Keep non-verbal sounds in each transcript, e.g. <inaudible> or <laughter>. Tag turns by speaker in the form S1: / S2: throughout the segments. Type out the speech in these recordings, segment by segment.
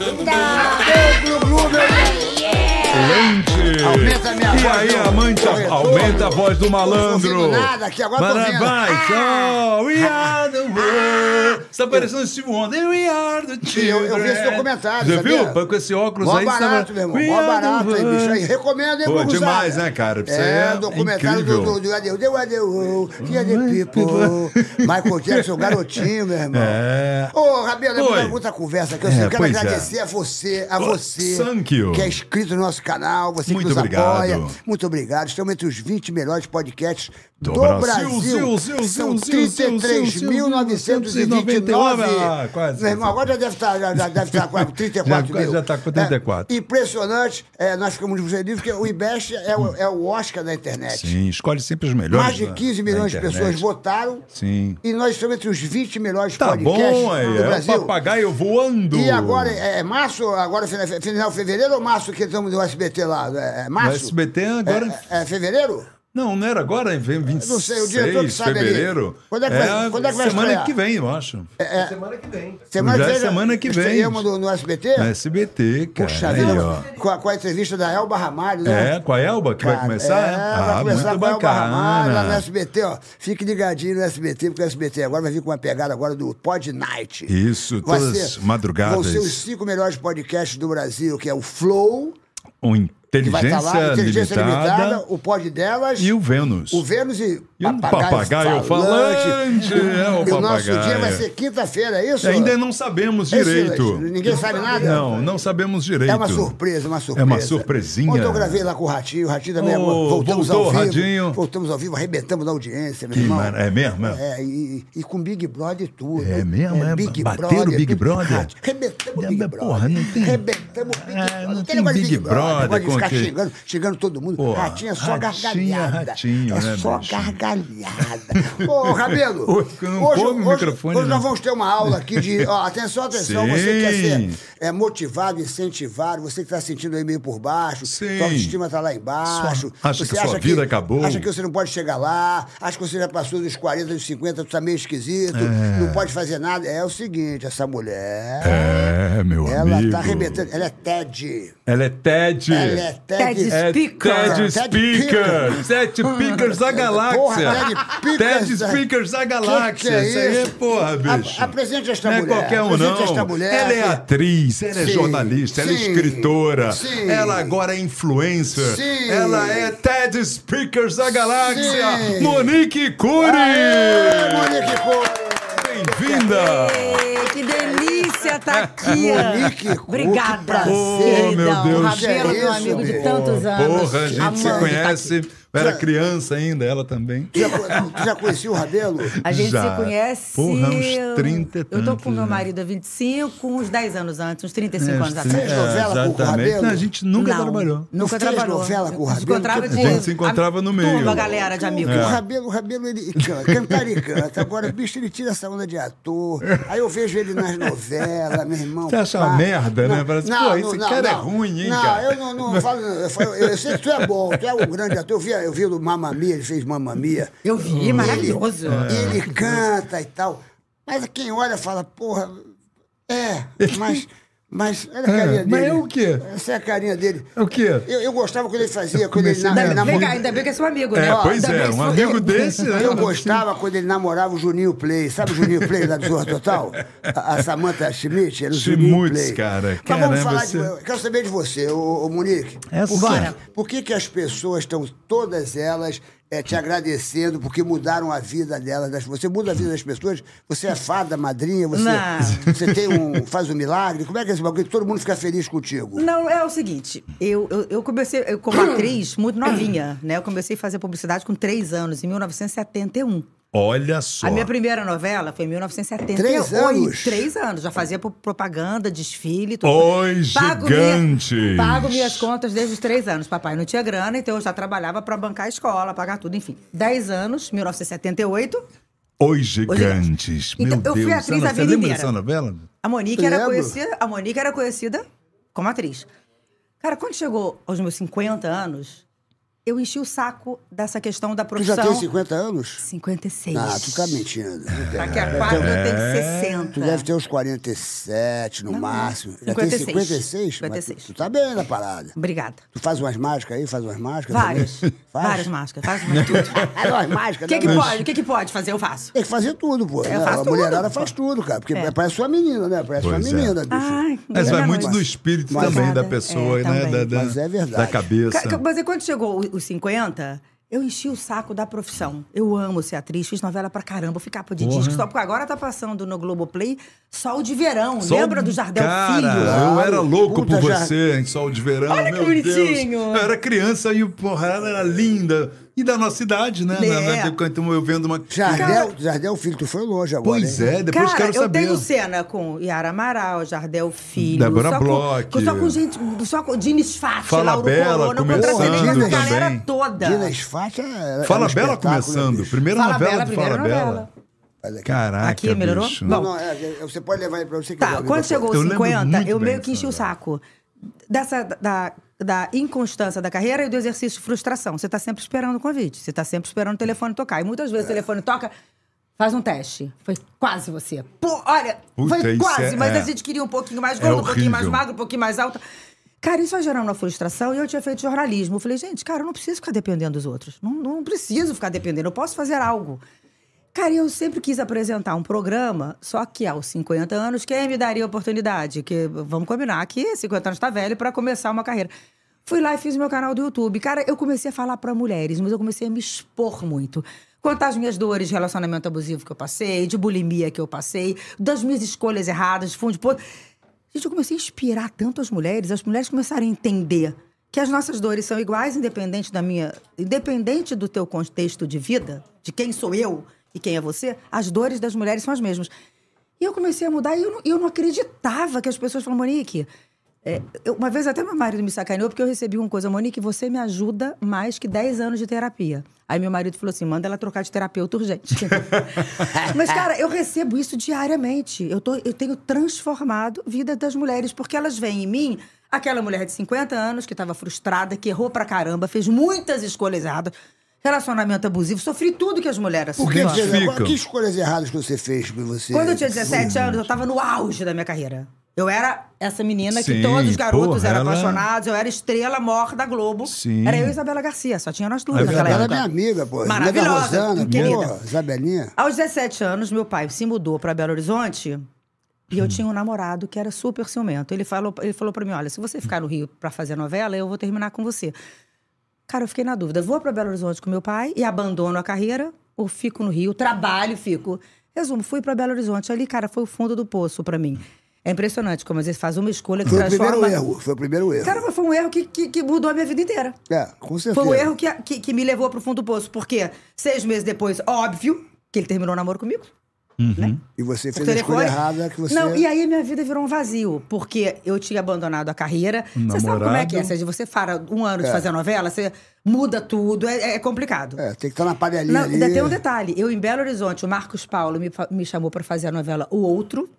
S1: Eita, eita! Meu glu, meu
S2: Gente!
S1: Aumenta a minha
S2: e
S1: voz,
S2: aí,
S1: meu
S2: aumenta,
S1: corretor.
S2: aumenta a voz do
S1: Não
S2: malandro.
S1: consigo nada aqui, agora tô
S2: Malandro,
S1: vendo. Ah!
S2: vai, só, we are the world. Você tá parecendo Steve Wonder. We are the children.
S1: eu- eu vi esse documentário,
S2: Você
S1: sabia?
S2: viu? Com esse óculos
S1: Mó
S2: aí, você tá-
S1: barato, meu irmão.
S2: We
S1: Mó
S2: are the
S1: barato, hein, bicho? Aí,
S2: world.
S1: recomendo, hein,
S2: Pô,
S1: Gugu
S2: demais,
S1: Zara?
S2: né, cara? Isso aí
S1: é,
S2: é
S1: documentário do,
S2: incrível.
S1: do, do Adeu, Deu Adeu, Dia de People, Michael Jackson, garotinho, meu irmão.
S2: É.
S1: Ô, Rabelo,
S2: Oi.
S1: é muita conversa aqui. Eu
S2: É,
S1: só quero
S2: pois é. Oh,
S1: agradecer a você, a você,
S2: thank you.
S1: que é inscrito no nosso canal, você
S2: Muito
S1: que nos
S2: obrigado.
S1: apoia. Muito obrigado. Estamos entre os 20 melhores podcasts do,
S2: Do
S1: Brasil.
S2: Brasil. Zil, zil, zil,
S1: São
S2: zil, zil, zil, zil, zil,
S1: 33.999.
S2: 99. Ah, quase.
S1: Meu irmão, agora já deve estar, já, já deve estar com 34
S2: Já-
S1: mil.
S2: já tá com 34.
S1: É, impressionante. É, nós ficamos felizes porque o IBEST é, o- é o Oscar da internet.
S2: Sim, escolhe sempre os melhores.
S1: Mais de
S2: da-
S1: 15
S2: da
S1: milhões de
S2: internet.
S1: pessoas votaram.
S2: Sim.
S1: E nós estamos entre os 20 melhores
S2: Tá
S1: podcasts
S2: bom, aí.
S1: do
S2: É o
S1: Brasil.
S2: papagaio voando.
S1: E agora, é, é março, agora final, final de fevereiro ou março que estamos no SBT lá? É, é março?
S2: O SBT agora.
S1: É, é fevereiro?
S2: Não, não era agora, em 26
S1: Não sei, o diretor que sabe ali.
S2: fevereiro.
S1: Quando é que vai- quando é que vai
S2: Semana
S1: estrear? É.
S2: que vem, eu acho.
S3: Semana que vem.
S1: Semana
S2: Já
S1: que
S2: é
S1: vem,
S2: semana que vem.
S1: estreamos No, no SBT?
S2: Na SBT, cara.
S1: Puxa
S2: aí,
S1: vida,
S2: ó.
S1: com, a, com a entrevista da Elba Ramalho, né?
S2: É, com a Elba que vai
S1: Cara,
S2: começar? Ah,
S1: É, vai começar
S2: muito
S1: com a Elba Ramalho né? lá no
S2: bacana.
S1: SBT, ó. Fique ligadinho no SBT, porque o SBT agora vai vir com uma pegada agora do Pod Night.
S2: Isso,
S1: Vai
S2: todas
S1: ser- Vão
S2: madrugadas.
S1: ser os cinco melhores podcasts do Brasil, que é o Flow,
S2: O
S1: que vai
S2: Inteligência,
S1: estar lá, Inteligência Limitada,
S2: limitada,
S1: o Pod Delas,
S2: e o Vênus.
S1: o Vênus e,
S2: E um papagaio falante. É o
S1: E o nosso
S2: papagaio.
S1: dia vai ser quinta-feira, é isso?
S2: Ainda não sabemos
S1: Esse-
S2: direito.
S1: Ninguém sabe nada?
S2: Não, não sabemos direito.
S1: É uma surpresa, uma surpresa.
S2: uma surpresinha.
S1: Ontem eu gravei lá com o Ratinho, o Ratinho também
S2: Ô,
S1: agora- voltamos
S2: voltou
S1: ao
S2: o
S1: vivo.
S2: Ratinho.
S1: Voltamos ao vivo, arrebentamos na audiência, meu
S2: Que
S1: irmão.
S2: mara- é mesmo, é?
S1: É, e, e com Big Brother e tudo.
S2: É mesmo, é? Bateram o Big
S1: tudo.
S2: Brother?
S1: Ratinho, Arrebentamos o
S2: É,
S1: Big
S2: mas,
S1: Brother.
S2: porra, não tem-
S1: Arrebentamos o Big
S2: Ah,
S1: Brother.
S2: não tem
S1: negócio de
S2: Big Brother
S1: negócio de
S2: com
S1: ficar
S2: aquele-
S1: xingando, xingando todo mundo.
S2: Pô,
S1: ratinho é só
S2: Ratinho,
S1: gargalhada.
S2: Ratinho,
S1: é
S2: né,
S1: só
S2: bicho? <laughs>
S1: gargalhada. Ô, Rabelo.
S2: Oi, que não
S1: hoje,
S2: come o
S1: hoje-
S2: microfone,
S1: hoje nós
S2: não.
S1: vamos ter uma aula aqui de... ó, atenção, atenção. Você que quer ser
S2: Sim.
S1: é motivado, incentivado, você que está sentindo aí meio por baixo,
S2: Sim.
S1: sua autoestima está lá embaixo.
S2: Sua- acha que sua vida acabou.
S1: Acha que você não pode chegar lá, acha que você já passou dos 40, dos 50, está meio esquisito, não pode fazer nada. É o seguinte, essa mulher,
S2: É, meu
S1: ela
S2: amigo.
S1: está arrebentando. Ela é TED.
S2: Ela é TED.
S1: Ela é TED.
S4: TED
S2: É
S4: Speaker.
S2: TED
S1: Ted Speaker.
S2: Speakers. TED
S1: <laughs>
S2: Speakers da galáxia.
S1: Porra, Ted Speakers
S2: TED
S1: da-
S2: Speakers da
S1: Que que
S2: galáxia.
S1: é
S2: Isso aí é
S1: isso?
S2: porra, bicho.
S1: A- apresente esta
S2: não
S1: mulher.
S2: é qualquer um,
S1: Apresente
S2: não.
S1: esta mulher.
S2: Ela é atriz, ela é
S1: Sim,
S2: jornalista, ela é
S1: sim,
S2: escritora,
S1: sim.
S2: ela agora é influencer,
S1: Sim.
S2: ela é TED Speakers da galáxia,
S1: Sim.
S2: Monique Cury!
S1: Aê, Monique Cura.
S2: Bem-vinda!
S4: Ê, É, Que delícia tá aqui!
S1: Monique, que
S4: Obrigada!
S1: prazer.
S2: Oh, meu
S4: Queridão,
S2: Deus.
S4: Rabelo, é
S1: Que
S4: meu
S1: isso,
S4: amigo
S1: meu?
S4: de tantos anos.
S2: Porra, a gente se
S4: Amando tá
S2: conhece.
S4: aqui.
S2: Eu era criança ainda, ela também.
S1: Tu já, tu já conhecia o Rabelo?
S4: A gente
S2: Já.
S4: se conhece.
S2: Porra, uns 30 e
S4: Eu tô com
S2: tantos,
S4: meu
S2: né?
S4: marido há 25, uns 10 anos antes, uns 35
S2: É,
S4: anos
S2: sim,
S4: atrás.
S1: Fez novela com o Rabelo?
S2: Não, a gente nunca
S4: Não,
S2: trabalhou.
S1: Não
S4: Nunca
S1: fez
S4: trabalhou.
S1: novela com o
S4: Se
S1: Rabelo?
S4: encontrava
S1: A
S4: de-
S2: gente se encontrava no
S4: a-
S2: meio.
S4: Turma, galera de amigos.
S2: É.
S1: O Rabelo, o Rabelo, ele can- cantar ele canta. Agora, bicho, ele tira essa onda de ator. Aí eu vejo ele nas novelas, meu irmão.
S2: Você acha uma merda, né? Parece, pô, esse cara é ruim, hein,
S1: não,
S2: cara?
S1: eu não, não falo. não. Eu, falo- eu sei que tu é bom, tu é um grande ator. Eu vi, eu vi o Mamamia, ele fez Mamamia.
S4: Eu vi, maravilhoso.
S2: é.
S1: Ele canta e tal. Mas quem olha fala, porra,
S2: <laughs>
S1: é, mas. Mas olha a carinha dele.
S2: mas é o quê?
S1: Essa é a carinha dele.
S2: É o quê?
S1: Eu, eu gostava quando ele fazia, quando ele
S2: comecei a
S1: na-
S2: ver
S4: Ainda, vem
S1: namorava.
S4: cá, ainda bem que é seu amigo, né?
S2: É,
S4: Ó,
S2: pois
S4: ainda
S2: é,
S4: bem que
S2: um
S4: foi-
S2: amigo desse, né?
S1: Eu gostava quando ele namorava o Juninho Play. Sabe o Juninho Play lá do
S2: <laughs>
S1: Zorra Total? A, a Samanta Schmidt era o Juninho
S2: Schmutz,
S1: Play.
S2: cara.
S1: Mas
S2: Caramba,
S1: vamos falar de,
S2: você-
S1: eu Quero saber de você, ô, ô Monique.
S2: Essa-
S1: Por,
S2: Bora.
S1: que, por que que as pessoas estão, todas elas, eh, te agradecendo porque mudaram a vida delas? das- Você muda a vida das pessoas? Você é fada, madrinha? Você,
S4: Não.
S1: você tem um, faz um milagre? Como é que é esse bagulho? Todo mundo fica feliz contigo.
S4: Não, é o seguinte, eu, eu, eu comecei eu,
S1: <coughs>
S4: como atriz muito novinha, né? Eu comecei a fazer publicidade com três anos, em 1971.
S2: Olha só.
S4: A minha primeira novela foi em 1978.
S1: Três anos?
S4: Três anos. Já fazia pro- propaganda, desfile, tudo.
S2: Os gigantes.
S4: Minha, pago minhas contas desde os três anos. Papai não tinha grana, então eu já trabalhava pra bancar a escola, pagar tudo, enfim. Dez anos, 1978.
S2: Os gigantes.
S4: Então,
S2: Meu
S4: eu fui
S2: Deus.
S4: atriz
S2: Ana,
S4: a
S2: você
S4: vida
S2: lembra
S4: inteira.
S2: dessa novela?
S4: A Monique, era
S1: Lembro.
S4: conhecida, a Monique era conhecida como atriz. Cara, quando chegou aos meus 50 anos, eu enchi o saco dessa questão da
S1: Tu
S4: profissão.
S1: já tem 50 anos?
S4: 56.
S1: Ah, tu tá mentindo.
S4: Daqui a quatro eu tenho 60.
S1: Tu deve ter uns 47 no
S4: É. Não, é.
S1: máximo. Já
S4: 56.
S1: tem 56?
S4: 56.
S1: Mas tu, tu tá bem na parada.
S4: Obrigada.
S1: Tu faz umas máscaras aí, faz umas máscaras?
S4: Várias.
S1: também? <laughs> Faz?
S4: Várias máscaras. Faz mais
S1: <laughs>
S4: tudo.
S1: É, umas
S4: O
S1: máscaras.
S4: que, que
S1: né?
S4: pode? O que, que pode fazer? Eu faço.
S1: Tem que fazer tudo, pô.
S4: Eu
S1: né?
S4: faço
S1: a
S4: tudo. É.
S1: mulherada faz tudo, cara. Porque parece sua menina, né? Parece
S3: Pois
S1: sua
S3: é.
S1: menina, bicho.
S4: Ai,
S2: Mas vai
S4: obrigada,
S2: muito
S4: Luiz.
S2: do espírito
S1: Mas-
S2: também da
S4: Nada,
S2: pessoa,
S4: é,
S2: né?
S4: também.
S2: Da, da-
S1: Mas é verdade.
S3: Da cabeça.
S4: Ca- ca- Mas é quando chegou o- os 50, eu enchi o saco da profissão. Eu amo ser atriz, fiz novela pra caramba, fui capa de
S2: Porra.
S4: disco. Só porque agora tá passando no Globoplay Sol de Verão.
S2: Sol-
S4: Lembra do Jardel
S2: Cara,
S4: Filho?
S2: Eu era louco
S1: Puta,
S2: por
S1: já-
S2: você em Sol de Verão.
S4: Olha que
S2: meu
S4: bonitinho.
S2: Deus. Eu era criança e, porra, ela era linda. E da nossa idade, né?
S4: É.
S2: Na- na época, então eu vendo uma.
S1: Jardel, Jardel, filho, tu foi longe agora.
S2: Pois
S1: hein?
S2: é, depois
S4: Cara,
S2: quero
S4: eu
S2: saber.
S4: tenho cena com Yara Amaral, Jardel Filho.
S2: Débora
S4: só com-
S2: Bloch.
S4: Com, só com gente. Só com Dines Fati,
S2: Fala
S4: Lauro
S2: Bela
S4: Corona. Eu contracenei com
S1: começando
S4: essa galera
S2: também.
S4: toda.
S1: Dina Esfati é.
S2: Fala
S1: é um
S2: Bela
S1: espetáculo, né,
S2: começando.
S1: bicho?
S2: Primeira
S4: Fala
S2: novela
S4: Bela,
S2: do
S4: primeira
S2: Fala Bela.
S4: novela.
S1: Faz aqui.
S2: Caraca,
S4: Aqui, melhorou?
S2: bicho.
S4: Bom.
S1: Não, é, é, você pode levar ele pra você que eu
S4: Tá,
S1: levo
S4: quando
S1: depois.
S4: chegou
S2: Eu
S4: os
S2: lembro
S4: 50,
S2: muito
S4: eu
S2: bem
S4: meio que enchi o
S2: dessa
S4: saco. Dessa, da, da inconstância da carreira e do exercício de frustração. Você tá sempre esperando o convite, você tá sempre esperando o telefone tocar. E muitas vezes o telefone toca, faz um teste. Foi quase você. Pô, olha,
S2: Puta,
S4: foi
S2: isso
S4: quase,
S2: é-
S4: mas
S2: é.
S4: a gente queria um pouquinho mais
S2: É
S4: gordo, um pouquinho
S2: horrível.
S4: mais magro, um pouquinho mais alto. Cara, isso vai gerando uma frustração e eu tinha feito jornalismo. Eu falei, gente, cara, eu não preciso ficar dependendo dos outros. Não, não preciso ficar dependendo, eu posso fazer algo. Cara, eu sempre quis apresentar um programa, só que aos 50 anos, quem me daria a oportunidade? Que vamos combinar que 50 anos tá velho para começar uma carreira. Fui lá e fiz meu canal do YouTube. Cara, eu comecei a falar para mulheres, mas eu comecei a me expor muito. Contar as minhas dores de relacionamento abusivo que eu passei, de bulimia que eu passei, das minhas escolhas erradas, de fundo de poço. Gente, eu comecei a inspirar tanto as mulheres, as mulheres começaram a entender que as nossas dores são iguais, independente da minha, independente do teu contexto de vida, de quem sou eu e quem é você, as dores das mulheres são as mesmas. E eu comecei a mudar e eu não, eu não acreditava que as pessoas falavam, Monique. é, eu- uma vez até meu marido me sacaneou porque eu recebi uma coisa, Monique, você me ajuda mais que 10 anos de terapia. Aí meu marido falou assim: manda ela trocar de terapeuta urgente. Mas, cara, eu recebo isso diariamente. Eu, tô, eu tenho transformado a vida das mulheres, porque elas veem em mim aquela mulher de 50 anos que estava frustrada, que errou pra caramba, fez muitas escolhas erradas, relacionamento abusivo, sofri tudo que as mulheres
S1: Por que,
S2: Eles
S1: você,
S2: ficam.
S1: que escolhas erradas que você fez pra você?
S4: Quando eu tinha 17 anos, eu tava no auge da minha carreira. Eu era essa menina
S2: Sim,
S4: que todos os garotos
S2: porra,
S4: eram
S2: ela-
S4: apaixonados, eu era estrela mor da Globo.
S2: Sim.
S4: Era eu e Isabela Garcia, só tinha nós duas
S2: É
S4: naquela
S1: Ela é
S4: época.
S1: minha amiga, pô.
S4: Maravilhosa,
S1: Amiga da Rosana,
S4: querida.
S1: pô. Isabelinha.
S4: Aos 17 anos, meu pai se mudou para Belo Horizonte e eu tinha um namorado que era super ciumento. Ele falou, ele falou para mim: olha, se você ficar no Rio para fazer novela, eu vou terminar com você. Cara, eu fiquei na dúvida: vou para Belo Horizonte com meu pai e abandono a carreira, ou fico no Rio, trabalho, fico. Resumo, fui para Belo Horizonte. Ali, cara, foi o fundo do poço para mim. É impressionante como às vezes faz uma escolha que
S1: Foi o
S4: transforma.
S1: primeiro erro. Foi o primeiro erro.
S4: Cara, mas foi um erro que- que- que mudou a minha vida inteira.
S1: é, com certeza.
S4: Foi um erro que, que, que me levou pro fundo do poço. Porque seis meses depois, óbvio, que ele terminou o namoro comigo.
S1: E você
S4: Por
S1: Uhum. fez a escolha
S4: telefone.
S1: errada que você.
S4: é. Não, e aí minha vida virou um vazio. Porque eu tinha abandonado a carreira.
S2: Um
S4: Você sabe como é que é?
S2: namorado.
S4: Seja, você fala um ano de fazer novela, você muda tudo, é, é complicado.
S1: É, tem que estar na panelinha
S4: Não,
S1: ali.
S4: ainda tem um detalhe. Eu, em Belo Horizonte, o Marcos Paulo me, fa- me chamou pra fazer a novela O Outro,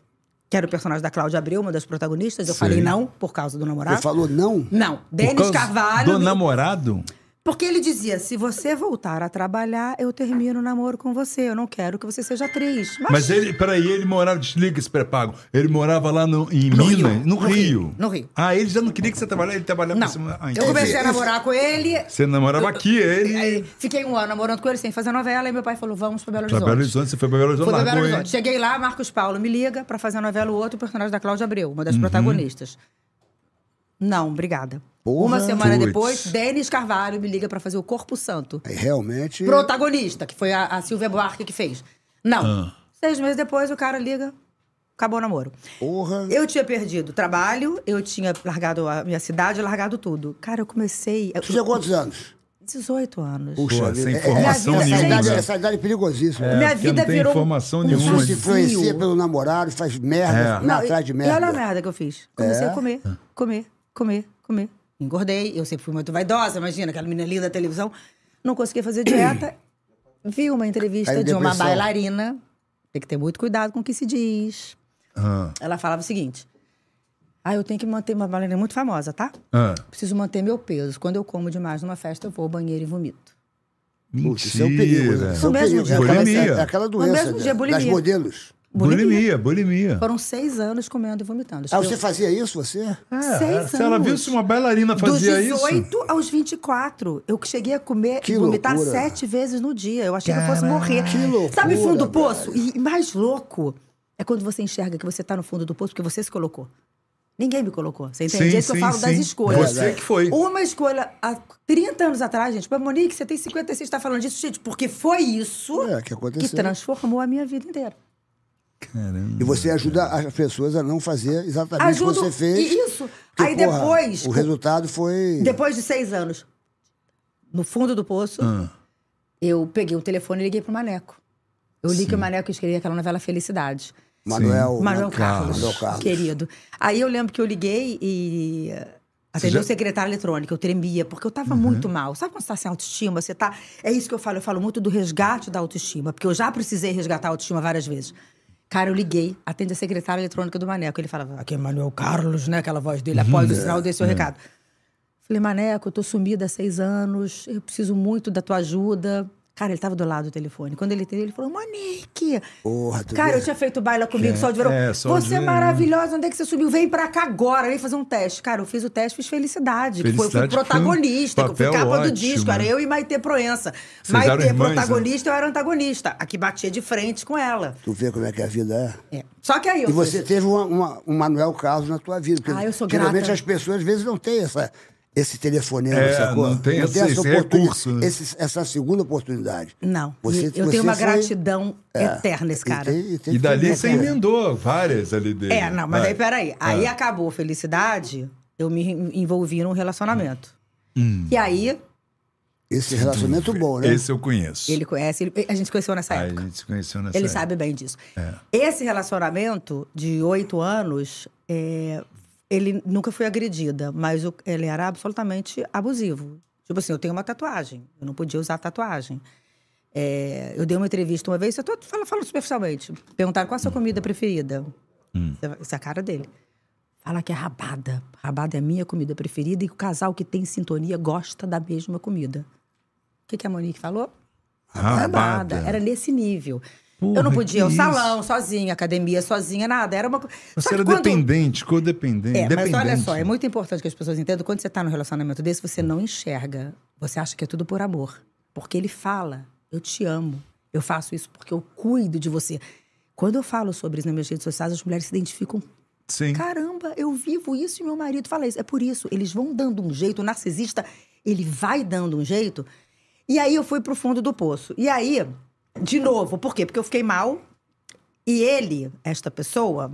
S4: que era o personagem da Cláudia Abreu, uma das protagonistas. Eu
S2: Sei.
S4: falei não, por causa do namorado.
S1: Você falou não?
S4: Não. Denis
S2: causa
S4: Carvalho.
S2: Do
S4: me-
S2: namorado?
S4: porque ele dizia: se você voltar a trabalhar, eu termino o namoro com você. Eu não quero que você seja atriz. Mas,
S2: Mas ele, peraí, ele morava, desliga esse pré-pago. Ele morava lá no, em Minas, no, Rio.
S4: no Rio.
S2: Ah, ele já não queria que você trabalhasse, ele trabalhava
S4: não.
S2: pra cima. Ah,
S4: eu
S2: entendi.
S4: comecei a namorar com ele.
S2: Você namorava aqui,
S4: aí
S2: ele.
S4: Fiquei um ano namorando com ele sem fazer novela. E meu pai falou: vamos pra Belo
S2: Pra
S4: Horizonte.
S2: Belo Horizonte, você foi pra Belo Horizonte,
S4: Fui pra Belo
S2: largou
S4: Horizonte.
S2: ele.
S4: Cheguei lá, Marcos Paulo me liga pra fazer a novela O Outro, o personagem da Cláudia Abreu, uma das
S2: Uhum.
S4: protagonistas. Não, obrigada.
S1: Porra.
S4: Uma semana
S2: Puts.
S4: depois, Denis Carvalho me liga pra fazer o Corpo Santo.
S1: Aí, É, realmente.
S4: protagonista, que foi a, a Silvia Buarque que fez. Não.
S2: Ah.
S4: Seis meses depois, o cara liga, acabou o namoro.
S1: Porra.
S4: Eu tinha perdido trabalho, eu tinha largado a minha cidade, largado tudo. Cara, eu comecei. Eu,
S1: Tu tinha quantos anos?
S4: 18 anos.
S2: Pô, sem
S1: É, é,
S2: informação
S1: essa,
S4: nenhuma.
S1: idade, essa idade é perigosíssima. né?
S4: minha
S2: porque
S4: vida
S2: não tem
S4: virou
S2: informação
S4: um
S2: nenhuma.
S1: Pessoa se
S4: vazio.
S1: influencia pelo namorado, faz merda,
S2: É.
S1: fica atrás
S4: e-
S1: de
S4: E
S1: merda.
S4: olha a merda que eu fiz. Comecei
S1: É?
S4: a comer, comer, comer, comer. Engordei, eu sempre fui muito vaidosa, imagina, aquela menina linda da televisão. Não conseguia fazer <coughs> dieta. Vi uma entrevista
S1: Caiu em
S4: de uma
S1: depressão.
S4: bailarina. Tem que ter muito cuidado com o que se diz.
S2: Ah,
S4: Ela falava o seguinte: Ah, eu tenho que manter uma bailarina muito famosa, tá?
S2: ah.
S4: Preciso manter meu peso. Quando eu como demais numa festa, eu vou ao banheiro e vomito.
S1: Putz, isso é um perigo. né?
S2: Mentira.
S1: Isso é um
S4: No mesmo
S1: perigo.
S4: dia.
S1: É aquela-
S2: Bulimia.
S1: É aquela
S4: No
S1: doença
S4: mesmo dia,
S1: né? das
S4: bulimia.
S1: modelos.
S2: Bulimia, bulimia.
S4: Foram seis anos comendo e vomitando.
S1: Ah,
S4: Eu-
S1: você fazia isso, você?
S2: É,
S4: Seis
S2: se ela
S4: anos.
S2: viu se uma
S4: <laughs>
S2: bailarina
S4: Dos
S2: fazia isso.
S4: 18 aos 24, eu que cheguei a comer
S1: Que
S4: e vomitar
S1: loucura.
S4: sete vezes no dia. Eu achei que eu fosse
S2: Caraca.
S4: morrer.
S1: Que loucura,
S4: Sabe fundo
S1: cara.
S4: do poço? E e mais louco é quando você enxerga que você tá no fundo do poço porque você se colocou. Ninguém me colocou. Você entende?
S2: Sim,
S4: é isso que
S2: sim,
S4: eu falo das
S2: sim.
S4: escolhas. É.
S2: Você que foi.
S4: Uma escolha há 30 anos atrás, gente. Mas, Monique, você tem 56, está tá falando disso, gente, porque foi isso
S1: É, que aconteceu.
S4: que transformou a minha vida inteira.
S1: E você ajuda as pessoas a não fazer exatamente o que
S4: Ajudo-
S1: você fez.
S4: e isso.
S1: Porque,
S4: Aí
S1: porra,
S4: depois-
S1: O resultado foi.
S4: Depois de seis anos, no fundo do poço,
S2: Ah,
S4: eu peguei o telefone e liguei pro Maneco. Eu li que o Maneco escrevia aquela novela Felicidade.
S1: Manuel.
S4: Manuel Carlos,
S1: Manuel Carlos.
S4: querido. Aí eu lembro que eu liguei e eh, atendeu
S2: já-
S4: o secretário eletrônico, eu tremia, porque eu tava muito mal. Sabe quando você tá sem autoestima? Você tá. É isso que eu falo, eu falo muito do resgate da autoestima, porque eu já precisei resgatar a autoestima várias vezes. Cara, eu liguei, atende a secretária eletrônica do Maneco. Ele falava, aqui é Manuel Carlos, né? Aquela voz dele, após o sinal desse seu recado. Falei, Maneco, eu tô sumida há seis anos, eu preciso muito da tua ajuda. Cara, ele tava do lado do telefone. Quando ele atendeu, ele falou, Monique,
S1: Porra, tu
S4: Cara,
S1: vê?
S4: eu tinha feito baila comigo, sol de verão.
S2: é, Sol de
S4: você é
S2: Verão.
S4: maravilhosa, onde é que você subiu? Vem pra cá agora, vem fazer um teste. Cara, eu fiz o teste, fiz Felicidade. que foi- eu fui
S2: Felicidade foi um
S4: protagonista, que eu fui
S2: papel
S4: capa do
S2: ótimo,
S4: disco. Era
S2: né?
S4: eu e Maitê Proença.
S2: Vocês eram
S4: Maitê
S2: irmãs, né?
S4: protagonista, eu era antagonista. A que batia de frente com ela.
S1: Tu vê como é que a vida é.
S4: É. Só que aí eu
S1: E
S4: fiz-
S1: você teve uma- uma- um Manuel Carlos na tua vida. porque
S4: Ah, eu sou
S1: Geralmente
S4: grata.
S1: as pessoas, às vezes, não têm essa, esse telefonema,
S2: É,
S1: sacou?
S2: não tem esse- esse
S1: oportuni-
S2: recurso, né?
S1: esse- essa segunda oportunidade.
S4: Não,
S1: Você-
S4: eu
S1: você
S4: tenho uma
S1: foi-
S4: gratidão
S1: É.
S4: eterna, esse
S1: E
S4: cara.
S1: tem- tem
S2: E
S1: né, que
S2: dali
S1: ter-
S2: você emendou várias ali dele.
S4: É, não, mas
S2: Vai.
S4: aí peraí. Aí acabou a felicidade, eu me envolvi num relacionamento.
S2: Hum.
S4: E aí,
S1: Esse
S4: um
S1: relacionamento bom, né?
S2: Esse eu conheço.
S4: ele conhece, ele- a gente se conheceu nessa
S2: Aí a
S4: época.
S2: gente se conheceu nessa
S4: Ele
S2: época.
S4: sabe bem disso.
S2: É.
S4: Esse relacionamento de oito anos, é, ele nunca foi agredida, mas o- ele era absolutamente abusivo. Tipo assim, eu tenho uma tatuagem, eu não podia usar tatuagem. É, eu dei uma entrevista uma vez, eu tô falando, falando superficialmente. Perguntaram qual a sua comida preferida. Essa é a cara dele. Fala que é rabada. Rabada é a minha comida preferida e o casal que tem sintonia gosta da mesma comida. O que, que a Monique falou?
S2: Rabada.
S4: Rabada. Era nesse nível.
S2: Porra,
S4: eu não podia ir ao
S2: que
S4: salão sozinha, academia sozinha, nada. Era uma co- Só
S2: Você
S4: que
S2: era
S4: quando-
S2: dependente, codependente.
S4: É, mas
S2: dependente.
S4: olha só, é muito importante que as pessoas entendam. Quando você está num relacionamento desse, você não enxerga. Você acha que é tudo por amor. Porque ele fala, eu te amo. Eu faço isso porque eu cuido de você. Quando eu falo sobre isso nas minhas redes sociais, as mulheres se identificam
S2: Sim.
S4: Caramba, eu vivo isso e meu marido fala isso. É por isso, eles vão dando um jeito, o narcisista, ele vai dando um jeito. E aí eu fui pro fundo do poço. E aí, de novo, por quê? Porque eu fiquei mal. E ele, esta pessoa,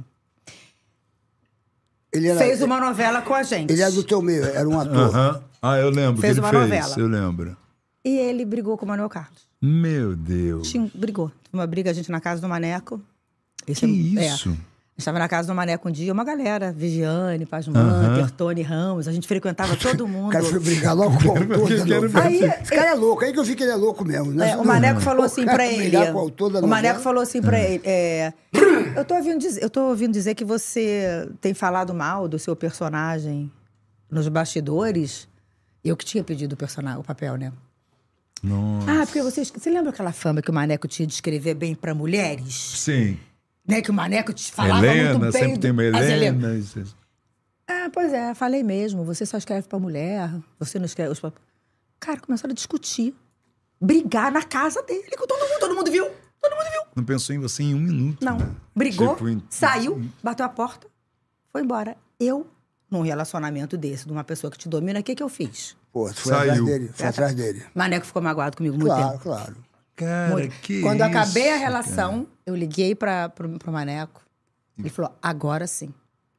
S1: Ele
S2: é
S1: era,
S4: fez uma novela com a gente.
S1: ele era do teu meio, era um ator.
S2: Aham. Ah, eu lembro.
S4: Fez
S2: que ele
S4: uma
S2: fez,
S4: novela.
S2: Eu lembro.
S4: E ele brigou com o Manuel Carlos.
S2: Meu Deus.
S4: Tinha, um, brigou. Uma briga, a gente na casa do Maneco. é,
S2: Que
S4: um,
S2: isso?
S4: A gente estava na casa do Maneco um dia, uma galera, Viviane, Paz
S2: Aham.
S4: Manter, Tony Ramos, a gente frequentava
S2: <laughs>
S4: todo
S1: O
S4: mundo.
S1: cara foi brigar logo com o autor da
S2: quero
S1: novela.
S4: ver.
S1: Esse cara é louco, aí que eu vi que ele é louco mesmo. né?
S4: É, o Maneco falou
S1: O
S4: assim
S1: cara
S4: pra
S1: foi
S4: ele.
S1: brigar com o autor da Hum.
S4: o Maneco
S1: novela.
S4: falou assim pra ele. é, eu, tô ouvindo dizer, eu tô ouvindo dizer que você tem falado mal do seu personagem nos bastidores. Eu que tinha pedido o, personagem, o papel, né?
S2: Nossa.
S4: Ah, porque você, você lembra aquela fama que o Maneco tinha de escrever bem pra mulheres?
S2: Sim.
S4: Né? Que o Maneco te falava
S2: Helena,
S4: muito bem.
S2: sempre
S4: do-
S2: tem uma
S4: As
S2: Helena. isso-
S4: Ah, pois é, falei mesmo. Você só escreve pra mulher, você não escreve. Os... pap- Cara, começaram a discutir. Brigar na casa dele com todo mundo. Todo mundo viu. Todo mundo viu.
S2: Não pensou em você em um minuto.
S4: Não.
S2: né?
S4: Brigou,
S2: Tipo, em-
S4: saiu, bateu a porta, foi embora. Eu, num relacionamento desse, de uma pessoa que te domina, o que, que eu fiz?
S1: Pô, tu foi atrás
S2: Saiu.
S1: dele, foi atrás dele.
S4: Maneco ficou magoado comigo muito
S1: Claro,
S4: tempo.
S1: claro.
S2: Cara,
S4: Muito.
S2: que
S4: Quando eu
S2: isso,
S4: acabei a
S2: cara.
S4: relação, eu liguei pra, pro, pro Maneco. Ele falou, agora sim.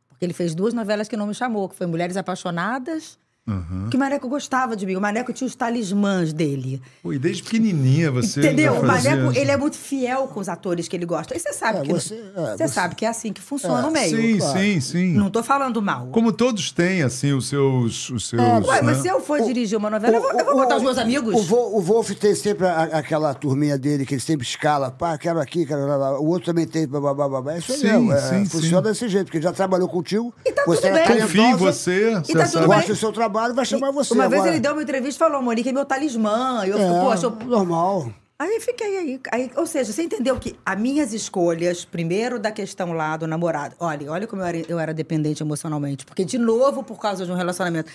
S4: Porque ele fez duas novelas que não me chamou, que foi Mulheres Apaixonadas,
S2: Aham.
S4: que o Maneco gostava de mim. O Maneco tinha os talismãs dele.
S2: Pô, e desde pequenininha você.
S4: Entendeu?
S2: já
S4: O
S2: fazia-
S4: Maneco, ele é muito fiel com os atores que ele gosta. E você sabe
S1: É,
S4: que...
S1: você- é, você-
S4: sabe que é assim que funciona o meio.
S2: Sim,
S1: claro.
S2: sim, sim.
S4: Não tô falando mal.
S2: Como todos têm, assim, os seus. Os seus
S4: É, Ué,
S2: né?
S4: mas se eu for dirigir uma novela, eu vou, eu vou botar os meus amigos.
S1: O, Vo- o Wolf tem sempre a- aquela turminha dele que ele sempre escala. Pá, quero aqui, quero lá, lá. O outro também tem. Blá, blá, blá, blá, blá. É isso aí
S2: Sim,
S1: mesmo. é,
S2: sim,
S1: funciona desse jeito, porque já trabalhou contigo.
S4: E tá
S1: você
S4: tudo
S1: é
S4: bem.
S2: Confia em
S1: talentosa,
S2: você. você
S4: tá tudo
S2: sabe.
S1: Gosta
S4: bem.
S1: do seu trabalho, vai chamar é você.
S4: uma vez
S1: agora.
S4: ele deu uma entrevista e falou, Monique, é meu talismã. E eu fico,
S1: É,
S4: poxa, eu-
S1: normal.
S4: Aí fiquei aí. aí. Ou seja, você entendeu que as minhas escolhas, primeiro da questão lá do namorado. Olha, olha como eu era, eu era dependente emocionalmente. Porque, de novo, por causa de um relacionamento.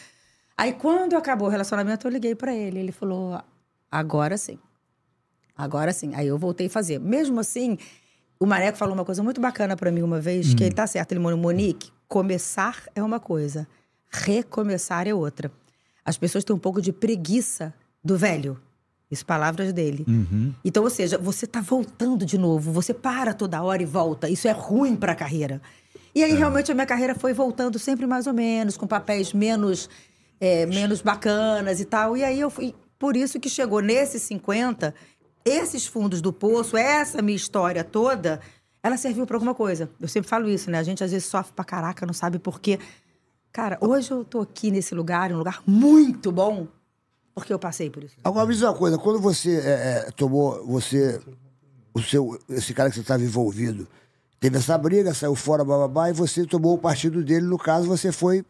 S4: Aí, quando acabou o relacionamento, eu liguei pra ele. Ele falou: agora sim. Agora sim. Aí eu voltei a fazer. Mesmo assim, o Mareco falou uma coisa muito bacana pra mim uma vez, que ele tá certo. Ele falou: Monique, começar é uma coisa, recomeçar é outra. As pessoas têm um pouco de preguiça do velho. Isso, palavras dele. Então, ou seja, você tá voltando de novo, você para toda hora e volta. Isso é ruim pra carreira. E
S1: É.
S4: aí, realmente, a minha carreira foi voltando sempre mais ou menos, com papéis menos, é, menos bacanas e tal. E aí, eu fui. Por isso que chegou nesses 50, esses fundos do poço, essa minha história toda, ela serviu pra alguma coisa. Eu sempre falo isso, né? A gente às vezes sofre pra caraca, não sabe por quê. Cara, hoje eu tô aqui nesse lugar, um lugar muito bom, porque eu passei por isso.
S1: Agora, me diz uma coisa, quando você é, é, tomou, você, o seu, esse cara que você estava envolvido, teve essa briga, saiu fora, bababá, e você tomou o partido dele, no caso, você foi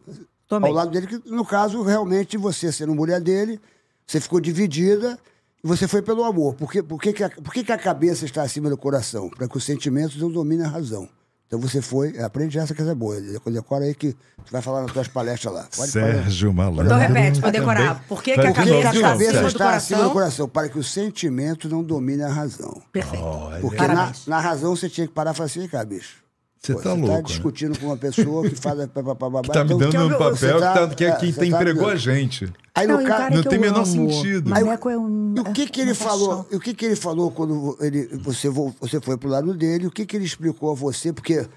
S4: Tomei.
S1: ao lado dele, que no caso, realmente, você sendo mulher dele, você ficou dividida, e você foi pelo amor. Por que, por que, que a, por que, que a cabeça está acima do coração? Para que os sentimentos não dominem a razão. Então você foi, aprende essa que essa é boa, decora aí que tu vai falar nas tuas palestras lá. Pode falar.
S2: Sérgio Malandro.
S4: Então repete, pra eu decorar. Por que, que a
S1: Por que,
S4: cabeça,
S1: que a
S4: tá assim?
S1: cabeça está acima
S4: acima
S1: do
S4: do coração?
S1: coração? Para que o sentimento não domine a razão.
S4: Perfeito.
S1: Porque
S2: Olha,
S1: na,
S4: Parabéns.
S1: na razão você tinha que parar e falar assim, cara, bicho.
S2: Você
S1: pô,
S2: tá
S1: você
S2: louco, né?
S1: discutindo com uma pessoa que fala... pá, pá, pá, pá,
S2: que tá me
S1: então-
S2: dando um
S4: eu-
S2: papel
S1: você
S2: que, tá,
S1: tá-
S2: que, é, quem tá
S1: você tá
S2: entregou
S1: dando.
S2: a gente.
S1: Aí
S4: Não,
S1: no
S4: e o
S1: caso...
S4: cara
S2: Não
S4: que
S2: tem
S4: eu
S2: menor
S4: amo.
S2: sentido.
S4: Maneco é um.
S1: E o que, que ele
S4: uma
S1: falou?
S4: paixão.
S1: E o que, que ele falou quando ele, você, vo- você foi pro lado dele? O que, que ele explicou a você? Porque ele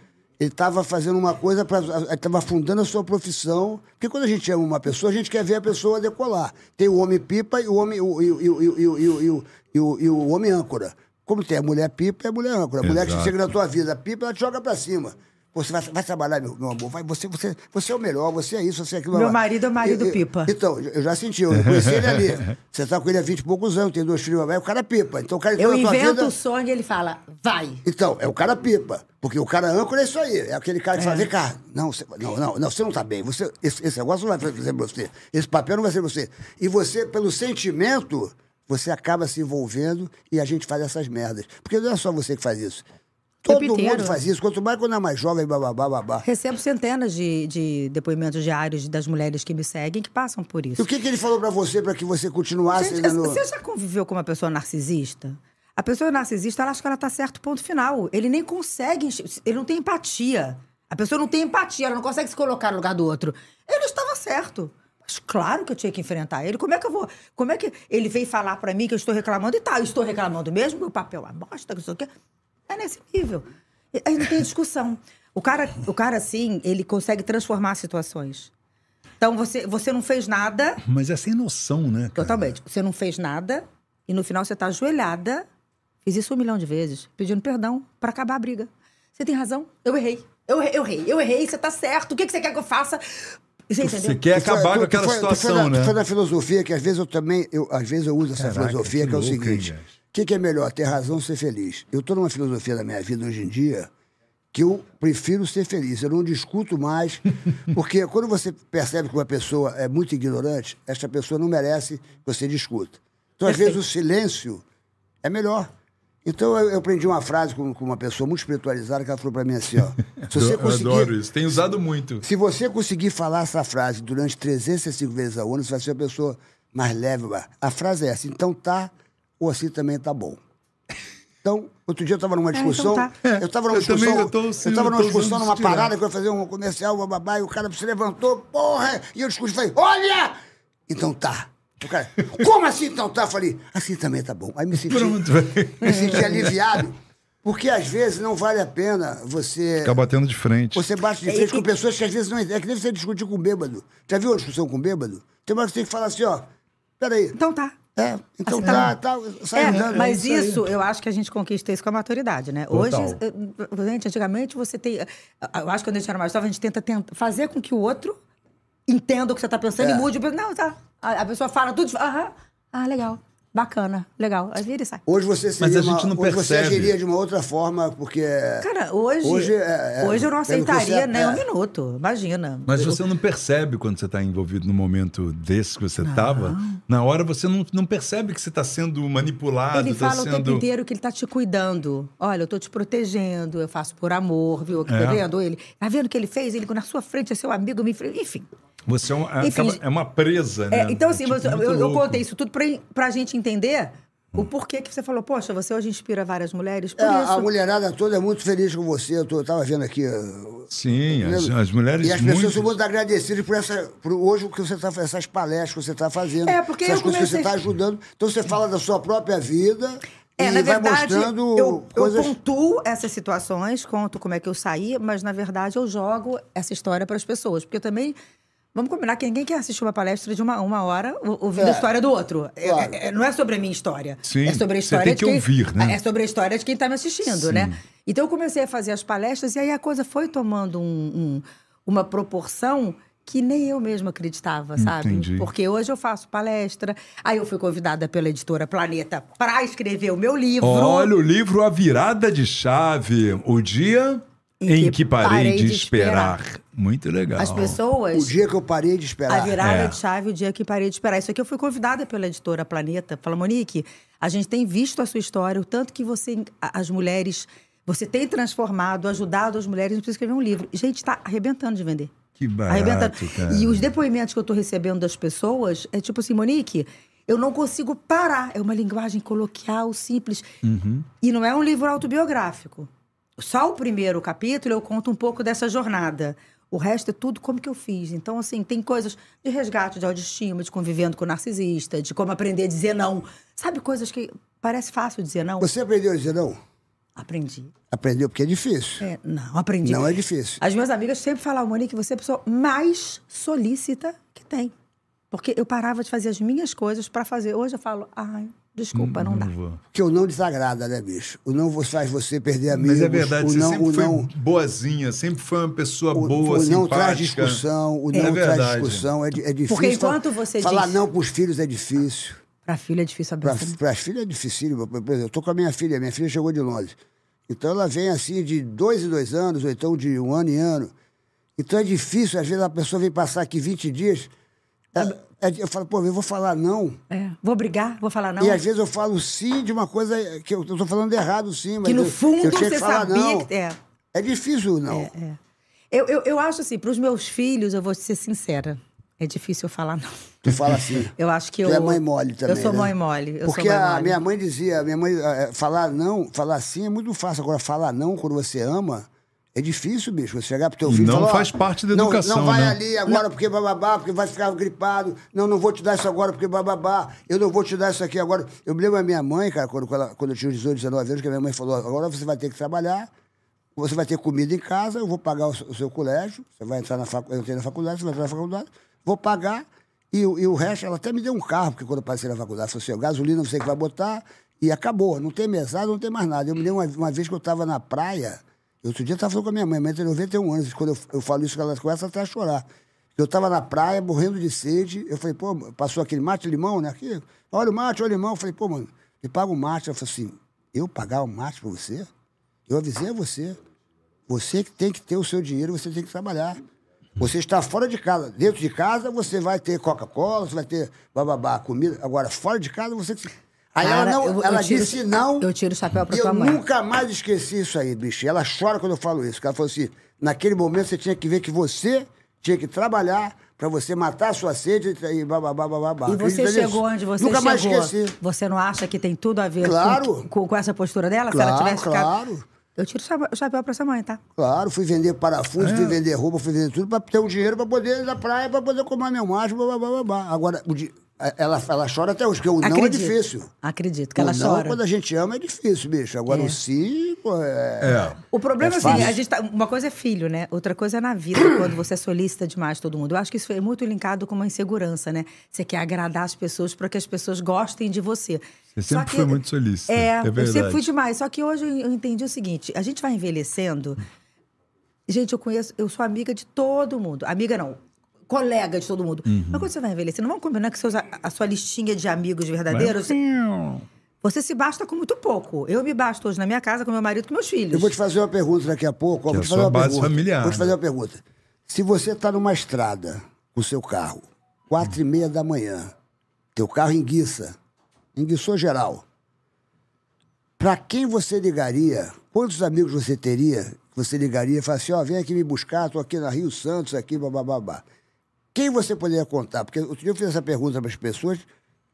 S1: estava fazendo uma coisa, pra- ele estava afundando a sua profissão. Porque quando a gente ama uma pessoa, a gente quer ver a pessoa decolar. Tem o homem pipa e o homem o- e o- e o- e o- e o- e o- e o- e o homem âncora. Como tem a mulher pipa, é a mulher âncora. A mulher que
S2: Exato.
S1: chega na tua vida, a pipa, ela te joga pra cima. Você vai, vai trabalhar, meu, meu amor. Vai, você, você, você é o melhor, você é isso, você é aquilo.
S4: Meu
S1: lá, lá.
S4: marido é o marido
S1: E- e-
S4: pipa.
S1: então, eu já senti, eu conheci ele ali. Você tá com ele há 20 e poucos anos, tem dois filhos, mas o cara pipa. Então o cara entrou
S4: Eu
S1: na tua
S4: invento
S1: vida.
S4: o sonho e ele fala, vai.
S1: Então, é o cara pipa. Porque o cara âncora é isso aí. É aquele cara que fala, vem cá, não, você, não, não, não, você não tá bem. Você, esse, esse negócio não vai fazer pra você. Esse papel não vai ser pra você. E você, pelo sentimento, você acaba se envolvendo e a gente faz essas merdas. Porque não é só você que faz isso. Todo
S4: Tempo inteiro.
S1: mundo faz isso. Quanto mais quando é mais jovem, bababá, babá.
S4: Recebo centenas de, de depoimentos diários das mulheres que me seguem que passam por
S1: E
S4: isso.
S1: o que, que ele falou pra você pra que você continuasse
S4: Gente, é,
S1: ainda no...
S4: você já conviveu com uma pessoa narcisista? A pessoa narcisista, ela acha que ela tá certo, ponto final. Ele nem consegue, enx- ele não tem empatia. A pessoa não tem empatia, ela não consegue se colocar no lugar do outro. Ele estava certo. Mas claro que eu tinha que enfrentar ele. Como é que eu vou? Como é que ele veio falar pra mim que eu estou reclamando e tá, eu estou reclamando mesmo, meu papel é uma bosta, que não sei o quê. É nesse nível. E- Aí não tem discussão. O cara, o cara assim, ele consegue transformar situações. Então você, você não fez nada,
S2: Mas é sem noção, né? cara?
S4: Totalmente. Você não fez nada e no final você tá ajoelhada. Fiz isso um milhão de vezes, pedindo perdão pra acabar a briga. Você tem razão, eu errei. Eu errei, eu errei, eu errei, você tá certo. O que, que você quer que eu faça? Você entendeu?
S2: Você quer
S1: Tu foi-
S2: é acabar com
S1: tu- tu
S2: aquela
S1: foi- tu foi
S2: situação,
S1: na- tu
S2: né?
S1: Foi na filosofia que às vezes eu também, eu, às vezes eu uso essa
S2: Caraca,
S1: filosofia
S2: que
S1: que, é o
S2: louco, hein,
S1: seguinte: o
S2: gente?
S1: que, que é melhor, ter razão ou ser feliz? Eu estou numa filosofia da minha vida hoje em dia que eu prefiro ser feliz. Eu não
S2: <laughs>
S1: discuto mais, porque quando você percebe que uma pessoa é muito ignorante, esta pessoa não merece que você discuta. Então, às vezes o silêncio é melhor. Então, eu, eu aprendi uma frase com, com uma pessoa muito espiritualizada que ela falou para mim assim: ó, se você
S2: Eu adoro
S1: conseguir
S2: isso. Tem usado muito.
S1: se você conseguir falar essa frase durante 365 vezes ao ano, você vai ser a pessoa mais leve. mas A frase é essa, então tá, ou assim também tá bom. Então, outro dia eu estava numa
S4: então
S1: discussão.
S4: tá.
S1: Eu estava numa
S2: É, eu também
S1: discussão.
S2: já tô, sim,
S1: eu estava
S2: eu
S1: numa
S2: tô
S1: discussão
S2: usando
S1: numa
S2: isso direto.
S1: parada que eu ia fazer um comercial, bababá, e o cara se levantou, porra! E eu discuti, falei, olha! Então tá. O cara, como assim então tá? Eu Falei, assim também tá bom. Aí me senti,
S2: <laughs> Pronto, velho.
S1: me senti aliviado. Porque às vezes não vale a pena você.
S2: Ficar batendo de frente.
S1: Você bate de
S4: É
S1: frente com pessoas que às vezes não entendem. É que nem você discutir com bêbado. Já viu uma discussão com um bêbado? Tem uma que você tem que falar assim, ó. Peraí.
S4: Então tá.
S1: É, então
S4: Assim,
S1: tá,
S4: tá
S1: tá, sai
S4: É,
S1: andando.
S4: mas
S2: é isso aí.
S4: isso, eu acho que a gente conquista isso com a maturidade, né? Hoje,
S2: Total.
S4: eh, gente, antigamente você tem. eh, Eu acho que quando a gente era mais jovem, a gente tenta, tenta fazer com que o outro
S1: É.
S4: entenda o que você tá pensando e mude. o- Não, tá. A, a pessoa fala tudo. Aham, ah, legal. Bacana, legal. Aí vira e sai.
S1: Hoje você seria
S2: a gente
S1: uma-
S2: não
S1: hoje você
S2: percebe.
S1: agiria de uma outra forma, porque...
S4: Cara, hoje,
S1: Hoje
S4: hoje,
S1: é- é-
S4: eu não
S1: pelo que você
S4: aceitaria
S1: é-
S4: nem um
S1: é.
S4: minuto. Imagina.
S2: Mas
S4: Eu-
S2: você não percebe quando você está envolvido num momento desse que você estava. Na hora você não, não percebe que você está sendo manipulado,
S4: Ele
S2: está
S4: fala o tempo
S2: sendo.
S4: inteiro que ele tá te cuidando. Olha, eu tô te protegendo, eu faço por amor, viu? Tá
S2: É.
S4: vendo ele? Tá vendo o que ele fez? Ele na sua frente é seu amigo, me fre- enfim.
S2: Você é, um- é-
S4: Enfim,
S2: acaba- é uma presa, né?
S4: É, então, assim,
S2: Tipo,
S4: você-
S2: muito
S4: eu, eu
S2: louco. Hum.
S4: contei isso tudo pra, pra gente entender o porquê que você falou, poxa, você hoje inspira várias mulheres. Por
S1: É,
S4: isso. né?
S1: a mulherada toda é muito feliz com você. Eu, tô, eu tava vendo aqui. uh,
S2: Sim, as,
S1: lembra?
S2: as mulheres.
S1: E as
S2: muito...
S1: pessoas são muito agradecidas por, essa, por hoje o que você tá, essas palestras que você está fazendo.
S4: É, porque
S1: essas
S4: eu
S1: coisas que você
S4: comecei-
S1: está ajudando. Então você fala da sua própria vida
S4: É,
S1: e
S4: na
S1: vai
S4: verdade,
S1: mostrando
S4: eu, eu
S1: coisas.
S4: pontuo essas situações, conto como é que eu saí, mas na verdade eu jogo essa história para as pessoas. Porque também, vamos combinar que ninguém quer assistir uma palestra de uma, uma hora ou- ouvindo
S1: É.
S4: a história do outro. É-
S1: Claro.
S4: é- é- não é sobre a minha história.
S2: Sim,
S4: é sobre a
S2: você
S4: história
S2: tem
S4: de
S2: que
S4: quem,
S2: ouvir, né?
S4: É sobre a história de quem está me assistindo,
S2: Sim.
S4: né? Então eu comecei a fazer as palestras e aí a coisa foi tomando um- um- uma proporção que nem eu mesma acreditava, sabe?
S2: Entendi.
S4: Porque hoje eu faço palestra, aí eu fui convidada pela editora Planeta para escrever o meu livro.
S2: Olha o livro A Virada de Chave, o dia em, que, parei, de, esperar. Muito legal.
S4: As pessoas.
S1: O dia que eu parei de
S4: A
S1: esperar.
S4: virada
S2: É.
S4: de chave, o dia que parei de esperar. Isso aqui eu fui convidada pela editora Planeta. Fala, Monique, a gente tem visto a sua história, o tanto que você, a- as mulheres, você tem transformado, ajudado as mulheres, não precisa escrever um livro. Gente, está arrebentando de vender.
S2: Que
S4: Arrebentando.
S2: barato, cara.
S4: E os depoimentos que eu tô recebendo das pessoas é tipo assim, Monique, eu não consigo parar. É uma linguagem coloquial, simples.
S1: Uhum.
S4: E não é um livro autobiográfico. Só o primeiro capítulo eu conto um pouco dessa jornada. O resto é tudo como que eu fiz. Então, assim, tem coisas de resgate de autoestima, de convivendo com narcisista, de como aprender a dizer não. Sabe coisas que parece fácil dizer não?
S1: Você aprendeu a dizer não?
S4: Aprendi.
S1: Aprendeu porque é difícil.
S4: É, não, aprendi.
S1: Não é difícil.
S4: As minhas amigas sempre falavam, Monique, você é a pessoa mais solícita que tem. Porque eu parava de fazer as minhas coisas pra fazer. Hoje eu falo, ai, desculpa, não dá.
S2: vou.
S1: Porque o não desagrada, né, bicho? O não faz você perder amigos.
S2: Mas é verdade,
S1: o
S2: você
S1: não,
S2: sempre
S1: o
S2: foi
S1: não,
S2: boazinha, sempre foi uma pessoa
S1: O,
S2: boa,
S1: o não
S2: simpática. É
S1: traz discussão, o não traz
S2: verdade.
S1: discussão, é, di- é difícil.
S4: enquanto você
S1: Falar
S4: diz-
S1: não para os filhos é difícil.
S4: Pra filha é difícil abrir.
S1: Para as filhas é dificílimo. Por exemplo, eu estou com a minha filha, minha filha chegou de Londres. Então ela vem assim de dois em dois anos, ou então de um ano em ano. Então é difícil, às vezes a pessoa vem passar aqui 20 dias. ela- é di- eu falo, pô, eu vou falar não.
S4: É, vou brigar, vou falar não.
S1: E às vezes eu falo sim de uma coisa que eu estou falando errado, sim. Mas
S4: Que no
S1: eu-
S4: fundo
S1: eu tinha que
S4: você
S1: falar
S4: sabia
S1: não.
S4: que- é.
S1: É difícil o não.
S4: É. Eu, eu, eu acho assim, pros meus filhos, eu vou ser sincera. É difícil eu falar não.
S1: Tu fala assim.
S4: Eu acho que
S1: Tu
S4: eu.
S1: é mãe mole também.
S4: Eu sou
S1: né?
S4: mãe mole. Eu
S1: Porque
S4: sou mãe
S1: a
S4: mole.
S1: minha mãe dizia, minha mãe, eh, eh, falar não, falar sim é muito fácil. Agora, falar não quando você ama. É difícil, bicho, você chegar pro teu
S2: E
S1: filho e
S2: não
S1: falar, ó,
S2: faz parte da
S1: não-
S2: educação,
S1: Não, vai
S2: né?
S1: ali agora porque bababá, porque vai ficar gripado. Não, não vou te dar isso agora porque bababá. Eu não vou te dar isso aqui agora. Eu me lembro da minha mãe, cara, quando, quando, ela- quando eu tinha uns 18, 19 anos, que a minha mãe falou, agora você vai ter que trabalhar, você vai ter comida em casa, eu vou pagar o, seu- o seu colégio, você vai entrar na faculdade, eu entrei na faculdade, você vai entrar na faculdade, vou pagar, e, o- e o resto, ela até me deu um carro, porque quando eu passei na faculdade, falou assim, "Ó, gasolina você que vai botar, e acabou, não tem mesada, não tem mais nada. Eu me lembro uma, uma vez que eu estava na praia, outro dia eu estava falando com a minha mãe, minha mãe tem 91 anos, quando eu, eu falo isso, ela começa até a chorar. Eu estava na praia, morrendo de sede, eu falei, pô, passou aquele mate limão, né, aqui, olha o mate, olha o limão, eu falei, pô, mano, me paga o mate, ela falou assim, eu pagar o mate pra você? Eu avisei a você. Você que tem que ter o seu dinheiro, você tem que trabalhar. Você está fora de casa. Dentro de casa, você vai ter Coca-Cola, você vai ter bababá, comida. Agora, fora de casa, você. que- Aí
S4: Cara,
S1: ela não,
S4: eu- eu
S1: ela
S4: tiro-
S1: disse não.
S4: eu tiro o chapéu pra
S1: E eu
S4: tua mãe.
S1: nunca mais esqueci isso aí, bicho. E Ela chora quando eu falo isso. porque Ela falou assim: naquele momento você tinha que ver que você tinha que trabalhar para você matar a sua sede e bababá, bababá.
S4: E você
S1: Acredita nisso?
S4: chegou onde você
S1: Nunca mais
S4: chegou.
S1: esqueci.
S4: Você não acha que tem tudo a ver com-
S1: Claro.
S4: com, com essa postura dela? se
S1: Claro,
S4: ela tivesse ficado-
S1: claro.
S4: Eu tiro o chapa- o chapéu pra essa mãe, tá?
S1: Claro, fui vender parafuso, fui vender roupa, fui vender tudo para ter o dinheiro para poder ir na praia, para poder comprar meu macho, blá, blá, blá, blá, blá. Agora, o di- é, ela, ela chora até hoje, porque o não é
S4: Acredito.
S1: difícil.
S4: Acredito que
S1: o
S4: ela
S1: não,
S4: chora.
S1: quando a gente ama, é difícil, bicho. Agora,
S4: É.
S1: o sim, pô, é...
S2: É.
S4: O problema
S1: É
S4: é assim,
S1: fácil.
S4: a gente tá- uma coisa é filho, né? Outra coisa é na vida, quando você solicita demais todo mundo. Eu acho que isso é muito linkado com uma insegurança, né? Você quer agradar as pessoas para que as pessoas gostem de você.
S2: Você
S4: Só
S2: sempre
S4: que-
S2: foi muito solícita, é
S4: É, eu
S2: verdade.
S4: sempre fui demais. Só que hoje eu entendi o seguinte: a gente vai envelhecendo. Gente, eu conheço, eu sou amiga de todo mundo. Amiga não. colega de todo mundo. Mas quando você vai envelhecendo, vamos combinar que seus, a sua listinha de amigos verdadeiros, você se basta com muito pouco. Eu me basto hoje na minha casa com meu marido e com meus filhos.
S1: Eu vou te fazer uma pergunta daqui a pouco. ó,
S2: Que
S1: vou
S2: é
S1: te
S2: a
S1: fazer
S2: sua
S1: uma
S2: base
S1: pergunta.
S2: familiar,
S1: Vou te
S2: né?
S1: fazer uma pergunta. Se você está numa estrada com o seu carro, quatro e meia da manhã, teu carro enguiça, enguiçou geral, para quem você ligaria? Quantos amigos você teria? que Você ligaria e falaria assim, ó, vem aqui me buscar, tô aqui na Rio Santos, aqui, bababá. Quem você poderia contar? Porque outro dia eu fiz essa pergunta para as pessoas.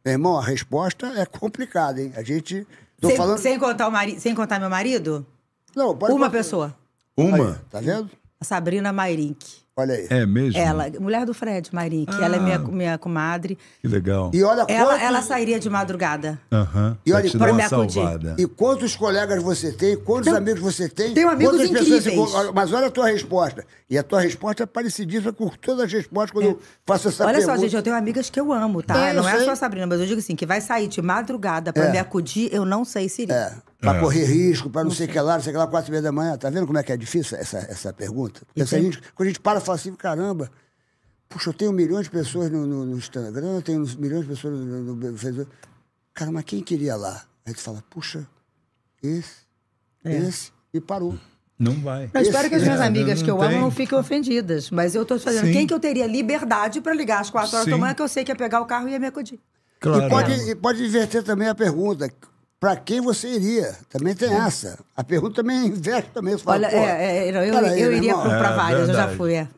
S1: Meu irmão, a resposta é complicada, hein? A gente... Tô
S4: sem,
S1: falando...
S4: sem contar o mari... sem contar meu marido?
S1: Não, pode
S4: uma
S1: contar.
S4: pessoa.
S2: Uma?
S1: Aí, tá vendo?
S4: A Sabrina Mairink.
S1: Olha aí.
S2: É mesmo?
S4: Ela, mulher do Fred Mairink. Ela é
S1: Ah.
S4: minha, minha comadre.
S2: Que legal.
S1: E olha
S4: Ela,
S1: quantos,
S4: ela sairia de madrugada.
S2: Aham.
S1: E olha,
S2: pra te
S1: pra
S2: dar
S4: me
S2: uma
S4: acudir.
S2: salvada.
S1: e quantos colegas você tem, quantos
S4: Não.
S1: amigos você tem.
S4: Tenho amigos
S1: quantas pessoas você
S4: incríveis.
S1: con- Mas olha a tua resposta. E a tua resposta é parecidíssima com todas as respostas quando eu faço essa
S4: É. Olha
S1: pergunta.
S4: só, gente, eu tenho amigas que eu amo, tá?
S1: É, eu
S4: não é
S1: sei.
S4: só a Sabrina, mas eu digo assim, que vai sair de madrugada pra
S1: É.
S4: me acudir, eu não sei se iria.
S1: É, pra
S2: É.
S1: correr risco, pra não sei o que lá, não sei o que lá, quatro e meia da manhã. Tá vendo como é que é difícil essa, essa pergunta? Porque se a gente, quando a gente para e fala assim, caramba, puxa, eu tenho milhões de pessoas no, no, no Instagram, eu tenho milhões de pessoas no, no, no Facebook. Cara, mas quem queria lá? Aí tu fala, puxa, esse,
S4: É.
S1: esse, e parou.
S2: Não vai.
S4: Eu espero que as
S2: Esse-
S4: minhas
S2: É,
S4: amigas
S2: não
S4: que eu amo
S2: tem.
S4: não fiquem ofendidas. Mas eu tô te fazendo.
S2: Sim.
S4: Quem que eu teria liberdade pra ligar às quatro horas da
S2: Sim.
S4: manhã que eu sei que ia pegar o carro e ia me acudir?
S2: Claro.
S1: E pode, e pode inverter também a pergunta. Pra quem você iria? Também tem essa. A pergunta também inverte também. Você fala,
S4: Né? Olha,
S1: pô,
S4: é, é, eu, eu-
S1: peraí,
S4: eu
S1: meu
S4: iria
S1: irmão.
S4: pro, pra
S2: É,
S4: várias, eu já
S2: verdade.
S4: fui. é.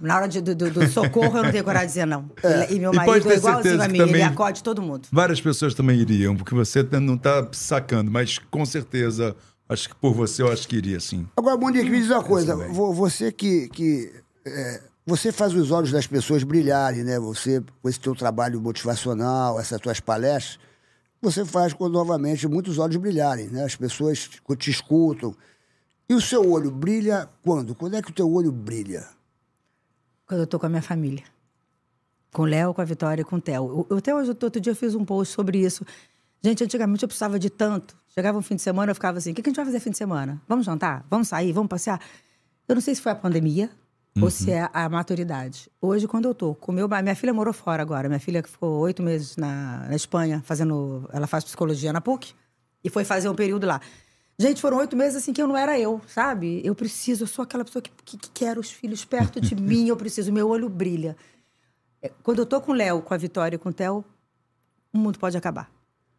S4: Na hora de- do, do- do socorro, eu não tenho coragem de dizer não. E meu
S2: E pode
S4: marido
S2: ter
S4: é igualzinho
S2: certeza
S4: a
S2: que
S4: mim, ele
S2: também-
S4: acode todo mundo.
S2: Várias pessoas também iriam, porque você não tá sacando, mas com certeza, acho que por você, eu acho que iria sim.
S1: Agora,
S2: Hum,
S1: Monique, me diz uma coisa. Vo- Você que. que é, você faz os olhos das pessoas brilharem, né? Você, com esse teu trabalho motivacional, essas tuas palestras, você faz com, novamente muitos olhos brilharem, né? As pessoas te, te escutam. E o seu olho brilha quando? Quando é que o teu olho brilha?
S4: Quando eu tô com a minha família. Com o Léo, com a Vitória e com o Theo. Eu- Eu, até hoje, outro dia, eu fiz um post sobre isso. Gente, antigamente eu precisava de tanto. Chegava um fim de semana, eu ficava assim: o que que a gente vai fazer fim de semana? Vamos jantar? Vamos sair? Vamos passear? Eu não sei se foi a pandemia ou se é a maturidade. Hoje, quando eu tô com meu. ba- Minha filha morou fora agora. Minha filha ficou oito meses na, na Espanha, fazendo. Ela faz psicologia na PUC e foi fazer um período lá. Gente, foram oito meses assim que eu não era eu, sabe? Eu preciso, eu sou aquela pessoa que, que, que quer os filhos perto de mim, eu preciso, meu olho brilha. É, Quando eu tô com o Léo, com a Vitória e com o Theo, o mundo pode acabar.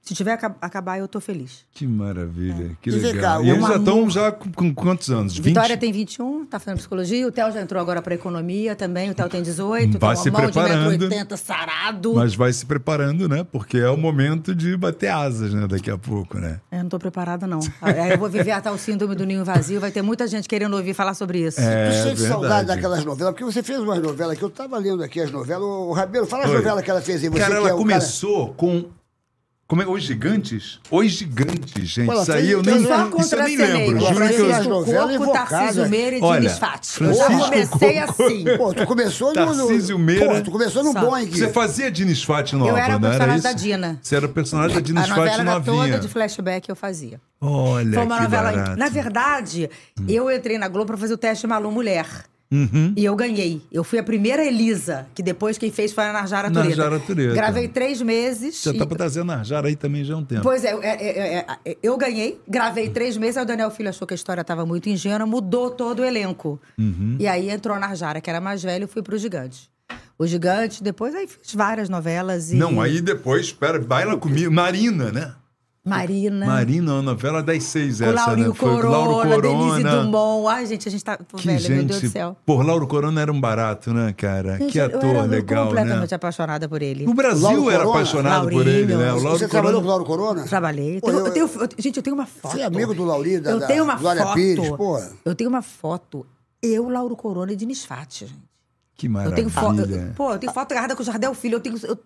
S4: Se tiver aca- acabar, eu tô feliz.
S2: Que
S4: É.
S2: maravilha, que
S1: E vem
S2: legal.
S1: cá,
S2: e
S1: um
S2: eles já
S4: amor.
S2: estão já com, com quantos anos? 20?
S4: então, Vitória tem 21, tá fazendo psicologia, o Theo já entrou agora pra economia também, o Theo tem 18,
S2: Vai
S4: tá
S2: se
S4: com uma mão de
S2: preparando.
S4: 1,80m sarado.
S2: Mas vai se preparando, né? Porque é o momento de bater asas, né? Daqui a pouco, né?
S4: Eu É, não tô preparada, não. Aí Eu vou viver até o síndrome do ninho vazio, vai ter muita gente querendo ouvir falar sobre isso.
S1: tu
S2: É
S1: sente saudade
S2: verdade.
S1: daquelas novelas? Porque você fez umas novelas que eu estava lendo aqui as novelas. O Rabelo, fala as
S2: Oi.
S1: novelas que ela fez em você.
S2: Cara,
S1: que
S2: ela
S1: é o
S2: começou com. Como é? Os Gigantes? Os Gigantes, gente.
S1: Pô, ela
S2: isso aí
S1: fez-
S2: eu nem,
S1: fez
S4: Eu só
S2: isso eu nem lembro.
S4: contracenei com
S2: Juro que eu...
S1: As
S4: Francisco
S1: novelas
S4: Coco,
S1: invocadas.
S4: Tarcísio Meira e
S2: Olha,
S4: Diniz Fati.
S2: Francisco
S4: Eu comecei
S2: Coco.
S4: assim.
S1: Pô, tu começou no. no-
S2: Tarcísio Meira.
S1: Pô, tu começou no
S4: Só.
S1: Boeing.
S2: Você fazia Diniz Fati nova,
S4: Eu era
S2: não era
S4: personagem
S2: isso?
S4: da Dina.
S2: Você era personagem da Dina
S4: A novela
S2: Fati
S4: era toda
S2: novinha.
S4: de flashback eu fazia.
S2: Olha,
S4: Foi uma
S2: Né, que
S4: novela.
S2: barato. Hum.
S4: Na verdade, eu entrei na Globo pra fazer o teste Malu Mulher.
S2: Uhum.
S4: E eu ganhei. Eu fui a primeira Elisa, que depois quem fez foi a Narjara Tureta.
S2: Narjara Tureta.
S4: Gravei três meses.
S2: Já
S4: e-
S2: tá pra trazer a Narjara aí também já há um tempo.
S4: Pois é, eu- é- é- é- é, eu ganhei, gravei três meses, aí o Daniel Filho achou que a história estava muito ingênua, mudou todo o elenco.
S2: Uhum.
S4: E aí entrou a Narjara, que era mais velha, e eu fui pro Gigante. O Gigante, depois aí fiz várias novelas e.
S2: Não, aí depois, espera, baila comigo. Marina, né?
S4: Marina.
S2: Marina, a novela das seis,
S4: O
S2: essa,
S4: Laurinho
S2: né? o
S4: Né? Corona,
S2: Lauro
S4: Denise
S2: Corona.
S4: Dumont. Ai, gente, a gente tá
S2: Que
S4: velho,
S2: gente.
S4: meu Deus do céu.
S2: Por Lauro Corona era um barato, né, cara?
S4: Gente,
S2: que ator
S4: eu era
S2: legal, né?
S4: completamente apaixonada por ele.
S2: O Brasil
S1: Lauro
S2: era
S1: Corona?
S2: apaixonado por
S4: Laurinho.
S2: ele, né? O
S4: Você
S2: Lauro
S1: Você trabalhou com
S2: Corona.
S1: o Lauro Corona?
S4: Trabalhei.
S1: Pô,
S4: Tenho-
S1: eu-
S4: eu tenho- eu- gente, eu tenho uma foto.
S1: Você é amigo do Lauri, da-
S4: Eu
S1: da
S4: tenho uma
S1: Glória
S4: foto.
S1: Pires, porra.
S4: Eu tenho uma foto. Eu, Lauro Corona e Diniz Fati, gente.
S2: Que
S4: Eu tenho foto. eu-
S2: maravilha.
S4: Pô, eu tenho foto agarrada com o Jardel Filho. Eu tenho. eu-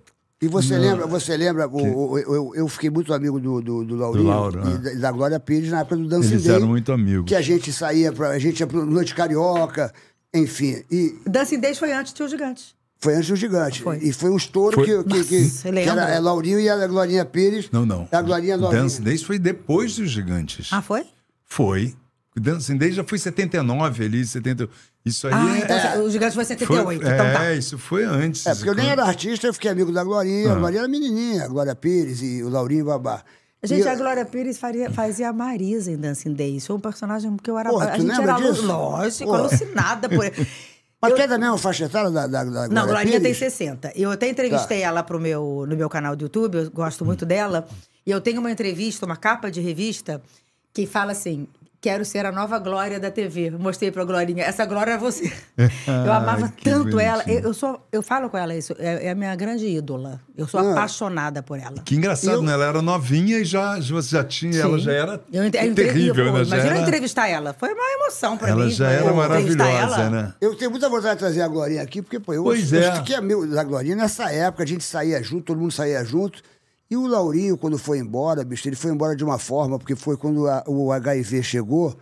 S1: E você lembra, você lembra, o- o- eu, eu, fiquei muito amigo do, do, do Laurinho
S2: Do Lauro,
S1: e
S2: é.
S1: da- e da Glória Pires na época do Dancing
S2: Eles
S1: Day,
S2: eram muito amigos.
S1: Que a gente saía pra. A gente ia pro Noite Carioca, enfim. E
S4: Dancing Days foi antes de O Gigante.
S1: foi antes do Gigante. E foi um estouro
S2: Foi.
S1: que, que,
S4: Nossa,
S1: que,
S4: você
S1: que era
S4: lembra?
S1: é Laurinho e a Glorinha Pires.
S2: Não, não.
S1: A Glorinha Laurinho.
S2: Dance Days foi depois dos Gigantes.
S4: Ah, foi?
S2: Foi. O Dancing Days já foi 79 ali, 70. Isso aí
S4: Ah,
S2: é.
S4: então
S2: é,
S4: o Gigante foi 78.
S2: foi-
S4: então tá.
S2: é, isso foi antes.
S1: É, porque eu nem era artista, eu fiquei amigo da
S2: Ah.
S1: Glorinha. A Glorinha era menininha, a Glória Pires e o Laurinho Babá.
S4: Gente,
S1: E-
S4: a Glória Pires faria- fazia a Marisa em Dancing Days. Foi um personagem que eu era.
S1: Porra,
S4: a
S1: tu
S4: gente
S1: lembra
S4: era alu-
S1: disso?
S4: lógico,
S1: Porra.
S4: alucinada por
S1: <laughs>
S4: ele.
S1: Mas tu é da mesma faixa etária da,
S2: é
S1: da, da
S4: Não,
S1: Glória
S4: Glorinha tem
S1: Pires?
S4: 60. Eu até entrevistei
S2: Tá.
S4: ela pro meu, no meu canal do YouTube, eu gosto muito dela. E eu tenho uma entrevista, uma capa de revista, que fala assim: quero ser a nova glória da TV. Mostrei pra Glorinha. Essa glória é
S2: <laughs>
S4: você. Eu amava
S2: Ai, que
S4: tanto ela. Eu,
S2: bonitinho.
S4: eu sou, eu falo com ela isso, é, é a minha grande ídola. Eu sou
S1: Ah.
S4: apaixonada por ela.
S2: Que engraçado,
S1: Eu-
S2: né? Ela era novinha e já, já, já tinha. Ela
S4: Sim.
S2: já era
S4: Eu ent- eu entrei-
S2: terrível,
S4: eu-
S2: né? Já
S4: Imagina eu
S2: era-
S4: entrevistar ela. Foi uma emoção pra
S2: ela
S4: mim. né?
S2: já era
S4: eu entrevistar ela.
S2: maravilhosa, né?
S1: Eu tenho muita vontade de trazer a Glorinha aqui, porque, pô, eu,
S2: Pois
S1: eu
S2: é.
S1: fiquei amigo da Glorinha nessa época, a gente saía junto, todo mundo saía junto. E o Laurinho, quando foi embora, bicho, ele foi embora de uma forma, porque foi quando a- o HIV chegou.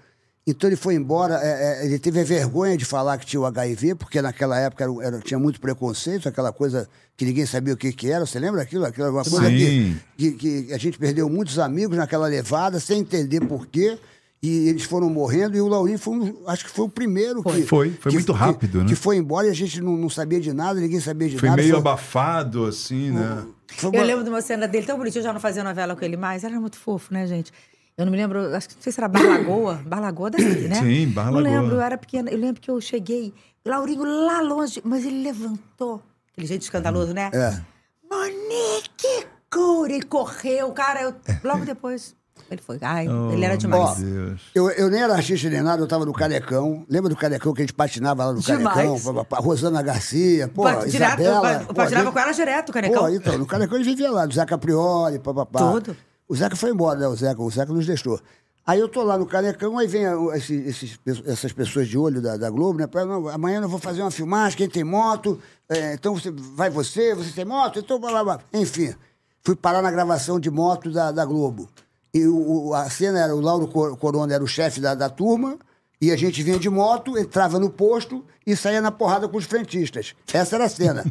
S1: Então ele foi embora, é, é, ele teve a vergonha de falar que tinha o HIV, porque naquela época era- era- tinha muito preconceito, aquela coisa que ninguém sabia o que, que era. Você lembra aquilo? Aquela uma coisa que,
S2: Sim.
S1: que, que a gente perdeu muitos amigos naquela levada, sem entender por quê. E eles foram morrendo, e o Laurinho foi um- acho que foi o primeiro que,
S2: Foi, foi muito rápido,
S1: que,
S2: né?
S1: Que foi embora e a gente não, não sabia de nada, ninguém sabia de
S2: Foi
S1: nada.
S2: meio
S1: foi,
S2: abafado, assim, né?
S4: Uhum.
S1: foi uma-
S4: Eu lembro de uma cena dele tão bonitinha, eu já não fazia novela com ele mais. Era muito fofo, né, gente? Eu não me lembro, acho que não sei se era Barlagoa. Barlagoa daqui, né?
S2: Sim, Bar Lagoa.
S4: Não lembro, eu era pequena. Eu lembro que eu cheguei, Laurinho lá longe, mas ele levantou. Aquele jeito escandaloso, né?
S1: É.
S4: Monique Cura! E correu, cara. Eu,
S1: É.
S4: logo depois, ele foi. Ai, ele era demais.
S2: Meu Deus.
S1: Eu, eu nem era artista nem nada, eu tava no Carecão. Lembra do Carecão que a gente patinava lá no
S4: Demais.
S1: Carecão? Pá, pá, pá, Rosana Garcia, pô,
S4: Pa- direto,
S1: Isabela.
S4: pa-
S1: pô,
S4: patinava
S1: gente-
S4: com ela direto, Carecão.
S1: Pô, então, no Carecão ele vivia lá, do Zeca Prioli, papapá.
S4: Tudo.
S1: O Zeca foi embora, né? O Zeca, o Zeca nos deixou. Aí eu tô lá no Carecão, aí vem a- o- esse- esses pe- essas pessoas de olho da, da Globo, né? Pra, não, amanhã eu vou fazer uma filmagem, quem tem moto, é, então você, vai você, você tem moto, então blá, blá, blá. Enfim, fui parar na gravação de moto da, da Globo. E o, o- a cena era, o Lauro Cor- Corona era o chefe da, da turma, e a gente vinha de moto, entrava no posto e saía na porrada com os frentistas. Essa era a cena.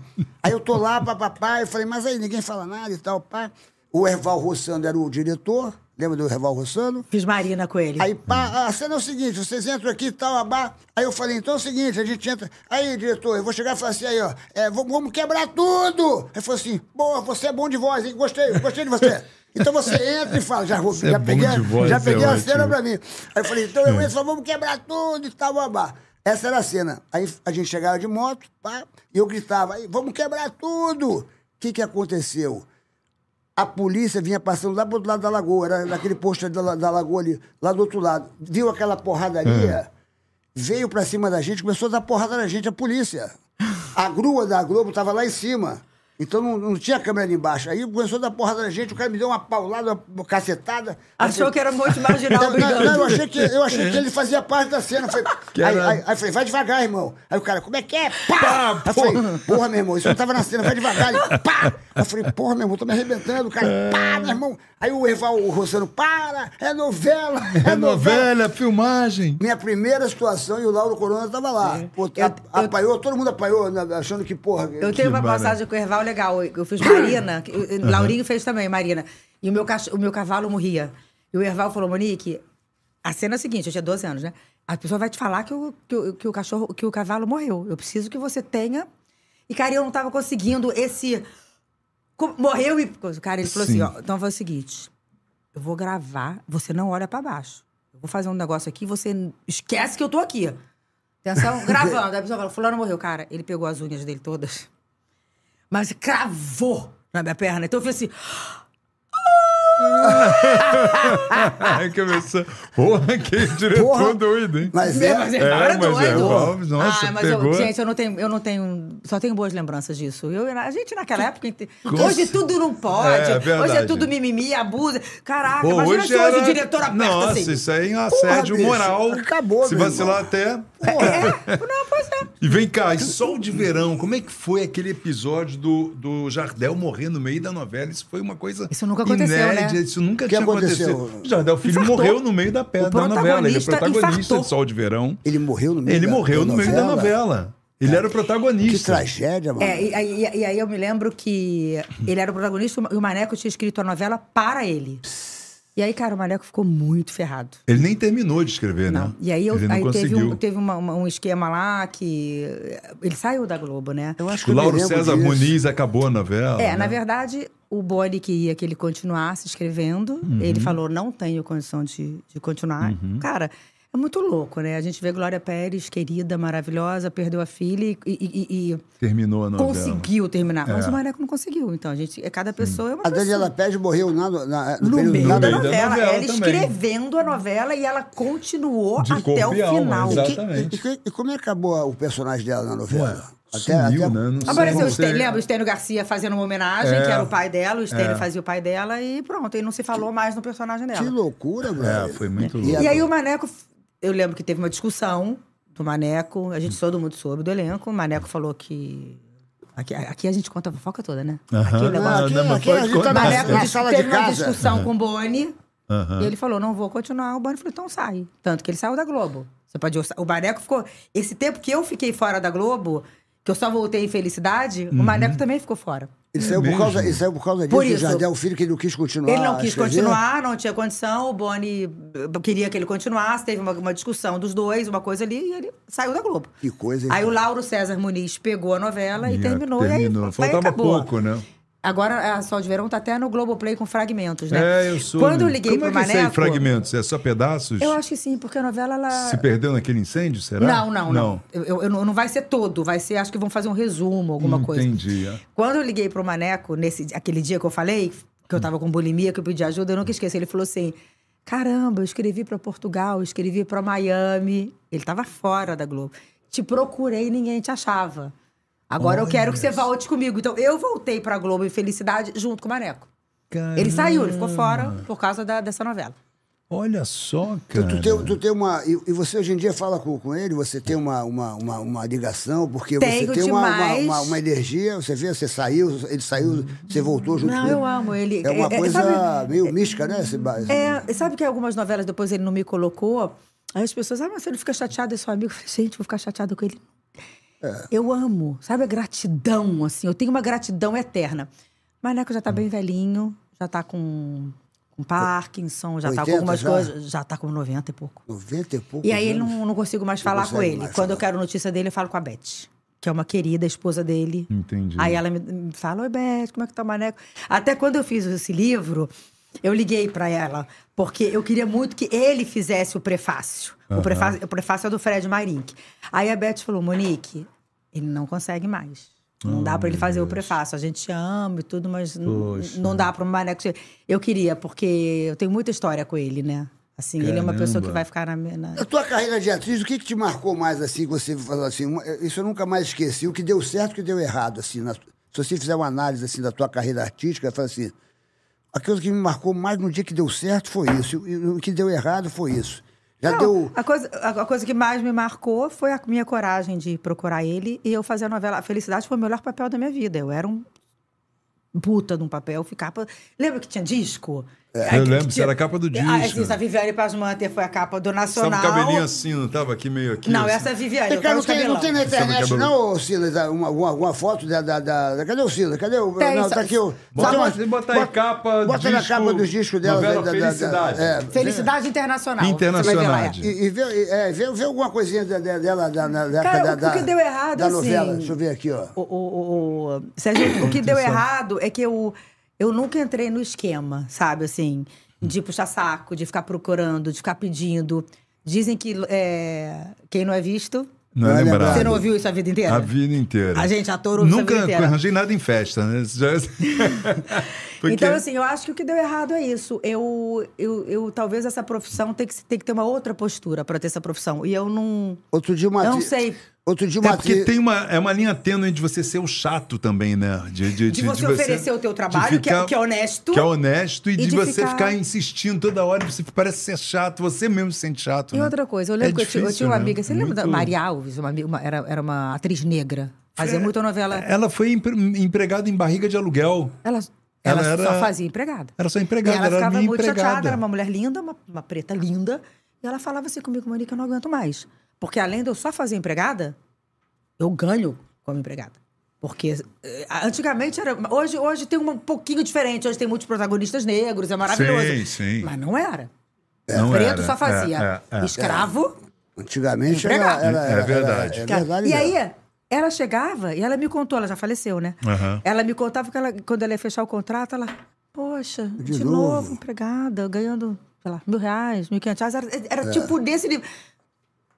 S1: aí eu tô lá, papapá, eu falei, mas aí ninguém fala nada e tal, pá. O Erval Rossano era o diretor, lembra do Erval Rossano?
S4: Fiz Marina com ele.
S1: Aí, pá, a cena é o seguinte, vocês entram aqui e tal, abá. Aí eu falei, então é o seguinte, a gente entra... Aí, diretor, eu vou chegar e falar assim, aí, ó, é, vamos, vamos quebrar tudo! Aí falou assim, boa, você é bom de voz, hein? Gostei, gostei
S2: <laughs>
S1: de você. Então você entra e fala, já, vou- já
S2: é bom
S1: peguei,
S2: de voz,
S1: já
S2: é
S1: peguei a
S2: ótimo.
S1: cena
S2: É.
S1: pra mim. Aí eu falei, então eu entro e falo, vamos quebrar tudo e tal, babá. Essa era a cena. Aí a gente chegava de moto, pá, e eu gritava, aí, vamos quebrar tudo! O que que aconteceu? A polícia vinha passando lá pro outro lado da lagoa, era naquele posto da, la- da lagoa ali, lá do outro lado. Viu aquela porradaria? Veio pra cima da gente, começou a dar porrada na gente, a polícia. A grua da Globo tava lá em cima. Então não, não tinha câmera ali embaixo. Aí começou a dar porrada na gente, o cara me deu uma paulada, uma cacetada.
S4: Achou que era um monte de marginal
S1: <laughs>
S2: Tá
S1: Não,
S4: brigando.
S1: não, não, eu achei que, eu achei que ele fazia parte da cena. Falei,
S2: Que
S1: aí,
S2: era-
S1: aí, aí falei, vai devagar, irmão. Aí o cara, como é que é? Pá! Aí eu falei, porra, meu irmão, isso não tava na cena, vai devagar. Ele, pá! Aí eu falei, porra, meu irmão, tô me arrebentando. O cara, pá,
S2: É.
S1: meu irmão. Aí o Eval, o Rossano, para! É novela! É,
S2: É
S1: novela.
S2: novela, filmagem.
S1: Minha primeira situação e o Lauro Corona tava lá. Pô,
S4: eu-
S1: a- apanhou, todo mundo apanhou, né, achando que, porra.
S4: Eu tenho uma
S2: maravilha.
S4: passagem com o Erval legal. Eu fiz Marina, que- eu- Laurinho fez também, Marina. E o meu, cach- o meu cavalo morria. E o Erval falou, Monique, a cena é a seguinte, eu tinha 12 anos, né? A pessoa vai te falar que o, que o, que o cachorro, que o cavalo morreu. Eu preciso que você tenha... E, cara, eu não tava conseguindo esse... co- Morreu e... coisa. Cara, ele falou
S2: Sim.
S4: assim, ó, então foi o seguinte, eu vou gravar, você não olha pra baixo. Eu vou fazer um negócio aqui, você esquece que eu tô aqui.
S2: <laughs>
S4: Atenção, gravando. Aí a pessoa fala, fulano morreu. Cara, ele pegou as unhas dele todas, mas cravou na minha perna. Então eu falei assim, Ah.
S2: Aí começou.
S4: <laughs>
S2: Porra, que diretor
S1: Porra.
S2: doido, hein?
S1: Mas é,
S4: "Meu, mas ele era
S2: mas é,
S4: doido."
S2: o Alves, nossa,
S4: Ah, mas eu-
S2: pegou.
S4: gente, eu não tenho, eu não tenho, só tenho boas lembranças disso. Eu, a gente naquela época, ente-
S2: Com-
S4: hoje tudo não pode,
S2: É,
S4: hoje é
S2: verdade.
S4: tudo mimimi, abusa. Caraca,
S2: Pô,
S4: imagina se hoje o
S2: era-
S4: diretor aperta
S2: Nossa,
S4: assim.
S2: isso aí é um assédio
S1: bicho,
S2: moral.
S1: acabou,
S2: Se
S1: meu
S2: vacilar até.
S4: <laughs> É, não, pois é.
S2: E vem cá, e Sol de Verão, como é que foi aquele episódio do, do Jardel morrer no meio da novela? Isso foi uma coisa
S4: Isso nunca aconteceu, né?
S2: inédita, isso nunca
S1: Que
S2: tinha
S1: aconteceu?
S2: acontecido. O Jardel Filho
S4: Infartou.
S2: morreu no meio da pedra
S4: O
S2: da novela, ele é o
S4: protagonista
S2: protagonista
S4: infartou.
S2: de Sol de Verão.
S1: Ele morreu no meio
S2: Ele
S1: da-
S2: morreu
S1: da
S2: no meio da novela. Ele era o
S1: Que
S2: protagonista.
S1: tragédia, mano.
S4: É, e, aí- e aí- e aí eu me lembro que ele era o protagonista e o Maneco tinha escrito a novela para ele. E aí, cara, o Maneco ficou muito ferrado.
S2: Ele nem terminou de escrever,
S4: Não.
S2: né?
S4: E aí, eu,
S2: ele não
S4: aí teve,
S2: conseguiu.
S4: um, teve uma- uma- um esquema lá que. eh, Ele saiu da Globo, né?
S1: Eu acho que
S2: O
S1: eu me
S2: Lauro
S1: lembro
S2: César
S1: disso.
S2: Muniz acabou a novela.
S4: É,
S2: né?
S4: na verdade, o Boni queria que ele continuasse escrevendo.
S2: Uhum.
S4: Ele falou, não tenho condição de, de continuar. Cara, é muito louco, né? A gente vê Glória Pérez, querida, maravilhosa, perdeu a filha e, e- e- e
S2: Terminou a novela.
S4: conseguiu terminar. Mas
S2: É.
S4: o Maneco não conseguiu. Então, a gente, cada pessoa é uma
S1: A
S4: pessoa.
S1: Daniela Pérez morreu na, na- no,
S4: No
S1: período
S4: meio
S1: lá
S4: da
S2: meio da
S4: novela.
S2: novela
S4: ela
S2: também.
S4: escrevendo a novela e ela continuou
S2: De corpo
S4: até o
S2: e alma,
S4: final.
S1: E que-
S2: Exatamente.
S1: E, que- e como é que acabou a- o personagem dela na novela?
S2: sumiu, né? Não sei.
S4: Apareceu o
S2: Você-
S4: Estênio, lembra? O Estênio Garcia fazendo uma homenagem,
S2: É.
S4: que era o pai dela, o Estênio
S2: É.
S4: fazia o pai dela e pronto. E não se falou mais no personagem
S1: Que
S4: dela.
S1: loucura,
S2: É,
S1: velho.
S2: foi muito
S1: E
S2: louco.
S4: E aí o Maneco, eu lembro que teve uma discussão do Maneco, a gente todo mundo soube do elenco, o Maneco falou que... Aqui, aqui a gente conta a fofoca toda, né? Aqui o
S2: Aham.
S4: negócio...
S2: Ah,
S1: aqui-
S2: não, mas
S1: aqui
S2: pode
S1: a gente tá
S2: contar.
S1: na-
S4: Maneco disse-
S1: sala
S4: é teve
S1: de
S4: uma
S1: casa.
S4: discussão com o Boni
S2: Aham.
S4: e ele falou, não vou continuar. O Boni falou, então sai. Tanto que ele saiu da Globo. Você pode... O Maneco ficou... Esse tempo que eu fiquei fora da Globo, que eu só voltei em felicidade,
S2: Uhum.
S4: o Maneco também ficou fora.
S1: Ele saiu, por
S2: mesmo?
S1: causa, ele saiu por causa disso,
S4: Por
S1: o
S4: isso.
S1: Jardel Filho, que ele não quis continuar.
S4: Ele não
S1: a
S4: quis
S1: escrever.
S4: continuar, não tinha condição. O Boni eh, queria que ele continuasse. Teve uma, uma discussão dos dois, uma coisa ali, e ele saiu da Globo.
S1: Que coisa, hein?
S4: Aí o Lauro César Muniz pegou a novela e,
S2: E
S4: terminou.
S2: terminou.
S4: E aí,
S2: Faltava
S4: aí acabou.
S2: pouco, né?
S4: Agora a Sol de Verão tá até no Globoplay com fragmentos, né?
S2: É, eu sou.
S4: Quando eu liguei pro
S2: Como é que é isso aí,
S4: Maneco...
S2: fragmentos? É só pedaços?
S4: Eu acho que sim, porque a novela, ela...
S2: Se perdeu naquele incêndio, será?
S4: Não, não, não. Eu- eu- eu não não vai ser todo, vai ser... Acho que vão fazer um resumo, alguma coisa.
S2: Entendi. é.
S4: Quando eu liguei pro Maneco, nesse, aquele dia que eu falei, que eu tava com bulimia, que eu pedi ajuda, eu nunca esqueci. Ele falou assim: caramba, eu escrevi pra Portugal, eu escrevi pra Miami. Ele tava fora da Globo. Te procurei e ninguém te achava. Agora eu
S2: Olha
S4: quero que você
S2: isso.
S4: volte comigo. Então eu voltei pra Globo em Felicidade junto com o Maneco. Ele
S2: Caramba.
S4: saiu, ele ficou fora por causa da- dessa novela.
S2: Olha só, cara.
S1: Tu, tu tem, tu tem uma. E, e você hoje em dia fala com, com ele, você tem uma, uma, uma, uma ligação, porque
S4: Tenho
S1: você tem uma, uma,
S4: demais.
S1: uma, uma energia, você vê, você saiu, ele saiu, você voltou junto
S4: Não,
S1: com ele.
S4: eu amo ele.
S1: É uma
S4: É- é-
S1: coisa
S4: sabe-
S1: meio mística, né? Esse, ba- esse-
S4: É, e sabe que algumas novelas depois ele não me colocou? Aí as pessoas, ah, mas você não fica chateada, é seu amigo. Eu falei, gente, vou ficar chateada com ele.
S1: É.
S4: Eu amo, sabe? A gratidão, assim. Eu tenho uma gratidão eterna. Maneco já tá bem velhinho, já tá com, com Parkinson, já tá com
S1: 80
S4: algumas
S1: já?
S4: coisas. Já tá com 90 e pouco.
S1: 90 e pouco.
S4: E aí ele não, não consigo mais falar
S1: consegue
S4: com ele.
S1: mais
S4: Quando eu
S1: falar.
S4: quero notícia dele, eu falo com a Beth, que é uma querida esposa dele.
S2: Entendi.
S4: Aí ela me- me fala, oi Beth, como é que tá o maneco? Até quando eu fiz esse livro, eu liguei pra ela, porque eu queria muito que ele fizesse o prefácio. O, prefácio o prefácio é do Fred Marink. Aí a Beth falou, Monique, ele não consegue mais. Não
S2: Oh,
S4: dá pra ele
S2: meu
S4: fazer o
S2: Deus.
S4: prefácio. A gente ama e tudo, mas n-
S2: Poxa.
S4: não dá para o Maneco. ser- Eu queria, porque eu tenho muita história com ele, né? Assim, ele é uma pessoa que
S2: Caramba.
S4: vai ficar na. minha- na-
S1: A tua carreira de atriz, o que, que te marcou mais assim, que você falou assim, uma- isso eu nunca mais esqueci, o que deu certo e o que deu errado, assim, na- se você fizer uma análise assim da tua carreira artística, fala assim, aquilo que me marcou mais no dia que deu certo foi isso, e o que deu errado foi isso. Já
S4: Não,
S1: deu.
S4: a, coisa, a, a coisa que mais me marcou foi a minha coragem de procurar ele e eu fazer a novela. A Felicidade foi o melhor papel da minha vida. Eu era um puta de um papel, ficava. Lembra que tinha disco? Ah,
S2: Eu
S4: que-
S2: lembro,
S4: que
S2: você era a capa do
S4: Ah,
S2: disco.
S4: assim, a Viviane Paz Manter foi a capa do Nacional.
S2: Tava o cabelinho assim, não tava aqui meio aqui?
S4: Não,
S2: assim?
S4: essa é a Viviane.
S1: Tem
S4: eu tava
S1: cara, não,
S4: de
S1: tem, não
S4: cabelão.
S1: tem na internet,
S2: Cabelo-
S1: não, ô, tá, Silas, alguma, alguma, alguma foto da, da, da, da- Cadê o Silas? Cadê o.
S4: Tem,
S1: não,
S4: só-
S1: tá aqui o.
S2: Bota,
S1: tem uma-
S2: bota, bota aí
S1: bota-
S2: capa,
S1: Bota
S2: disco,
S1: na capa dos discos dela.
S2: novela
S1: da- da- da-
S2: Felicidade.
S1: é,
S4: Felicidade Internacional. Você vai ver lá,
S2: Internacional.
S4: é.
S1: E, e vê, e, é, vê, vê alguma coisinha de- de- dela da, na- da,
S4: Cara,
S1: da,
S4: o- o que
S1: da-
S4: deu errado,
S1: da
S4: assim-
S1: novela. Deixa eu ver aqui, ó.
S4: O, o- o- o- Sérgio, o que deu errado é que eu, eu nunca entrei no esquema, sabe? Assim, de puxar saco, de ficar procurando, de ficar pedindo. Dizem que é, quem não é visto.
S2: Não é
S1: Olha,
S2: lembrado.
S4: Você não ouviu isso a vida inteira?
S2: A vida inteira.
S4: A gente, ator, ouve isso a vida
S2: Nunca
S4: inteira.
S2: arranjei nada em festa, né?
S4: <laughs>
S2: Isso já- Porque-
S4: Então, assim, eu acho que o que deu errado é isso. Eu, eu, eu talvez essa profissão tem que, se- tem que ter uma outra postura para ter essa profissão. E eu não.
S1: Outro dia uma
S4: Eu não
S1: atri-
S4: sei.
S1: Outro dia uma
S2: É porque
S1: atri-
S2: tem uma, é uma linha tênue de você ser o chato também, né? De, de,
S4: De você oferecer o teu trabalho, que é- que é honesto.
S2: Que é honesto, e,
S4: E
S2: de,
S4: de
S2: você
S4: ficar-
S2: ficar... insistindo toda hora, você parece ser chato, você mesmo se sente chato.
S4: E
S2: né?
S4: outra coisa, eu
S2: É
S4: lembro que eu tinha- eu,
S2: difícil,
S4: tinha uma
S2: né?
S4: amiga, você lembra da
S2: Muito-
S4: Maria Alves? Uma, amiga- uma- era, era uma atriz negra. Fazia
S2: É,
S4: muita novela.
S2: Ela foi empre- empregada em barriga de aluguel.
S4: Ela, ela,
S2: Ela era-
S4: só fazia empregada.
S2: Era só empregada,
S4: E ela
S2: era
S4: ficava
S2: minha
S4: muito
S2: empregada.
S4: chateada, era uma mulher linda, uma, uma preta linda. E ela falava assim comigo, Monique, eu não aguento mais. Porque além de eu só fazer empregada, eu ganho como empregada. Porque eh, antigamente era. Hoje, hoje tem um pouquinho diferente. Hoje tem muitos protagonistas negros, é maravilhoso.
S2: Sim, sim.
S4: Mas não era.
S2: Não
S4: Preto
S2: era.
S4: só fazia
S2: É, é, é.
S4: escravo.
S1: Antigamente
S4: Empregado.
S1: era, era,
S2: É
S1: era-
S2: verdade.
S1: era- é
S4: Cara,
S1: verdade
S4: e
S1: mesmo.
S4: aí, ela chegava e ela me contou, ela já faleceu, né?
S2: Aham.
S4: Ela me contava que ela- quando ela ia fechar o contrato, ela, poxa, de,
S1: De
S4: novo.
S1: novo.
S4: empregada, ganhando, sei lá, mil reais, mil e quinhentos reais. Era,
S1: É.
S4: era tipo desse nível.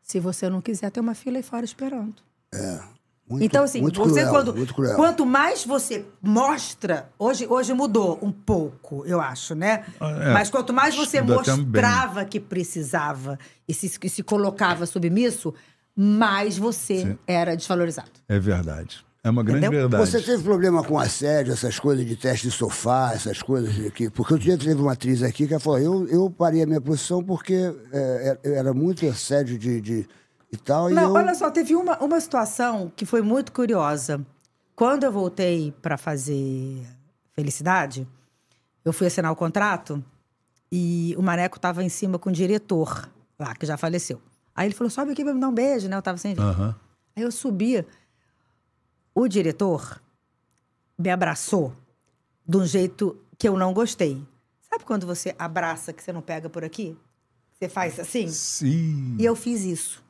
S4: Se você não quiser, tem uma fila aí fora esperando.
S1: Muito-
S4: então, assim,
S1: muito
S4: você
S1: cruel,
S4: quando,
S1: muito cruel.
S4: quanto mais você mostra, hoje, hoje mudou um pouco, eu acho, né?
S2: É.
S4: Mas quanto mais você
S2: Mudou
S4: mostrava que precisava e se, e se colocava submisso, mais você era desvalorizado.
S2: É verdade. É uma grande
S4: Entendeu?
S2: verdade.
S1: Você teve problema com assédio, essas coisas de teste de sofá, essas coisas aqui? Porque outro dia teve uma atriz aqui que ela falou: eu, eu parei a minha profissão porque é, é- era muito assédio de, de- e tal. e
S4: Não,
S1: eu,
S4: olha só, teve uma, uma situação que foi muito curiosa. Quando eu voltei para fazer Felicidade, eu fui assinar o contrato e o Maneco tava em cima com o diretor lá, que já faleceu. Aí ele falou: sobe aqui pra me dar um beijo, né? Eu tava
S1: Ah.
S4: sem vida.
S2: Aham.
S4: Aí eu subia. O diretor me abraçou de um jeito que eu não gostei. Sabe quando você abraça que você não pega por aqui? Você faz assim?
S2: Sim.
S4: E eu fiz isso.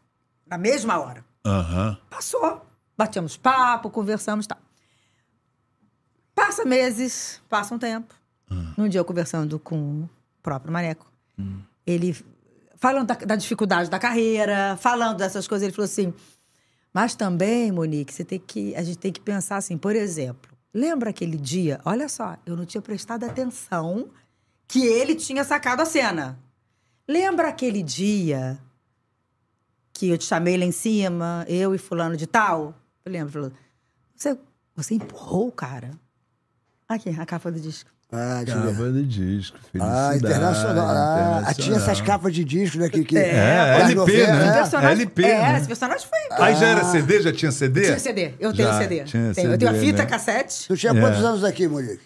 S4: Na mesma hora.
S2: Aham.
S4: Passou. Batemos papo, conversamos e tal. Passa meses, passa um tempo. Num dia eu conversando com o próprio Maneco. Ele falando da, da dificuldade da carreira, falando dessas coisas, ele falou assim: "Mas também, Monique, você tem que a gente tem que pensar assim, por exemplo, lembra aquele dia? Olha só, eu não tinha prestado atenção que ele tinha sacado a cena. Lembra aquele dia que eu te chamei lá em cima, eu e fulano de tal? Eu lembro, falou, você, você empurrou o cara. Aqui, a capa do disco.
S1: Ah, deixa eu ver.
S2: Capa do disco. Felicidade.
S1: Ah, internacional. Ah,
S2: internacional.
S1: tinha essas capas de disco, né? Que, que,
S2: É,
S1: das
S2: LP,
S1: novelas,
S2: né?
S1: é.
S4: personagem,
S2: LP,
S4: é,
S2: né?
S4: esse personagem foi.
S2: Aí já era CD? Já tinha CD?
S4: Tinha CD. Eu tenho
S2: Já,
S4: CD.
S2: tinha
S4: Tenho. Eu tenho a
S2: CD,
S4: fita
S2: né?
S4: cassete.
S1: Tu tinha
S2: É.
S1: quantos anos aqui, Monique?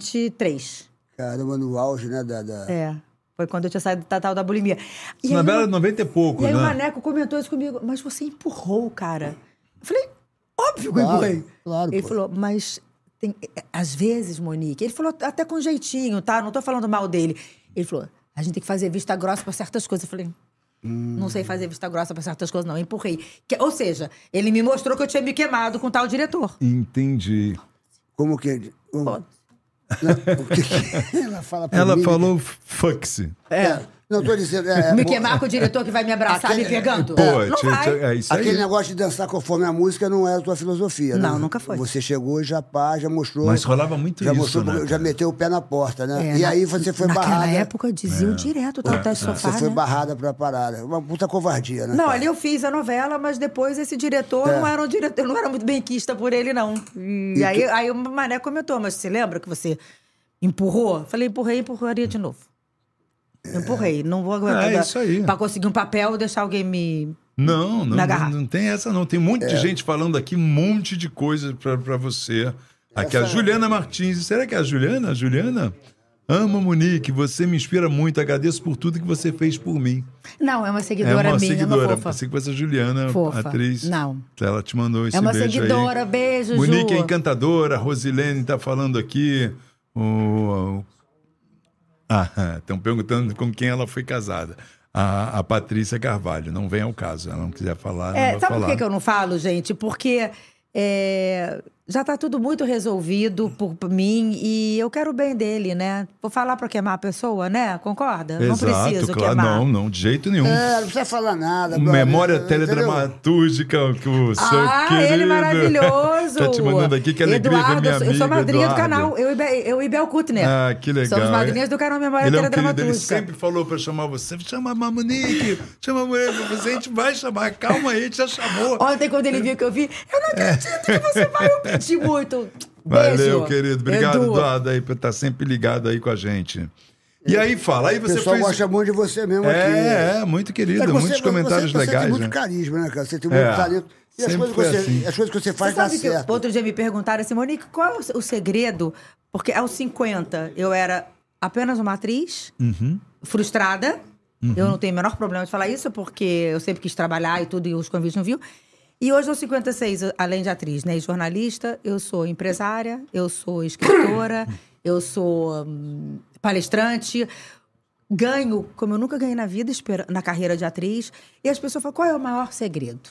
S4: 23.
S1: Caramba, no auge, né? Da, da-
S4: É. Foi quando eu tinha saído da tal da bulimia. E
S2: Na
S4: aí,
S2: Bela
S4: o-
S2: 90 e pouco,
S4: e aí o
S2: né?
S4: Maneco comentou isso comigo. Mas você empurrou o cara. Eu falei, óbvio que eu
S1: Claro,
S4: empurrei.
S1: claro,
S4: Ele
S1: pô.
S4: falou, mas tem- às vezes, Monique, ele falou até com jeitinho, tá? Não tô falando mal dele. Ele falou, a gente tem que fazer vista grossa pra certas coisas. Eu falei, "Hum, não
S1: Hum.
S4: sei fazer vista grossa pra certas coisas, não. Eu empurrei. Que- ou seja, ele me mostrou que eu tinha me queimado com tal diretor.
S2: Entendi.
S1: Como que. como-
S4: Pô,
S1: Não, o que que <laughs> ela fala pra
S2: Ela
S1: mim?
S2: falou fuck-se.
S1: É. Não, tô dizendo.
S4: <laughs>
S1: é,
S4: me
S1: mo-
S4: queimar com o diretor que vai me abraçar
S1: Aquele-
S4: me pegando?
S2: Pô,
S4: não
S2: tinha-
S4: vai.
S2: tinha- é isso aí.
S1: Aquele negócio de dançar conforme a música não era a tua filosofia, né?
S4: Não, nunca foi.
S1: Você chegou e já pá, já mostrou.
S2: Mas rolava muito
S1: já
S2: isso,
S1: mostrou,
S2: né,
S1: Já
S2: cara?
S1: meteu o pé na porta, né?
S4: É,
S1: e
S4: na-
S1: aí você foi
S4: naquela
S1: barrada. É.
S4: época diziam direto, tá, tá, sofá,
S1: Você foi
S4: né?
S1: barrada pra parada. Uma puta covardia,
S2: Ah, tá.
S1: né?
S4: Não,
S1: cara?
S4: ali eu fiz a novela, mas depois esse diretor
S2: É.
S4: não era um diretor, <laughs> eu não era muito benquista por ele, não. E,
S1: E
S4: aí, aí o Mané comentou, mas você lembra que você empurrou? Falei, empurrei, empurraria de novo. Empurrei, não vou aguentar.
S2: É,
S4: dar-
S2: isso aí.
S4: Pra conseguir um papel, deixar alguém me.
S2: Não, não,
S4: Na
S2: não,
S4: garrafa.
S2: não tem essa não. Tem um monte de gente falando aqui, um monte de coisa pra, pra você. Aqui a Juliana Martins. Será que é a Juliana? Juliana? Amo Monique, você me inspira muito. Agradeço por tudo que você fez por mim.
S4: Não, é uma
S2: É
S4: seguidora
S2: uma
S4: minha, é
S2: seguidora.
S4: uma fofa.
S2: Pensei que fosse a Juliana,
S4: Fofa.
S2: atriz.
S4: Não.
S2: Ela te mandou esse
S4: É uma
S2: beijo aí.
S4: seguidora, beijo,
S2: Monique
S4: Ju.
S2: é encantadora, a Rosilene tá falando aqui. O... Ah, <laughs> estão perguntando com quem ela foi casada. A, a Patrícia Carvalho, não vem ao caso. Ela não quiser falar,
S4: É,
S2: não vai
S4: sabe
S2: falar.
S4: por que, que eu não falo, gente? Porque é, já tá tudo muito resolvido por mim e eu quero o bem dele, né? Vou falar pra queimar a pessoa, né? Concorda? não
S2: Exato,
S4: preciso é
S2: claro,
S4: queimar.
S2: não, não, de jeito nenhum.
S4: Ah,
S1: É, não precisa falar nada. brother.
S2: Memória
S1: Entendeu?
S2: teledramatúrgica que o seu
S4: Ah,
S2: querido...
S4: ele maravilhoso!
S2: <laughs> Tá te mandando aqui, que alegria ver
S4: Eduardo,
S2: minha
S4: eu sou- eu sou
S2: amiga,
S4: madrinha
S2: Eduardo.
S4: do canal, eu e, Be- eu e Bel Kutner.
S2: Ah, que legal.
S4: Somos É. madrinhas do canal Memória
S2: ele é um querido,
S4: Teledramatúrgica.
S2: ele sempre falou pra chamar você. Chama a Mamonique, chama a mulher pra você, a gente vai chamar. Calma aí, a gente já chamou.
S4: Ontem, quando ele viu que eu vi, eu não acredito que você vai, eu pedi muito.
S2: Valeu,
S4: Beijo.
S2: querido. Obrigado,
S4: Edu.
S2: Eduardo, aí, por estar sempre ligado aí com a gente. E aí, fala, aí
S1: O
S2: você
S1: pessoal
S2: fez...
S1: gosta muito de você mesmo aqui.
S2: É, é, muito querido,
S1: Cara, você-
S2: muitos comentários
S1: você, você
S2: legais.
S1: Tem muito
S2: né?
S1: carisma, né, cara? Você tem
S2: É.
S1: muito talento. E as
S2: Sempre
S1: coisas, que você,
S2: foi assim.
S1: as coisas que você
S4: Você
S1: faz dá
S4: sabe que
S1: certo.
S4: outro dia me perguntaram assim, Monique, qual é o se- o segredo? Porque aos 50 eu era apenas uma atriz, frustrada. Eu não tenho o menor problema de falar isso, porque eu sempre quis trabalhar e tudo, e os convites não viu. E hoje, aos 56, além de atriz né, e jornalista, eu sou empresária, eu sou escritora, eu sou hum, palestrante. Ganho, como eu nunca ganhei na vida, espera- na carreira de atriz. E as pessoas falam, qual é o maior segredo?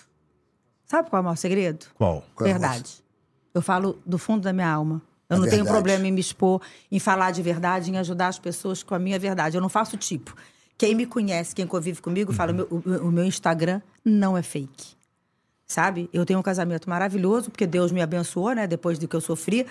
S4: Sabe qual é o maior segredo?
S2: Qual?
S1: Qual é o
S4: verdade. Eu falo do fundo da minha alma. Eu
S1: A
S4: não tenho
S1: É verdade.
S4: problema em me expor, em falar de verdade, em ajudar as pessoas com a minha verdade. Eu não faço tipo. Quem me conhece, quem convive comigo,
S1: Uhum.
S4: fala: "O meu- o, o meu Instagram não é fake. Sabe? Eu tenho um casamento maravilhoso, porque Deus me abençoou, né? Depois do que eu sofri.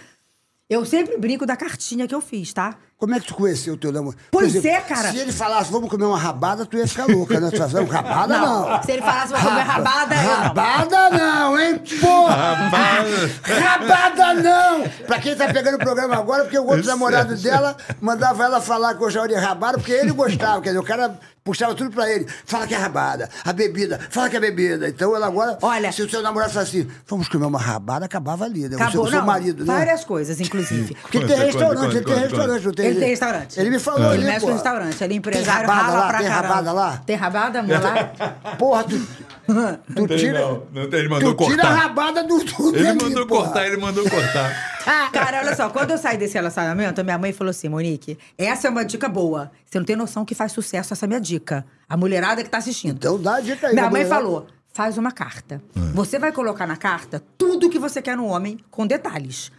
S4: Eu sempre brinco da cartinha que eu fiz, tá?
S1: Como é que tu conheceu o teu namorado?
S4: Pois é, cara.
S1: Se ele falasse, vamos comer uma rabada, tu ia ficar louca, né? Tu ia falar, rabada não.
S4: Se ele falasse uma coisa rabada, é eu não.
S1: Rabada não, hein, porra!
S2: Rapaz,
S1: Rabada não! Pra quem tá pegando o programa agora, porque o outro
S2: Isso,
S1: namorado
S2: isso.
S1: dela mandava ela falar que gostava de rabada, porque ele gostava, quer dizer, o cara puxava tudo pra ele. Fala que é rabada, a bebida, fala que é bebida. Então ela agora,
S4: Olha-
S1: se o seu namorado falasse assim, vamos comer uma rabada, acabava ali, né? O seu,
S4: Acabou,
S1: o seu
S4: não.
S1: marido, né?
S4: Várias
S1: <laughs>
S4: coisas, inclusive.
S1: Porque
S2: Conta,
S1: tem
S2: conta,
S1: restaurante,
S2: conta,
S1: ele tem
S2: conta,
S1: restaurante, não tem?
S4: Ele tem restaurante.
S1: Ele me falou
S4: Ele
S1: ali,
S4: mexe
S1: pô.
S4: no restaurante, ele é empresário,
S1: tem rabada
S4: rala
S1: lá,
S4: pra
S1: tem
S4: caramba.
S1: rabada lá?
S4: Tem rabada, amor,
S1: <laughs>
S4: lá?
S1: Porra, tu, tu
S2: tem
S1: tira...
S2: não. Não tem, Ele
S1: Tu
S2: mandou
S1: tira a
S2: cortar.
S1: rabada do tudo
S2: Ele
S1: ali,
S2: mandou
S1: é porra.
S2: cortar, ele mandou cortar.
S4: Ah, Cara, olha só, quando eu saí desse relacionamento, a minha mãe falou assim, Monique, essa é uma dica boa. Você não tem noção que faz sucesso essa minha dica. A mulherada que tá assistindo.
S1: Então dá a dica aí.
S4: minha
S1: pra
S4: mãe
S1: mulherada.
S4: falou, faz uma carta.
S2: É.
S4: Você vai colocar na carta tudo que você quer no homem, com detalhes.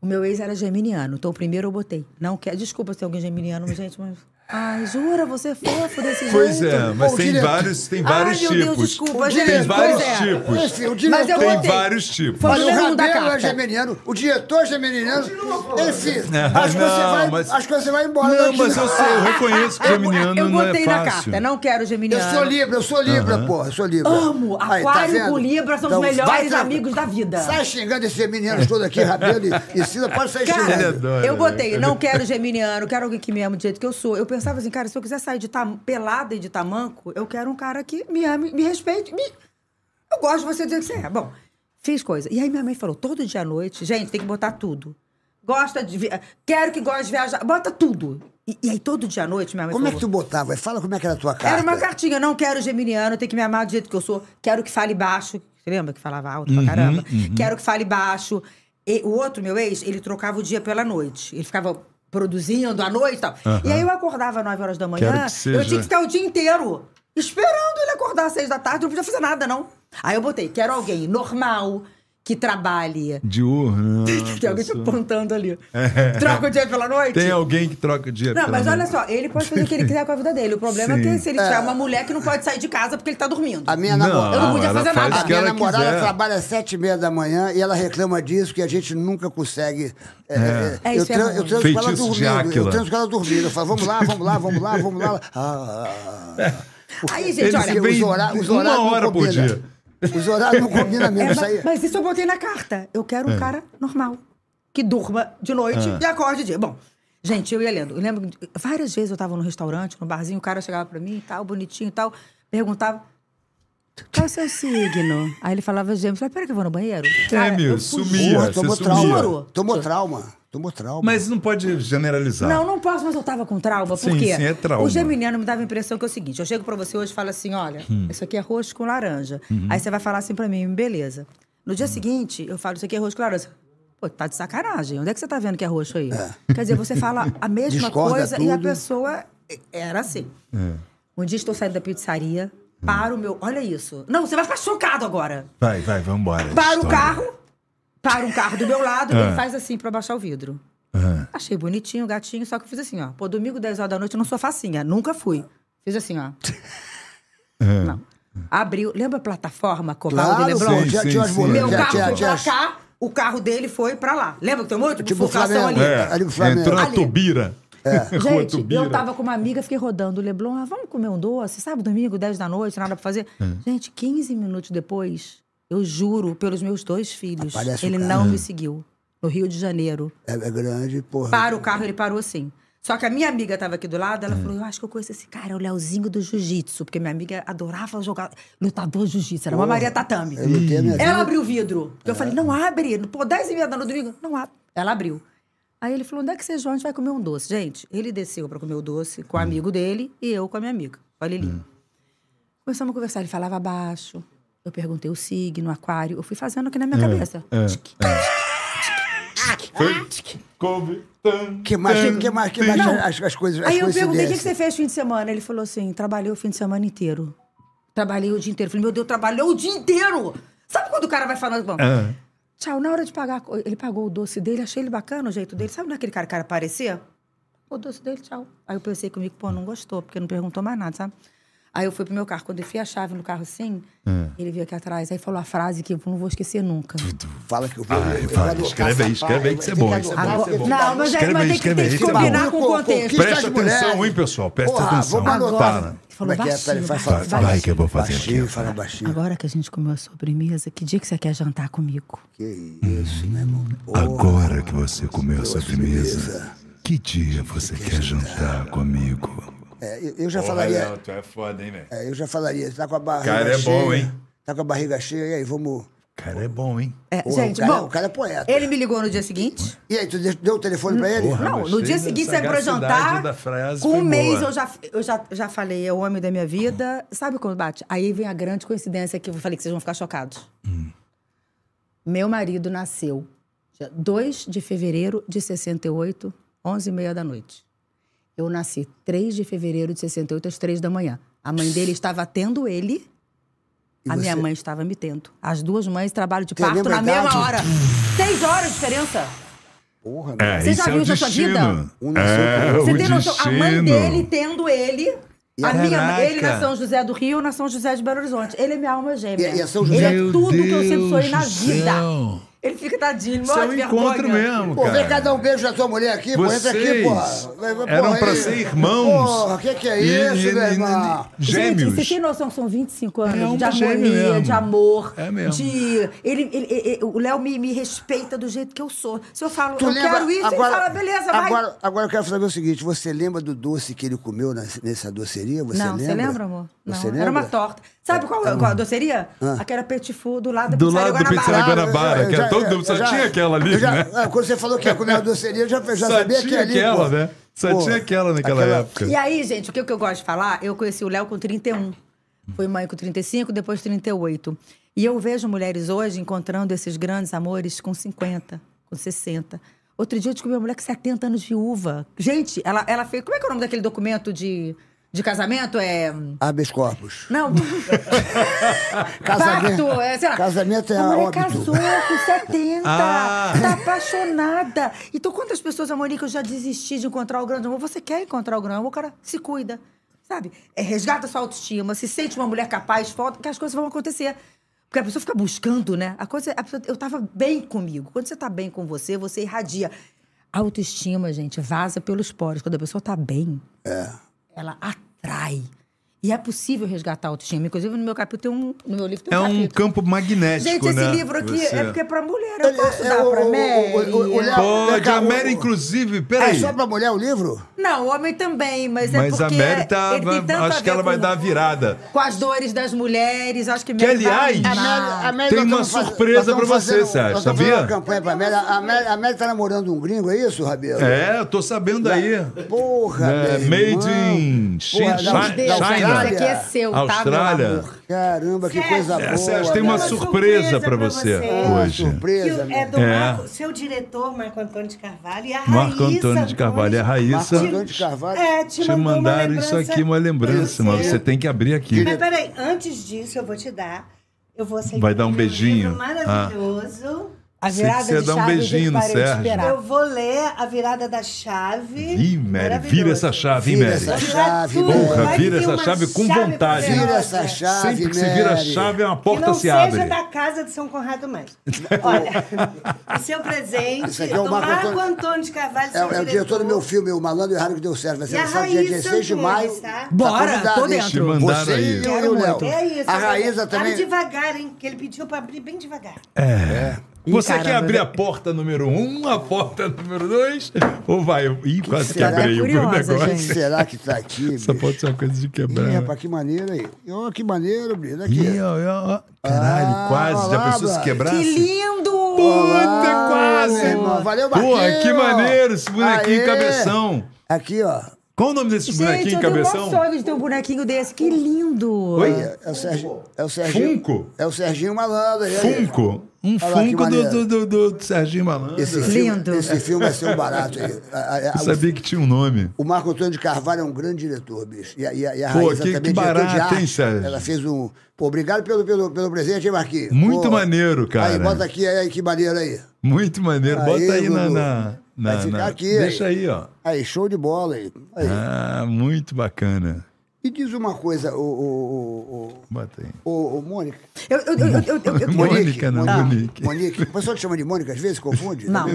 S4: O meu ex era geminiano, então primeiro eu botei. Não quer, desculpa se tem alguém geminiano, mas, gente,
S2: <laughs>
S4: mas... Ai, jura, você é fofo desse
S2: Pois
S4: jeito.
S2: é, mas
S1: Pô,
S2: tem
S1: direto.
S2: vários, tem
S4: Ai,
S2: vários
S4: meu
S2: tipos.
S4: Deus, desculpa,
S1: O
S4: gente.
S2: Tem
S4: Pois
S2: vários
S4: é.
S2: tipos.
S1: Esse,
S4: Mas
S1: o
S4: eu
S1: diretor...
S2: Tem
S4: botei.
S2: vários tipos.
S4: Foi o
S1: Olha, o
S4: número da
S1: Rabelo é
S4: carta.
S1: geminiano, o diretor é geminiano. Enfim,
S2: Ah,
S1: acho, que você
S2: não,
S1: vai,
S2: mas-
S1: acho que você vai embora
S2: Não,
S1: daqui.
S2: mas eu sei, eu reconheço que
S4: Ah, Eu-
S2: geminiano
S4: eu
S2: não é
S4: botei na
S2: fácil.
S4: carta, não quero
S1: Eu
S4: geminiano.
S1: sou Libra, eu sou Libra, porra, eu sou Libra.
S4: Amo!
S1: Aí, tá
S4: Aquário
S1: vendo?
S4: com Libra são
S1: Então,
S4: os
S1: vai
S4: melhores
S1: tra-
S4: amigos da vida.
S1: Sai xingando esses geminianos todos aqui, Rabelo e, e Cida, pode sair
S4: Cara,
S2: Ele
S1: xingando.
S2: adora,
S4: eu botei,
S2: né?
S4: não quero geminiano, quero alguém que me ame do jeito que eu sou. Eu pensava assim, cara, se eu quiser sair de tam- pelada e de tamanco, eu quero um cara que me ame, me respeite. me- Eu gosto de você dizer que você é. Bom, fiz coisa. E aí minha mãe falou, todo dia à noite, gente, tem que botar tudo. Gosta de... vi- Quero que goste de viajar. Bota tudo. E, e aí todo dia à noite minha mãe
S1: Como é
S4: falou...
S1: que tu botava? Fala como é que era a tua carta.
S4: Era uma cartinha, não quero geminiano, tem que me amar do jeito que eu sou, quero que fale baixo. Você lembra que falava alto
S2: Uhum,
S4: pra caramba? Quero que fale baixo. E o outro, meu ex, ele trocava o dia pela noite. Ele ficava produzindo à noite e tal. E aí eu acordava às 9 horas da
S2: Quero
S4: manhã,
S2: que seja.
S4: eu tinha que ficar o dia inteiro esperando ele acordar às 6 da tarde, eu não podia fazer nada, não. Aí eu botei, quero alguém normal, que trabalhe.
S2: Diurno.
S4: <laughs> Tem alguém te apontando ali. Troca o dia pela noite?
S2: É. Tem alguém que troca dia
S4: Não,
S2: pela
S4: mas
S2: noite.
S4: olha só, ele pode fazer o que ele quiser com a vida dele. O problema é
S2: Sim.
S4: que se ele tiver uma mulher que não pode sair de casa porque ele tá dormindo.
S1: A minha
S2: Não,
S1: namorada.
S4: Eu não podia
S2: ela
S4: fazer
S2: faz
S4: nada.
S2: o
S1: A
S2: que
S1: minha
S2: ela
S1: namorada
S2: quiser.
S1: trabalha às sete e meia da manhã e ela reclama disso que a gente nunca consegue. é, é,
S4: É,
S1: eu,
S4: isso é
S1: tran
S4: ruim.
S1: eu transo com ela
S2: Feitiço de
S1: dormindo. Eu
S2: Áquila.
S1: transo com ela dormindo. Eu falo, vamos lá, vamos lá, vamos lá,
S2: <laughs>
S1: vamos lá. Ah, ah, ah.
S4: Aí, gente,
S2: Ele
S4: olha.
S2: se vem
S1: os hora- os
S2: uma
S1: horários não
S2: hora por
S1: combinam.
S2: dia.
S1: Os horários não combinam
S4: É,
S1: mesmo. Isso aí.
S4: mas, mas isso eu botei na carta. Eu quero um cara normal. Que durma de noite e acorde de dia. Bom, gente, eu ia lendo. Eu lembro que várias vezes eu tava no restaurante, no barzinho, o cara chegava pra mim e tal, bonitinho e tal, perguntava. Qual é o seu signo? Aí ele falava gêmeos. Eu falei, pera que eu vou no banheiro. Cara,
S2: meu,
S4: eu fugi.
S2: sumia.
S1: Porra,
S2: Você
S1: tomou
S2: sumia.
S1: trauma.
S4: Juro.
S1: Tomou trauma. Tomou trauma.
S2: Mas não pode generalizar.
S4: Não, não posso, mas eu tava com trauma. Por
S2: Sim,
S4: quê?
S2: sim, é trauma.
S4: O geminiano me dava a impressão que é o seguinte: eu chego pra você hoje e falo assim: olha,
S2: Hum.
S4: isso aqui é roxo com laranja.
S2: Uhum.
S4: Aí você vai falar assim pra mim, beleza. No
S2: Hum.
S4: dia seguinte, eu falo, isso aqui é roxo com laranja. Pô, tá de sacanagem. Onde é que você tá vendo que é roxo aí? Quer dizer, você fala a mesma
S1: Discorda
S4: coisa e a
S1: tudo.
S4: pessoa era assim.
S2: É.
S4: Um dia estou saindo da pizzaria, paro o meu. Olha isso. Não, você vai ficar chocado agora.
S2: Vai, vai, vambora.
S4: Para o
S2: História.
S4: carro, para um carro do meu
S2: <laughs>
S4: lado,
S2: Ah.
S4: ele faz assim pra baixar o vidro.
S2: É.
S4: Achei bonitinho, gatinho, só que eu fiz assim, ó. Pô, domingo, 10 horas da noite, eu não sou facinha, nunca fui. Fiz assim, ó. Não. Abriu. Lembra a plataforma Cobaldo
S1: É. Claro,
S4: lembrou?
S1: pô,
S2: Sim,
S1: tinha,
S2: sim,
S1: tinha umas
S2: sim.
S1: bolinhas,
S4: é Meu
S1: tinha-
S4: carro
S1: tinha-
S4: foi pra
S1: tinha-
S4: cá, o carro dele foi pra lá. Lembra que tem um monte de
S1: Tipo
S4: bifurcação ali?
S1: Flamengo.
S2: É,
S1: Ali no Flamengo.
S2: entrou na
S4: Ali. É.
S2: Tubira. <laughs> Rua
S4: Gente, eu tava com uma amiga, fiquei rodando o Leblon. Ah, vamos comer um doce, sabe? Domingo, 10 da noite, nada pra fazer.
S1: É.
S4: Gente, 15 minutos depois, eu juro pelos meus dois filhos,
S1: Aparece o
S4: ele
S1: cara.
S4: não me seguiu. No Rio de Janeiro.
S1: É, é grande, porra.
S4: Para o carro, ele parou assim. Só que a minha amiga tava aqui do lado,
S1: Hum.
S4: ela falou: Eu acho que eu conheço esse cara, é o Leozinho do Jiu-Jitsu, porque minha amiga adorava jogar lutador Jiu-Jitsu, era uma Maria Tatame.
S1: Eu não tenho a minha
S4: Ela abriu o vidro. Eu falei, não abre. Pô, 10 e meia da noite domingo. Não abre. Ela abriu. Aí ele falou, onde é que vocês vão? A gente vai comer um doce. Gente, ele desceu pra comer o doce
S1: Hum.
S4: com o amigo dele e eu com a minha amiga, com a Lili. Começamos a conversar. Ele falava baixo. Eu Eu perguntei o signo, aquário. Eu fui fazendo aqui na
S1: É,
S4: minha cabeça. Tic,
S2: É, Foi? Coube. tan,
S1: Que mais,
S2: tan,
S1: que mais, que
S2: tin.
S1: mais as, as coisas. As
S4: Aí eu perguntei o que,
S1: coincidências.
S4: que você fez no fim de semana. Ele falou assim: trabalhei o fim de semana inteiro. Trabalhei o dia inteiro. Eu Falei, meu Deus, trabalhou o dia inteiro! Sabe quando o cara vai falando? Bom,
S1: É.
S2: Ah,
S4: Tchau, na hora de pagar, a co- ele pagou o doce dele, achei ele bacana o jeito dele. Sabe naquele cara que cara parecia? O doce dele, tchau. Aí eu pensei comigo, pô, não gostou, porque não perguntou mais nada, sabe? Aí eu fui pro meu carro. Quando eu fui a chave no carro assim,
S1: É.
S4: ele veio aqui atrás. Aí falou a frase que eu não vou esquecer nunca.
S1: Fala que eu vou.
S2: Ai,
S1: eu
S2: Ah, vai,
S1: vou
S2: escreve aí,
S1: caçapar,
S2: escreve aí que
S1: eu
S2: isso é
S1: vou
S2: bom,
S1: ter
S2: isso é
S1: que
S2: bom,
S1: adotar,
S2: isso é bom.
S1: eu
S4: Não,
S1: vou
S4: mas,
S1: ter
S2: Escreve
S4: aí, mas tem
S2: aí,
S4: que,
S2: escreve
S4: tem
S2: aí,
S4: que
S2: isso é
S4: combinar
S1: bom.
S4: com o contexto.
S1: Conquista
S2: Presta
S1: de mulheres.
S2: atenção, hein, pessoal? Presta
S1: Porra,
S2: atenção.
S1: vamos anotar.
S2: Tá.
S4: Ele falou
S1: Como é que é?
S4: baixinho,
S1: Peraí, faz-
S4: vai,
S1: fala-
S4: vai,
S1: fala-
S2: que eu vou fazer
S1: Baixinho,
S2: aqui.
S1: fala baixinho.
S4: Agora que a gente comeu a sobremesa, que dia que você quer jantar comigo?
S1: Que isso, né, meu irmão. Porra,
S2: Agora que você comeu a sobremesa, que dia você quer jantar comigo?
S1: é, eu- eu já falaria.
S2: tu é foda, hein, velho?
S1: é, eu já falaria. Tá com a barriga
S2: Cara, é
S1: cheia.
S2: bom, hein?
S1: Tá com a barriga cheia. E aí, vamos.
S2: Cara, é bom, hein?
S4: É,
S1: Porra,
S4: gente,
S1: o cara-
S4: bom,
S1: o cara é poeta.
S4: Ele me ligou no dia seguinte.
S1: E aí, tu deu- deu o telefone pra ele?
S2: Porra.
S4: Não,
S2: Gostei
S4: no dia
S2: da
S4: seguinte você pra
S2: sagacidade
S4: jantar.
S2: da frase,
S4: com
S2: foi
S4: um mês
S2: boa.
S4: eu, já, eu já, já falei, é o homem da minha vida. Sabe quando bate? Aí vem a grande coincidência que eu falei que vocês vão ficar chocados.
S2: Hum.
S4: Meu marido nasceu dia 2 de fevereiro de 68, 11 e meia da noite. Eu nasci 3 de fevereiro de 68, às 3 da manhã. A mãe dele estava tendo ele,
S1: E
S4: a minha
S1: você?
S4: mãe estava me tendo. As duas mães trabalham de
S1: Você
S4: parto
S1: lembra
S4: na
S1: a
S4: mesma
S1: idade?
S4: hora. Seis horas de diferença.
S1: Porra, meu.
S2: É,
S4: Você já
S2: isso é
S4: viu
S2: o
S4: isso na sua
S2: destino.
S4: vida?
S1: Um nasceu
S2: É,
S1: com-
S2: o
S4: Você tem noção? A mãe
S2: destino.
S4: dele tendo ele. A minha,
S2: Caraca.
S4: ele na São José do Rio, eu na São José de Belo Horizonte. Ele é minha alma gêmea.
S1: E- e a São José-
S4: Ele é tudo que eu sempre
S2: Deus
S4: sonhei na
S2: do
S4: vida.
S2: céu.
S4: Ele fica tadinho,
S2: Isso é
S4: morre
S2: um
S4: de
S2: encontro
S4: vergonha.
S2: mesmo,
S1: Pô, vem cá
S2: cara.
S1: dar um beijo na tua mulher aqui, pô. Entra aqui,
S2: Vocês
S1: porra. Vai- vai-
S2: eram
S1: porra,
S2: pra
S1: aí.
S2: ser irmãos.
S1: Porra, o que, que é
S2: E-
S1: isso,
S2: e-
S1: meu
S2: e-
S1: irmão?
S2: e-
S4: Gente,
S2: Gêmeos.
S4: você tem noção que são 25 anos
S2: É
S4: de
S2: alma gêmea
S4: harmonia,
S2: mesmo.
S4: de amor.
S2: É mesmo.
S4: De, ele, ele- ele- o Léo me, me respeita do jeito que eu sou. Se eu falo,
S1: Tu
S4: eu
S1: lembra-
S4: quero isso, ele fala, beleza, vai.
S1: agora, Agora eu quero saber o seguinte: você lembra do doce que ele comeu na- nessa doceria? Você
S4: não,
S1: lembra?
S4: você lembra, amor? Não,
S1: Você
S4: era
S1: lembra? É. Ah.
S4: uma torta. Sabe qual, é qual a doceria? Aquela petit four do lado da
S2: Do
S4: pizzaria
S2: lado da
S4: Guanabara.
S2: pizzaria Guanabara,
S1: eu
S2: que
S1: já-
S2: era todo
S1: eu
S2: mundo, só
S1: já-
S2: tinha aquela ali,
S1: eu já-
S2: né?
S1: é, Quando você falou que ia comer na doceria, eu já, eu já
S2: Só
S1: sabia que
S2: tinha
S1: é ali.
S2: aquela,
S1: pô.
S2: né? Só
S1: Pô,
S2: tinha aquela naquela época.
S4: E aí, gente, o que, o que eu gosto de falar? Eu conheci o Léo com 31. Fui mãe com 35, depois 38. E eu vejo mulheres hoje encontrando esses grandes amores com 50, com 60. Outro dia eu descobri uma mulher com 70 anos viúva. Gente, ela, ela fez. Como é que é o nome daquele documento de, de casamento? É.
S1: Habeas corpus.
S4: Não.
S1: Casamento-
S4: Pacto, é, sei lá.
S1: casamento é
S4: A mulher
S1: óbito.
S4: casou com 70.
S2: Ah.
S4: Tá apaixonada. Então, quantas pessoas, amor, que eu já desisti de encontrar o grande amor? Você quer encontrar o grande amor? O cara se cuida, sabe? É, resgata sua autoestima, se sente uma mulher capaz, falta, que as coisas vão acontecer. Porque a pessoa fica buscando, né? A coisa, a pessoa- eu tava bem comigo. Quando você tá bem com você, você irradia. A autoestima, gente, vaza pelos poros. Quando a pessoa tá bem,
S1: é.
S4: ela atrai. E é possível resgatar a autoestima. Inclusive, no meu capítulo tem um. No meu livro tem
S2: É
S4: um
S2: um
S4: capítulo.
S2: campo magnético,
S4: Gente, esse
S2: né?
S4: livro aqui
S2: Você-
S4: é porque é pra mulher. Eu posso
S1: é
S4: dar
S1: o-
S4: pra
S1: o- o-
S4: Mary.
S1: o- o Léo-
S2: Pode, a Mary,
S1: O-
S2: inclusive,
S1: É
S2: peraí.
S1: só pra mulher o livro?
S4: Não, o homem também, mas, é
S2: Mas
S4: porque
S2: a Mary tá.
S4: ele tem tanto a
S2: Acho que
S4: ver
S2: ela vai
S4: com-
S2: dar a virada.
S4: Com as dores das mulheres, acho que
S2: Que,
S4: Mary vai
S2: aliás,
S4: amar.
S1: A Amélia- Ah, a Amélia,
S2: Tem
S1: nós
S2: uma
S1: estamos faz-
S2: surpresa
S1: nós
S2: pra
S1: estamos
S2: você,
S1: fazendo-
S2: Sérgio,
S1: nós estamos
S2: sabia?
S1: fazendo uma campanha pra Amélia. A Amélia, a Amélia tá namorando um gringo, é isso, Rabelo?
S2: É, eu tô sabendo aí.
S1: Porra,
S2: É,
S1: meu irmão.
S2: made in Chi-
S1: Porra, um
S2: Chi-
S1: da-
S4: Deus,
S1: da
S2: China.
S1: Austrália.
S4: Esse aqui é seu, tá, meu
S2: Austrália.
S4: amor?
S1: Caramba, que coisa boa. né?
S2: É, Sérgio, tem
S1: meu.
S2: uma
S3: Uma
S2: surpresa
S3: surpresa
S2: pra
S3: pra
S2: você
S3: você.
S1: É uma
S2: hoje.
S3: Que
S1: surpresa,
S3: o- é
S1: meu.
S3: do
S2: É.
S3: Marco, seu diretor, Marco Antônio de Carvalho, e a Raíssa.
S2: Marco Antônio de Carvalho e a
S1: Marco
S2: Raíssa
S1: Antônio de Carvalho.
S3: É, te,
S2: te
S3: mandou uma
S2: mandaram isso
S3: lembrança
S2: aqui, uma lembrança,
S3: pra
S2: mas você tem que abrir aqui.
S3: Mas peraí, antes disso eu vou te dar. Eu vou aceitar
S2: Vai dar um
S3: meu
S2: beijinho?
S3: livro Maravilhoso.
S4: A virada
S2: você
S4: de
S2: dá um
S4: chave
S2: beijinho no
S4: que parei de
S2: Sérgio.
S4: esperar.
S3: Eu vou ler a virada da chave.
S2: Ih, Mary,
S3: Maravilhoso.
S2: vira essa chave, hein,
S1: Vira
S2: Mary?
S1: essa
S3: Vai virar
S1: Chave,
S3: tudo,
S1: Porra,
S3: vai
S2: vira
S3: vir
S2: essa
S3: uma
S2: chave com vontade.
S3: poderosa.
S1: Vira essa chave,
S2: Sempre que se vira a
S1: Mary.
S2: chave, uma
S3: Que
S2: porta
S3: não
S2: se
S3: seja
S2: abre.
S3: da casa de São
S1: <laughs>
S3: Conrado mais. Olha, o seu presente
S1: Isso aqui é o
S3: do
S1: Marco
S3: Marco
S1: Antônio-
S3: Antônio, de Carvalho,
S1: É,
S3: seu
S1: é o diretor do meu filme, O Malandro e o Raro que Deu Certo. Vai ser
S3: E a
S1: lançado dia
S3: Raíssa
S1: 16 de
S3: Antunes,
S1: maio.
S3: tá?
S1: Tá
S4: Bora,
S1: convidado,
S4: tô
S1: hein?
S4: dentro. Te
S2: mandaram
S1: Você
S2: aí.
S1: e eu, Léo.
S3: É isso.
S1: A Raíssa
S3: abre
S1: também...
S3: devagar, hein? Que ele pediu pra abrir bem devagar.
S2: É. Você
S4: Ih,
S2: quer
S4: caramba.
S2: abrir a porta número um, a porta número dois? Ou vai? Ih, quase
S1: será?
S2: quebrei o meu
S4: Curiosa,
S2: negócio.
S1: Quem será que tá aqui,
S2: Essa
S1: bicho?
S2: pode ser uma coisa de
S1: Ih,
S2: quebrar.
S1: rapaz, que maneiro aí. Ó, que maneiro, Brito. Aqui.
S2: Ih, ó, ó, ó. Caralho,
S1: Ah,
S2: quase. Já
S1: olá,
S2: pensou se
S1: Blas.
S4: Que
S2: quebrasse?
S4: lindo!
S2: Puta, quase!
S1: irmão. Valeu,
S2: Porra,
S1: Marquinho.
S2: que maneiro esse bonequinho
S1: Aê.
S2: cabeção.
S1: Aqui, ó.
S2: Qual o nome desses
S4: Gente,
S2: bonequinhos,
S4: eu tenho
S2: cabeção?
S4: um sonho de ter um bonequinho desse. Que lindo!
S1: Oi? É, é o Serginho. É o Serginho.
S2: Funko?
S1: É o Serginho Malandro. e aí?
S2: Funko. Um
S1: Olha lá, que
S2: Funko do,
S1: maneiro.
S2: do, do, do Serginho Malandro.
S1: Esse é
S4: Lindo.
S1: Filme, esse filme vai ser um barato aí. A- a- a-
S2: Eu sabia que tinha um nome.
S1: o Marco Antônio de Carvalho é um grande diretor, bicho. E a, e a, e a
S2: Pô,
S1: Raíssa
S2: que-
S1: também
S2: que
S1: é diretora de
S2: barato,
S1: arte.
S2: hein, Sérgio?
S1: Ela fez um... Pô, obrigado pelo, pelo, pelo presente, hein, Marquinhos?
S2: Muito
S1: Pô,
S2: maneiro, cara.
S1: Aí, bota aqui, aí, que maneiro aí.
S2: Muito maneiro.
S1: Aí,
S2: Bota aí na.
S1: Dudu.
S2: na, na-
S1: Vai ficar
S2: na-
S1: aqui,
S2: Deixa aí, ó.
S1: Aí, show de bola aí. aí.
S2: Ah, muito bacana.
S1: É. E diz uma coisa, o, o, o,
S2: Bota aí.
S1: o, o Mônica.
S4: Eu, eu, eu, eu, eu, eu-
S2: Mônica, não,
S1: Monique.
S2: Monique.
S1: Monique. O pessoal te chama de Mônica às vezes, confunde?
S4: Não.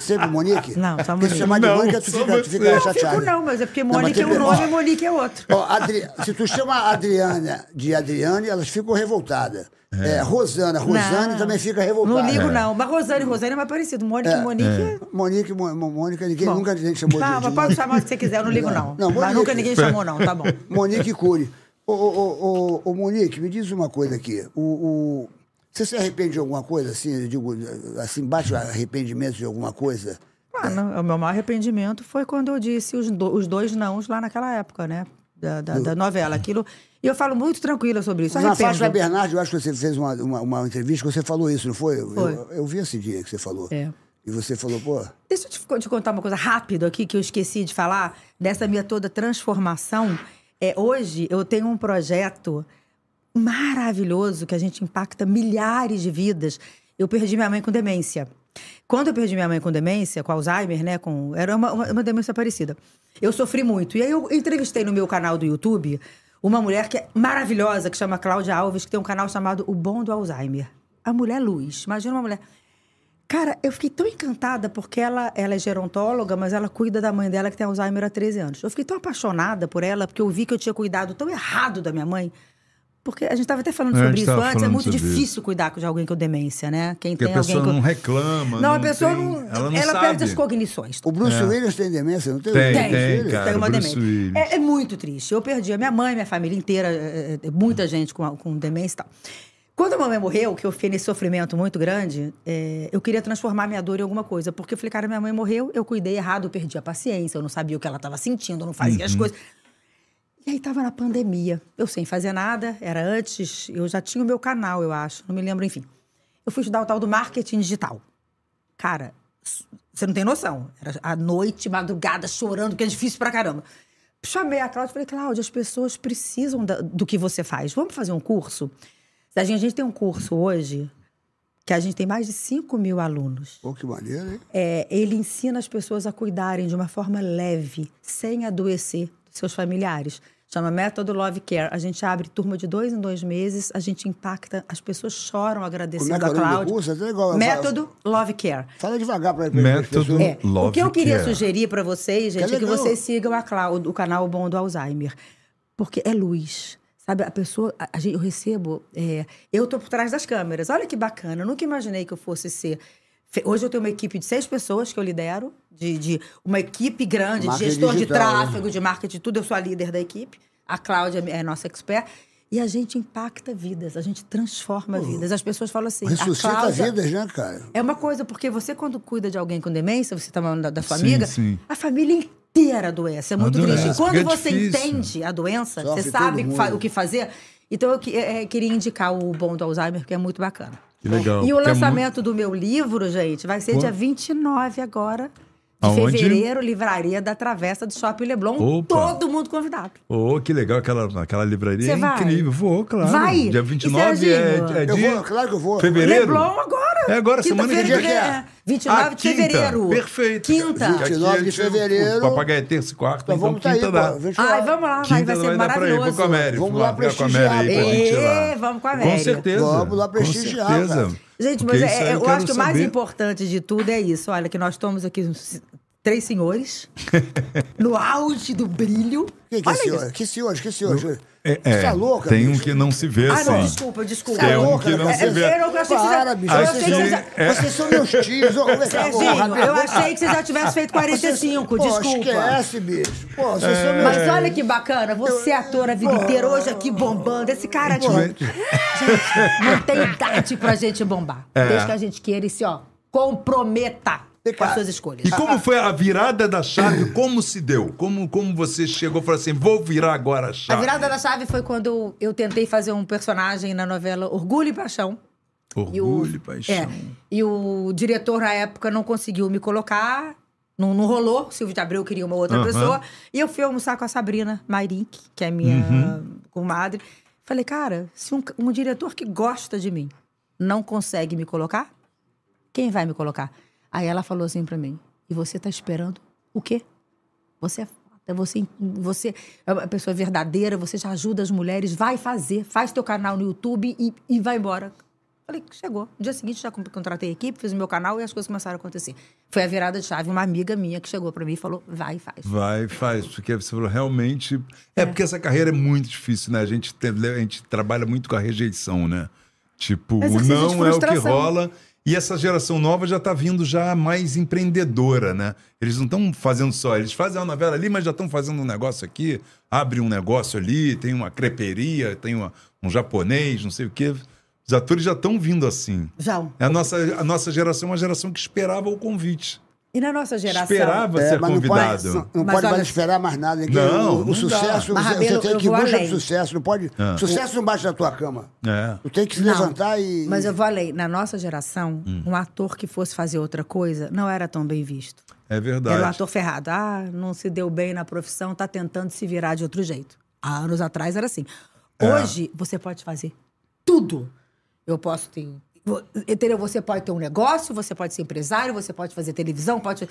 S1: Sempre Monique?
S4: Não, só
S1: Porque
S4: Monique.
S1: se chamar de
S2: Não,
S1: Mônica, tu
S2: só
S1: fica, tu
S2: você.
S1: fica
S2: Não,
S4: não
S1: chateado.
S4: fico não, mas é porque
S1: tá Não, mas
S4: Mônica é
S1: tem-
S4: um nome
S1: ó.
S4: e Monique é outro.
S1: Ó, Adri- Se tu chama a Adriana de Adriane, elas ficam revoltadas. É, Rosana, Rosane
S4: Não.
S1: também fica revoltada.
S4: Não ligo, não. Mas Rosane, Rosane é mais parecido. Mônica e Monique. é-
S1: Monique, Mo- Mo- Mônica, ninguém
S4: Bom.
S1: nunca ninguém chamou de,
S4: Não,
S1: de
S4: mas pode
S1: Mônica.
S4: chamar o que você quiser, eu não ligo, não.
S1: Não,
S4: mas
S1: Monique.
S4: nunca ninguém chamou, não, tá bom.
S1: Monique Cury. Ô, ô, ô, ô, ô, Monique, me diz uma coisa aqui. O, o- Você se arrepende de alguma coisa, assim, eu digo, assim, bate o arrependimento de alguma coisa?
S4: Mano, o meu maior arrependimento foi quando eu disse os, do- os dois nãos lá naquela época, né? Da, da- da novela. Aquilo. E eu falo muito tranquila sobre isso.
S1: Na Fátima
S4: Arrependo.
S1: Bernardi, eu acho que você fez uma, uma, uma entrevista que você falou isso, não foi? Eu-
S4: Foi.
S1: Eu, eu vi esse dia que você falou.
S4: É.
S1: E você falou, pô,
S4: Deixa eu te, co- te contar uma coisa rápido aqui que eu esqueci de falar dessa minha toda transformação. É, hoje eu tenho um projeto maravilhoso que a gente impacta milhares de vidas. Eu perdi minha mãe com demência. Quando eu perdi minha mãe com demência, com Alzheimer, né? Com, era uma, uma, uma demência parecida. Eu sofri muito. E aí eu entrevistei no meu canal do YouTube uma mulher que é maravilhosa, que chama Cláudia Alves, que tem um canal chamado O Bom do Alzheimer. A mulher é luz. Imagina uma mulher. Cara, eu fiquei tão encantada porque ela, ela é gerontóloga, mas ela cuida da mãe dela que tem Alzheimer há 13 anos. Eu fiquei tão apaixonada por ela porque eu vi que eu tinha cuidado tão errado da minha mãe. Porque a gente estava até falando
S2: É, a
S4: sobre
S2: gente
S4: isso
S2: tava
S4: antes, é
S2: falando
S4: muito
S2: sobre isso.
S4: difícil cuidar de alguém com demência, né? Quem
S2: Porque a
S4: tem alguém
S2: pessoa
S4: com...
S2: não reclama.
S4: Não, a pessoa
S2: tem-
S4: não.
S2: Ela não sabe.
S4: perde as cognições. tá?
S1: o Bruce Willis tem demência, não tem?
S2: Tem,
S1: Bruce
S2: tem,
S1: Willis?
S2: cara.
S4: tem uma
S2: Bruce
S4: demência.
S2: Willis.
S4: É, é muito triste. Eu perdi a minha mãe, minha família inteira, é, é, muita gente com, a- com demência e tal. Quando a mamãe morreu, que eu fiquei nesse sofrimento muito grande, é, eu queria transformar minha dor em alguma coisa. Porque eu falei, cara, minha mãe morreu, eu cuidei errado, eu perdi a paciência, eu não sabia o que ela estava sentindo, eu não fazia
S2: Uhum.
S4: as coisas. E aí tava na pandemia, eu sem fazer nada, era antes, eu já tinha o meu canal, eu acho, não me lembro, enfim. Eu fui estudar o tal do marketing digital. Cara, s- você não tem noção. Era à noite, madrugada, chorando, porque é difícil pra caramba. Chamei a Cláudia e falei, Cláudia, as pessoas precisam da- do que você faz. Vamos fazer um curso? A gente, a gente tem um curso hoje que a gente tem mais de 5 mil alunos.
S1: Pô, que maneiro, hein?
S4: É, ele ensina as pessoas a cuidarem de uma forma leve, sem adoecer dos seus familiares. Chama Método Love Care. A gente abre turma de dois em dois meses, a gente impacta, as pessoas choram
S1: Como é
S4: agradecendo
S1: que é
S4: a
S1: o nome do
S4: Cláudia.
S1: curso? É até igual-
S4: Método Love Care.
S1: Fala devagar pra pra-
S2: Método-
S1: pra pessoa.
S4: É, o
S2: Love
S4: que eu queria
S2: Care.
S4: sugerir pra vocês, gente,
S1: Que
S4: é, que
S1: legal.
S4: vocês sigam a Clau- o canal Bom do Alzheimer. Porque é luz. Sabe, a pessoa, a- a gente- eu recebo, é, eu tô por trás das câmeras. Olha que bacana, eu nunca imaginei que eu fosse ser. fe- Hoje eu tenho uma equipe de seis pessoas que eu lidero, de, de uma equipe grande,
S1: Marketing
S4: de gestor
S1: digital,
S4: de
S1: né?
S4: tráfego, de marketing, tudo. Eu sou a líder da equipe. A Cláudia é nossa expert. E a gente impacta vidas, a gente transforma vidas. As pessoas falam assim. a
S1: Ressuscita
S4: Cláudia-
S1: vidas, né, cara?
S4: é uma coisa, porque você, quando cuida de alguém com demência, você tá falando da, da sua
S2: Sim,
S4: amiga,
S2: sim.
S4: a família inteira adoece. É muito
S2: Adoece,
S4: triste. E Quando
S2: fica
S4: você
S2: difícil.
S4: entende a doença,
S1: Sofre
S4: você
S1: todo
S4: sabe fa-
S1: mundo.
S4: o que fazer. Então, eu que- eh, eh, queria indicar o bom do Alzheimer, porque é muito bacana.
S2: Que
S4: E o
S2: legal. porque é muito-
S4: lançamento do meu livro, gente, vai ser
S2: Pô.
S4: dia 29 agora. De
S2: Aonde?
S4: fevereiro, livraria da Travessa do Shopping Leblon.
S2: Opa.
S4: Todo mundo convidado.
S2: Ô, que legal aquela, aquela livraria.
S4: Você
S2: é
S4: vai?
S2: incrível. Vou, claro.
S4: Vai?
S2: Dia
S4: E
S2: 29 é,
S4: Serginho?
S2: é
S1: Eu
S2: dia.
S1: vou, claro que eu vou.
S2: Fevereiro?
S4: Leblon agora.
S2: É agora, semana que
S4: Quinta-feira
S1: vem.
S4: de-
S1: Dia que é?
S4: 29
S2: Ah,
S4: de
S2: quinta.
S4: fevereiro.
S2: Perfeito.
S4: Quinta.
S2: Aqui a
S1: 29 de
S2: gente-
S1: fevereiro.
S2: O papagaio é terça e quarta,
S1: Então
S2: então
S1: vamos tá aí,
S2: quinta
S1: pô.
S2: dá.
S1: Vem te
S4: Ai,
S1: lá.
S4: vamos lá, Ah, vai,
S2: Quinta
S4: vai
S2: não
S4: ser
S2: dar pra ir. Vamos
S4: maravilhoso.
S2: com a Mary.
S1: Vamos lá
S2: ficar com a
S1: prestigiar,
S2: Mary aí pra
S1: pô.
S2: gente ir lá.
S4: É, vamos com a Mary.
S2: Com certeza.
S1: Vamos lá
S2: com
S1: prestigiar,
S2: certeza.
S1: cara.
S4: Gente,
S2: Porque
S4: mas é-
S2: isso aí
S4: é- eu,
S2: quero
S4: acho que o mais
S2: saber.
S4: importante de tudo é isso. Olha, que nós estamos aqui uns três
S2: <laughs>
S4: senhores no auge do brilho.
S1: Que, que,
S4: Olha
S1: senhor,
S4: isso.
S1: que senhor? Que senhor?
S2: É,
S1: Você
S2: é,
S1: tá louca?
S2: tem um
S1: bicho?
S2: que não se vê
S4: Ah,
S2: assim.
S4: não, desculpa, desculpa. É
S2: Tem
S1: Tá
S2: um
S1: louca,
S2: que não
S1: cara?
S2: se
S1: Você-
S2: vê.
S4: Eu não- eu achei que você já-
S1: Para, bicho.
S4: eu
S1: Vocês,
S4: achei que você
S1: são-
S4: já-
S2: é-
S1: vocês são meus tios. Ô, vem cá, porra,
S4: Serginho, eu
S1: pergunta.
S4: achei que é você já tivesse feito 45,
S1: Pô,
S4: desculpa.
S1: esquece, bicho. Pô, vocês são meus
S2: É,
S4: Mas olha que bacana, você é ator a vida inteira, hoje aqui bombando. Esse cara aqui. Gente,
S2: É.
S4: não tem idade pra gente bombar. Desde que a gente queira e se, ó, comprometa. com as suas escolhas.
S2: E como foi a virada da chave? Como se deu? Como, como você chegou e falou assim, vou virar agora a
S4: A
S2: chave?
S4: virada da chave foi quando eu tentei fazer um personagem na novela Orgulho e Paixão. E o-
S2: Orgulho, paixão.
S4: É. E o diretor, na época, não conseguiu me colocar. Não, não rolou. O Silvio de Abreu queria uma outra
S2: Aham.
S4: pessoa. E eu fui almoçar com a Sabrina Marink, que é minha
S2: Uhum.
S4: comadre. Falei, cara, se um, um diretor que gosta de mim não consegue me colocar, quem vai me colocar? Aí ela falou assim pra mim: E você tá esperando o quê? Você é foda, você, você é uma pessoa verdadeira, você já ajuda as mulheres, vai fazer, faz teu canal no YouTube e, e vai embora. Falei, chegou. No dia seguinte já con- contratei a equipe, fiz o meu canal e as coisas começaram a acontecer. Foi a virada de chave. Uma amiga minha que chegou pra mim e falou: vai e faz.
S2: Vai, faz, porque você falou, realmente. É, porque essa carreira é muito difícil, né? A gente, tem- a gente trabalha muito com a rejeição, né? Tipo, o
S4: Exercício de
S2: não é o que
S4: frustração.
S2: rola. E essa geração nova já tá vindo já mais empreendedora, né? Eles não estão fazendo só, eles fazem uma novela ali, mas já estão fazendo um negócio aqui, abre um negócio ali, tem uma creperia, tem uma- um japonês, não sei o quê. Os atores já estão vindo assim.
S3: Né,
S4: João.
S2: A nossa, a nossa geração é uma geração que esperava o convite.
S4: E na nossa geração.
S2: Esperava
S1: É,
S2: ser
S1: mas não
S2: convidado.
S1: pode, não pode
S4: Mas
S1: mais
S4: olha-
S1: esperar mais nada. que
S2: Não,
S1: o, o
S2: não dá. Ah.
S1: sucesso,
S4: Mas,
S1: você-
S4: Rabelo,
S1: você tem
S4: eu
S1: que ir
S4: vou
S1: buscar
S4: além.
S1: pro sucesso. Não pode, Sucesso não bate na tua cama.
S2: É.
S1: Tu tem que se
S4: Não,
S1: levantar e.
S4: Mas eu falei, na nossa geração, um ator que fosse fazer outra coisa não era tão bem visto.
S2: É verdade.
S4: Era o ator ferrado. Ah, não se deu bem na profissão, tá tentando se virar de outro jeito. Há anos atrás era assim.
S2: É.
S4: Hoje, você pode fazer tudo. Eu posso ter. vo- Entendeu? Você pode ter um negócio, você pode ser empresário, você pode fazer televisão, pode.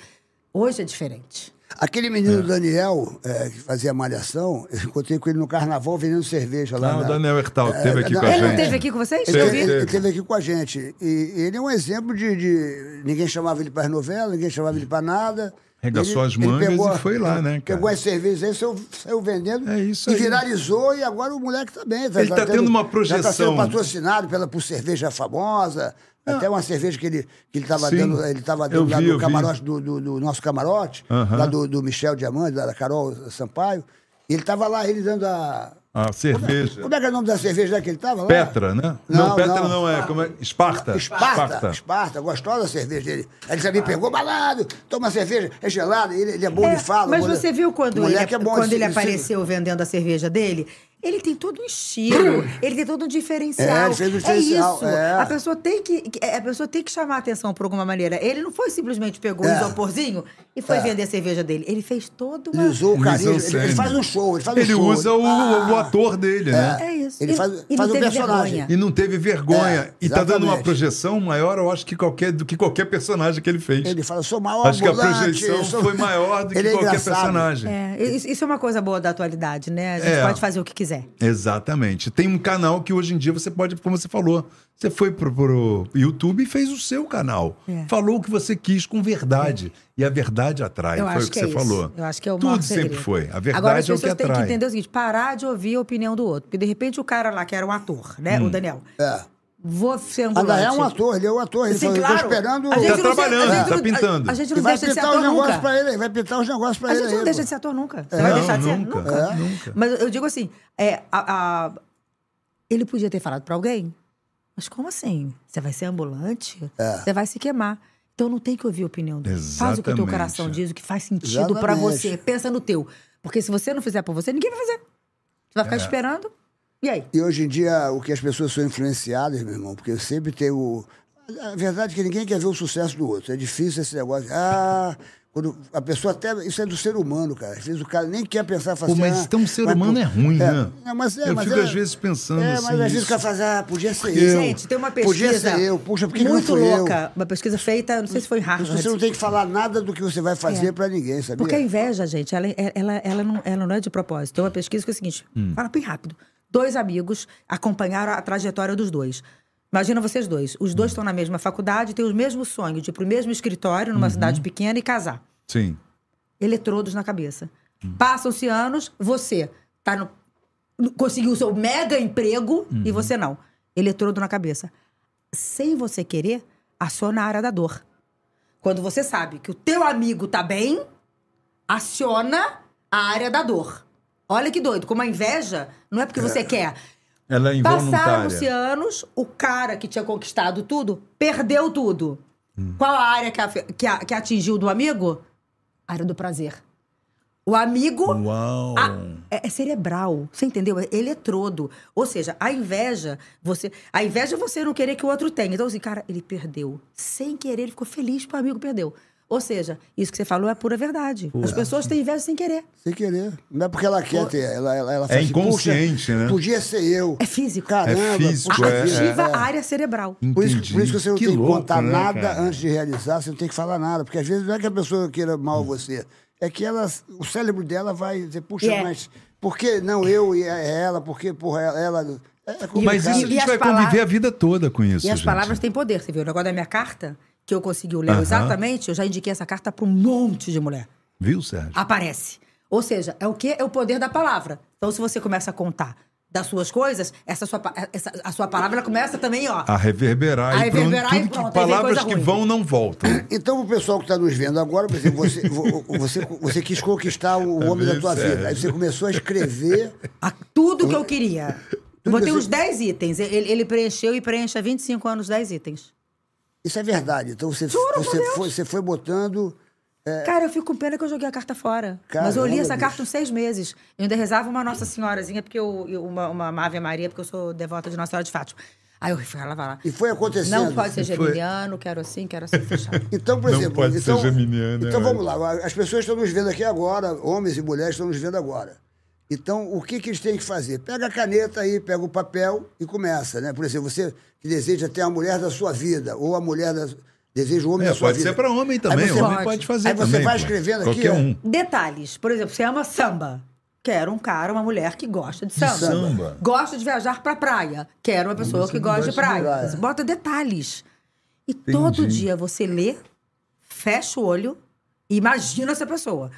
S4: Hoje é diferente.
S1: Aquele menino Daniel, é, que fazia malhação, eu encontrei com ele no carnaval vendendo cerveja lá.
S2: Não, Ah, o
S1: na-
S2: Daniel Hertal teve aqui
S1: É, não,
S2: com a
S1: ele
S4: Ele não
S2: gente.
S4: esteve aqui com vocês?
S1: Ele,
S2: Sim,
S4: Eu
S1: teve,
S4: vi.
S2: sim.
S1: ele teve aqui com a gente. E ele é um exemplo de. de- ninguém chamava ele para as novelas, ninguém chamava ele para nada.
S2: Arregaçou as mangas e foi lá, né, cara?
S1: Pegou as cervejas aí, saiu, saiu vendendo.
S2: É isso
S1: E
S2: aí.
S1: viralizou, e agora o moleque tá bem.
S2: Ele tá tendo uma
S1: Já tá
S2: projeção.
S1: sendo patrocinado pela, por cerveja famosa. Até uma cerveja que ele, que ele tava
S2: Ah. Sim.
S1: dando, ele tava
S2: Eu
S1: dando lá
S2: vi, eu
S1: no
S2: vi.
S1: camarote do, do- do nosso camarote,
S2: Aham.
S1: lá do, do Michel Diamante, lá da Carol Sampaio. E ele tava lá, ele dando a.
S2: A Ah, cerveja.
S1: Como é que é o nome da cerveja lá que ele tava lá?
S2: Petra, né? Não,
S1: Não,
S2: Petra
S1: não.
S2: não é. Como é? Esparta.
S1: Esparta, Esparta, gostosa a cerveja dele. Aí ele também pegou balado, toma cerveja, é gelada, ele, ele é bom
S4: É,
S1: de fala.
S4: mas
S1: moleque-
S4: você viu quando ele,
S1: moleque é bom,
S4: quando
S1: esse-
S4: ele
S1: esse-
S4: apareceu vendendo a cerveja dele? Ele tem todo um
S1: <coughs>
S4: estilo, ele tem todo um diferencial.
S1: É, ele fez um diferencial,
S4: isso.
S1: é.
S4: A, pessoa tem que, que- é, a pessoa tem que chamar a atenção por alguma maneira. Ele não foi simplesmente pegou
S1: É.
S4: um isoporzinho e foi vender a cerveja dele. Ele fez todo uma...
S1: Ele usou o carisma, ele,
S2: Mise-en-scène.
S1: ele faz um show, ele faz um
S2: Ele
S1: show.
S2: usa o,
S1: Ah,
S2: o ator dele, né?
S4: É isso.
S1: Ele
S4: E-
S1: faz,
S4: e não
S1: faz um
S4: teve
S1: personagem.
S4: vergonha.
S2: E não teve vergonha.
S1: É,
S2: e tá dando uma
S1: exatamente.
S2: projeção maior, eu acho, que qualquer, do que qualquer personagem que ele fez.
S1: Ele fala, sou maior
S2: Acho que a
S1: ambulante,
S2: projeção
S1: sou-
S2: foi maior do que
S1: <laughs> Ele é
S2: qualquer
S1: engraçado.
S2: personagem.
S4: É, isso isso é uma coisa boa da atualidade, né? A gente
S2: É.
S4: pode fazer o que quiser.
S2: Exatamente. Tem um canal que hoje em dia você pode, como você falou, você foi pro, pro YouTube e fez o seu canal.
S4: É.
S2: Falou o que você quis com verdade. E a verdade atrai.
S4: Eu
S2: foi
S4: acho
S2: o que,
S4: que é isso.
S2: você falou.
S4: Eu acho que é o maior
S2: Tudo
S4: segredo.
S2: sempre foi.
S4: Agora,
S2: A
S4: as
S2: verdade é o
S4: pessoas
S2: que
S4: têm que
S2: atrai.
S4: entender o seguinte: parar de ouvir a opinião do outro. Porque, de repente, o cara lá, que era um ator, né?
S2: Hum.
S4: O Daniel.
S1: É.
S4: Vou ser
S1: Mas
S4: ambulante.
S1: daí é um ator, ele é um ator. Ele
S4: Sim,
S1: fala, eu tô
S4: claro.
S1: esperando...
S4: A gente
S2: Tá
S4: não deixa- a
S2: trabalhando,
S4: gente
S2: tá
S4: não-
S2: pintando.
S4: A, a gente
S1: Ele
S4: não
S1: vai
S4: deixa de ser
S1: pintar
S4: ator
S1: os negócios
S4: nunca.
S1: pra ele, É. ele vai pintar os negócios pra
S4: A
S1: ele.
S4: gente não
S1: aí,
S4: deixa
S1: pô.
S4: de ser ator nunca. Você vai
S2: Não,
S4: deixar de ser?
S2: nunca,
S4: Nunca.
S2: é. Nunca.
S4: Mas eu digo assim, é, a- a- ele podia ter falado pra alguém, mas como assim? Você vai ser ambulante?
S1: É.
S4: Você vai se queimar. Então não tem que ouvir a opinião do outro. Faz o que o teu
S2: Exatamente,
S4: coração
S2: é.
S4: diz, o que faz sentido pra
S1: Exatamente.
S4: você. Pensa no teu. Porque se você não fizer pra você, ninguém vai fazer. Você vai ficar
S2: É.
S4: esperando. E aí?
S1: E hoje em dia, o que as pessoas são influenciadas, meu irmão, porque sempre tem o. A verdade é que ninguém quer ver o sucesso do outro. É difícil esse negócio. Ah, quando a pessoa até. Isso é do ser humano, cara. Às vezes o cara nem quer pensar assim,
S2: Pô,
S1: fazer.
S2: mas então ser humano é ruim, né?
S1: mas é,
S2: eu
S1: mas
S2: fico
S1: é-
S2: às vezes pensando
S1: É,
S2: assim.
S1: mas às vezes
S2: isso.
S1: o cara faz, ah, podia ser
S2: Eu.
S1: eu.
S4: Gente, tem uma
S1: Podia
S4: pesquisa
S1: ser eu. Puxa, por que que não
S4: muito
S1: fui eu?
S4: louca. Uma pesquisa feita, não sei se foi em Harvard.
S1: Você não tem que falar nada do que você vai fazer
S4: É.
S1: pra ninguém, sabia?
S4: Porque a inveja, gente, ela, ela, ela, não, ela não é de propósito. Tem uma pesquisa que é o seguinte: fala bem rápido. Dois amigos acompanharam a trajetória dos dois. Imagina vocês dois. Os dois estão na mesma faculdade, têm o mesmo sonho de ir pro mesmo escritório numa cidade pequena e casar.
S2: Sim.
S4: Eletrodos na cabeça. Passam-se anos, você tá no, no- conseguiu o seu mega emprego e você não. Eletrodo na cabeça. Sem você querer, aciona a área da dor. Quando você sabe que o teu amigo tá bem, aciona a área da dor. Olha que doido, como a inveja não é porque você quer.
S2: Ela é involuntária.
S4: Passaram-se anos, o cara que tinha conquistado tudo perdeu tudo.
S2: Hum.
S4: Qual a área que, afe- que a- que atingiu do amigo? A área do prazer. O amigo
S2: Uau!
S4: a- é, é cerebral, você entendeu? É eletrodo. Ou seja, a inveja, você, a inveja é você não querer que o outro tenha. Então, assim, cara, ele perdeu. Sem querer, ele ficou feliz porque o amigo perdeu. Ou seja, isso que você falou é pura verdade. As pessoas têm inveja sem querer.
S1: Sem querer. Não é porque ela quer ter. Ela, ela, ela fala assim,
S2: é inconsciente,
S1: "Puxa,
S2: né?
S1: Podia ser eu.
S4: É físico.
S1: Caramba.
S2: É físico,
S1: puxa
S2: é-
S1: vida.
S4: Ativa a área cerebral.
S1: Por isso,
S2: Entendi.
S1: por isso que você não
S2: Que
S1: tem
S2: louco,
S1: que contar
S2: né,
S1: nada
S2: cara?
S1: antes de realizar, você não tem que falar nada. Porque às vezes não é que a pessoa queira mal você, é que ela, o cérebro dela vai dizer, puxa,
S3: E é.
S1: mas por que não eu e é ela? Por que, porra, ela- ela. É complicado.
S2: Mas isso a
S4: e
S2: gente
S4: as
S2: vai
S4: palavras-
S2: conviver a vida toda com isso.
S4: E as
S2: gente.
S4: palavras têm poder. Você viu o negócio da minha carta? Que eu consegui o Léo
S2: Aham.
S4: exatamente, eu já indiquei essa carta para um monte de mulher.
S2: Viu, Sérgio?
S4: Aparece. Ou seja, é o quê? É o poder da palavra. Então, se você começa a contar das suas coisas, essa sua, pa- essa, a sua palavra ela começa também, ó.
S2: A reverberar,
S4: A
S2: e, pronto,
S4: reverberar e
S2: tudo que-
S4: pronto, aí vem
S2: Palavras
S4: coisa
S2: que
S4: ruim.
S2: vão não voltam.
S1: Então, o pessoal que está nos vendo agora, por exemplo, você, vo- você, você quis conquistar o
S2: Tá
S1: homem da tua
S2: Sérgio.
S1: vida. Aí você começou a escrever.
S4: a- tudo que eu queria.
S1: Tudo
S4: Botei
S1: que
S4: uns
S1: você-
S4: 10 itens. Ele, ele preencheu e preenche há 25 anos 10 itens.
S1: Isso é verdade. Então, você,
S4: Juro por
S1: você,
S4: Deus.
S1: foi, você foi botando.
S4: Cara, eu fico com pena que eu joguei a carta fora. Mas eu li
S1: Caramba,
S4: essa
S1: bicho.
S4: carta uns seis meses. Eu ainda rezava uma Nossa Senhorazinha, porque eu, eu- uma, uma Ave Maria, porque eu sou devota de Nossa Senhora de Fátima. Aí eu falava lá.
S1: E foi acontecendo.
S4: Não pode ser
S2: Foi.
S4: geminiano, quero assim, quero assim, fechado.
S1: Então, por
S2: Não
S1: exemplo.
S2: pode
S1: então,
S2: ser geminiano,
S1: Então
S2: é
S1: vamos
S2: ótimo.
S1: lá. As pessoas estão nos vendo aqui agora, homens e mulheres estão nos vendo agora. Então, o que, que eles têm que fazer? Pega a caneta aí, pega o papel e começa, né? Por exemplo, você que deseja ter a mulher da sua vida, ou a mulher da. Deseja o homem
S2: É,
S1: da sua
S2: pode
S1: vida.
S2: ser para homem também.
S1: Aí você,
S2: homem
S4: pode.
S2: pode fazer
S1: Aí você
S2: também.
S1: vai
S2: pô.
S1: escrevendo aqui,
S2: Qualquer
S1: ó.
S2: um.
S4: Detalhes. Por exemplo, você ama samba. Quero um cara, uma mulher que gosta de samba.
S2: samba.
S4: Gosta de viajar pra praia. Quero uma pessoa que gosta de praia.
S1: praia.
S4: Você Bota detalhes. E todo dia você lê, fecha o olho e imagina essa pessoa.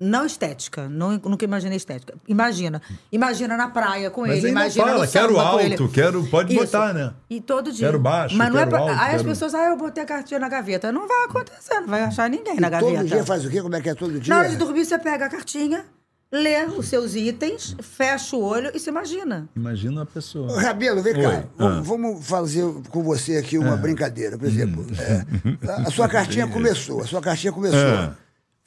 S4: Não estética, não, nunca imaginei estética. Imagina. Imagina na praia com
S2: Mas
S4: ele,
S2: aí não
S4: imagina
S2: fala,
S4: no samba
S2: quero
S4: com ele.
S2: alto, quero- pode botar, né?
S4: E todo dia.
S2: Quero baixo,
S4: Mas não é
S2: quero
S4: pra...
S2: alto,
S4: Aí as
S2: quero-
S4: pessoas, ah, eu botei a cartinha na gaveta. Não vai acontecer, não vai achar ninguém na gaveta.
S1: Todo dia faz o quê? Como é que é todo dia?
S4: Na hora de dormir, você pega a cartinha, lê os seus itens, fecha o olho e se imagina.
S2: Imagina a pessoa.
S1: Ô, Rabelo, vem
S2: Oi.
S1: cá.
S2: Ah.
S1: Vamos, vamos fazer com você aqui uma brincadeira. Por exemplo, é, a-
S2: <laughs>
S1: a sua cartinha começou. A sua cartinha começou.
S2: Hum. Ah.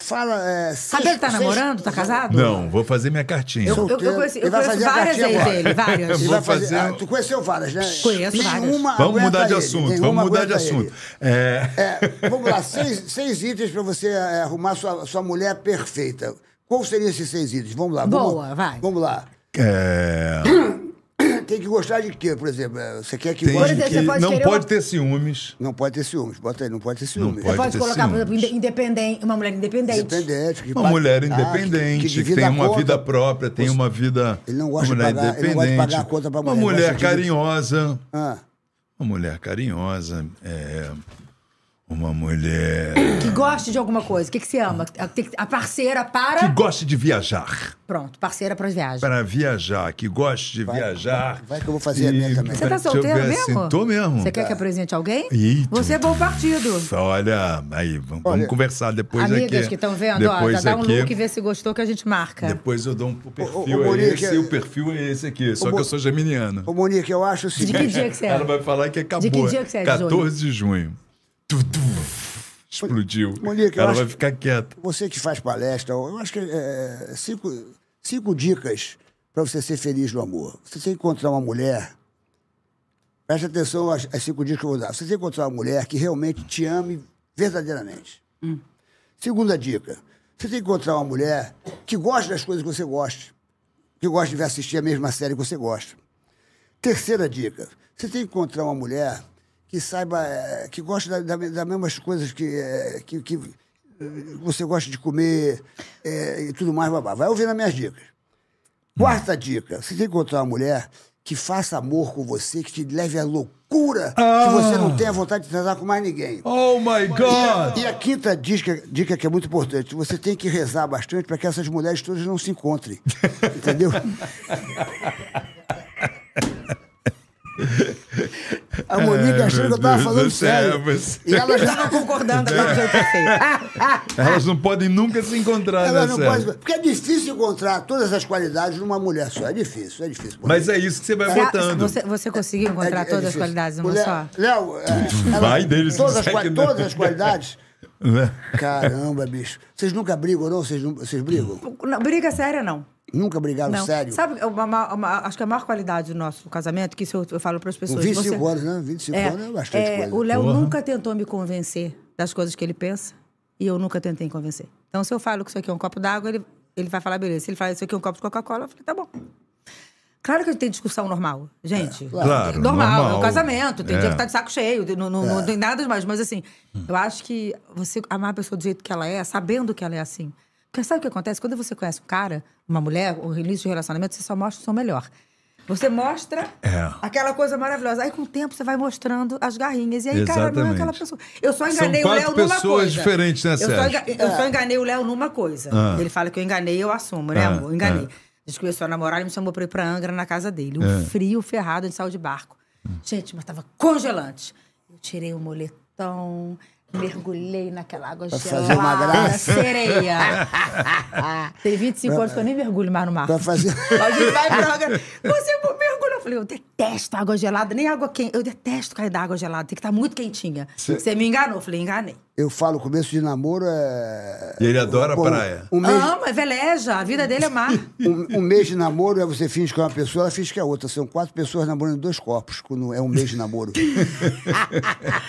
S1: Fala. É, seis-
S4: Cabelo tá
S1: seis-
S4: namorando? Tá casado?
S2: Não, vou fazer minha cartinha.
S4: Eu, eu, eu
S1: Solteiro.
S4: conheci, eu
S1: Ele vai
S4: conheço
S1: fazer a
S4: várias
S1: cartinha
S4: ex
S1: agora.
S4: dele, várias.
S1: Ele
S2: Vou
S1: vai fazer,
S2: fazer-
S1: ah, tu conheceu várias, né?
S4: Conheço
S1: Nenhuma
S2: Vamos mudar
S1: aguenta
S2: de
S1: ele,
S2: assunto,
S1: nenhuma
S2: vamos mudar de
S1: aguenta
S2: assunto.
S1: ele.
S2: É,
S1: É, vamos lá, seis, seis itens para você é, arrumar sua, sua mulher perfeita. Qual seriam esses seis itens? Vamos lá. vamos-
S4: Boa, vai.
S1: Vamos lá.
S2: é,
S1: Tem que gostar de quê, por exemplo? É, Você quer que
S2: tem
S1: goste de
S4: exemplo,
S2: que-
S1: quê?
S4: você pode
S2: não
S4: querer
S2: pode
S4: uma-
S2: ter ciúmes.
S1: Não pode ter ciúmes. Bota aí, não pode ter
S2: Não
S1: ciúmes.
S2: pode,
S4: Pode
S2: ter
S4: colocar, por
S2: ciúmes.
S4: exemplo, inde- independente, uma mulher independente.
S1: Independente. que
S2: Uma
S1: paga-
S2: mulher
S1: Ah, que-
S2: independente, que,
S1: divida
S2: tem
S1: a
S2: uma
S1: conta.
S2: vida própria, tem uma vida.
S1: Ele não gosta de
S2: uma mulher
S1: pagar- ele não gosta de pagar a conta pra
S2: uma
S1: mulher,
S2: mulher
S1: gosta de-
S2: carinhosa.
S1: Ah,
S2: Uma mulher carinhosa. é, uma mulher
S4: Que goste de alguma coisa. O que, que você ama? A, tem que- a parceira
S2: que
S4: para.
S2: goste de viajar.
S4: Pronto, parceira para as viagens.
S2: Para viajar, que goste de viajar.
S1: vai que eu vou fazer a minha também.
S4: Você tá
S2: Deixa eu
S4: solteiro
S2: ver
S4: mesmo?
S2: assim, tô mesmo.
S4: Você quer que apresente alguém?
S2: Eita.
S4: Você é bom partido.
S2: Olha, aí, vamos, vamos
S1: Tá. Olha,
S2: conversar depois aqui.
S4: Amigas que estão vendo, ó,
S2: é depois é
S4: dá um
S2: aqui,
S4: look e vê se gostou que a gente marca.
S2: Depois eu dou um o
S1: Ô, ô,
S2: perfil
S1: ô,
S2: é
S1: Monique,
S2: esse, e o perfil é esse aqui, só
S1: Ô,
S2: que eu
S1: Mo-
S2: sou geminiano.
S1: Ô, Monique, eu acho o
S4: De que
S1: seguinte.
S4: dia que você é?
S2: Ela vai falar que acabou.
S4: que dia que você é,
S2: 14 de junho. Tu, tu, explodiu.
S1: Monique, eu
S2: Ela
S1: acho
S2: vai
S1: que-
S2: ficar quieta.
S1: Você que faz palestra, eu acho que é, cinco, cinco dicas para você ser feliz no amor. Você tem que encontrar uma mulher. Preste atenção às, às cinco dicas que eu vou dar. Você tem que encontrar uma mulher que realmente te ame verdadeiramente. Segunda dica. Você tem que encontrar uma mulher que goste das coisas que você gosta. Que gosta de assistir a mesma série que você gosta. Terceira dica. Você tem que encontrar uma mulher que saiba, eh, que gosta da- da- das mesmas coisas que, eh, que, que, eh, você gosta de comer eh, e tudo mais, babá. Vai ouvindo as minhas dicas. Quarta dica. Você tem que encontrar uma mulher que faça amor com você, que te leve à loucura,
S2: Ah!
S1: que você não tenha vontade de transar com mais ninguém.
S2: Oh my God!
S1: E a quinta dica, dica que é muito importante, você tem que rezar bastante para que essas mulheres todas não se encontrem.
S2: <laughs>
S1: Entendeu? A Monique achando que eu tava
S2: meu
S1: falando
S2: Deus do céu,
S1: sério.
S2: mas-
S1: E ela já
S2: <laughs>
S4: Estava concordando com o jeito assim. perfeito.
S2: Elas não podem nunca se encontrar,
S1: Ela
S2: né,
S1: não
S2: Sérgio?
S1: pode- Porque é difícil encontrar todas as qualidades numa mulher só. É difícil, é difícil.
S2: Mas é isso que você vai botando.
S4: Você, você conseguiu encontrar
S1: É- é
S4: todas as
S1: difícil.
S4: qualidades numa
S1: Mulher-
S4: só?
S1: Léo, é,
S2: Vai
S1: ela-
S2: dele, se
S1: todas, as,
S2: disser
S1: qua-
S2: que não.
S1: todas as qualidades.
S2: Né?
S1: Caramba, bicho. Vocês nunca brigam, não? Vocês, nu- vocês brigam?
S4: Não, briga séria, não.
S1: Nunca brigaram,
S4: não.
S1: sério?
S4: Sabe, é uma- uma- uma- acho que a maior qualidade do nosso casamento, que isso eu, eu falo para as
S1: Com
S4: pessoas.
S1: 25
S4: você-
S1: anos, né? 25 anos é bastante
S4: é,
S1: coisa.
S4: O Léo
S2: Porra.
S4: nunca tentou me convencer das coisas que ele pensa e eu nunca tentei convencer. Então, se eu falo que isso aqui é um copo d'água, ele, ele vai falar, beleza. Se ele fala isso aqui é um copo de Coca-Cola, eu falei, tá bom. Claro que a gente tem discussão normal, gente. normal,
S2: claro,
S4: é
S2: normal.
S4: um casamento, tem
S2: É.
S4: dia que tá de saco cheio, não, não, não tem nada mais. Mas assim, eu acho que você amar a pessoa do jeito que ela é, sabendo que ela é assim. Porque sabe o que acontece? Quando você conhece um cara, uma mulher, o início de relacionamento, você só mostra o seu melhor. Você mostra
S2: É.
S4: aquela coisa maravilhosa. Aí com o tempo você vai mostrando as garrinhas. E aí, cara, não é
S2: Exatamente.
S4: aquela pessoa. Eu só
S2: São
S4: enganei o
S2: quatro
S4: Léo numa coisa.
S2: pessoas diferentes, né,
S4: eu só,
S2: Sérgio?
S4: enga- eu só enganei o Léo numa coisa.
S2: Ah.
S4: Ele fala que eu enganei, eu assumo, né,
S2: Ah,
S4: amor? Enganei.
S2: ah. É.
S4: A gente começou a namorar, ele me chamou pra ir pra Angra na casa dele. Um frio ferrado, a gente saiu de barco. Gente, mas tava congelante. Eu tirei o moletom, mergulhei naquela água
S1: Pra
S4: gelada,
S1: fazer uma graça.
S4: sereia.
S1: <laughs>
S4: Tem 25 anos que eu nem mergulho mais no mar.
S1: Pra fazer. <laughs>
S4: A gente vai pra água. Você mergulha. Eu falei, eu detesto água gelada, nem água quente. Eu detesto cair da água gelada, tem que estar muito quentinha.
S2: Cê-
S4: Você me enganou. Eu falei, enganei.
S1: Eu falo, começo de namoro é.
S2: E ele adora
S1: Bom,
S2: praia.
S1: Um mês,
S4: Ama, é veleja, a vida dele é
S2: <laughs>
S4: mar.
S1: um, um mês de namoro é você finge que é uma pessoa, ela finge que é outra. São quatro pessoas namorando em dois corpos quando é um mês
S4: <laughs>
S1: de namoro.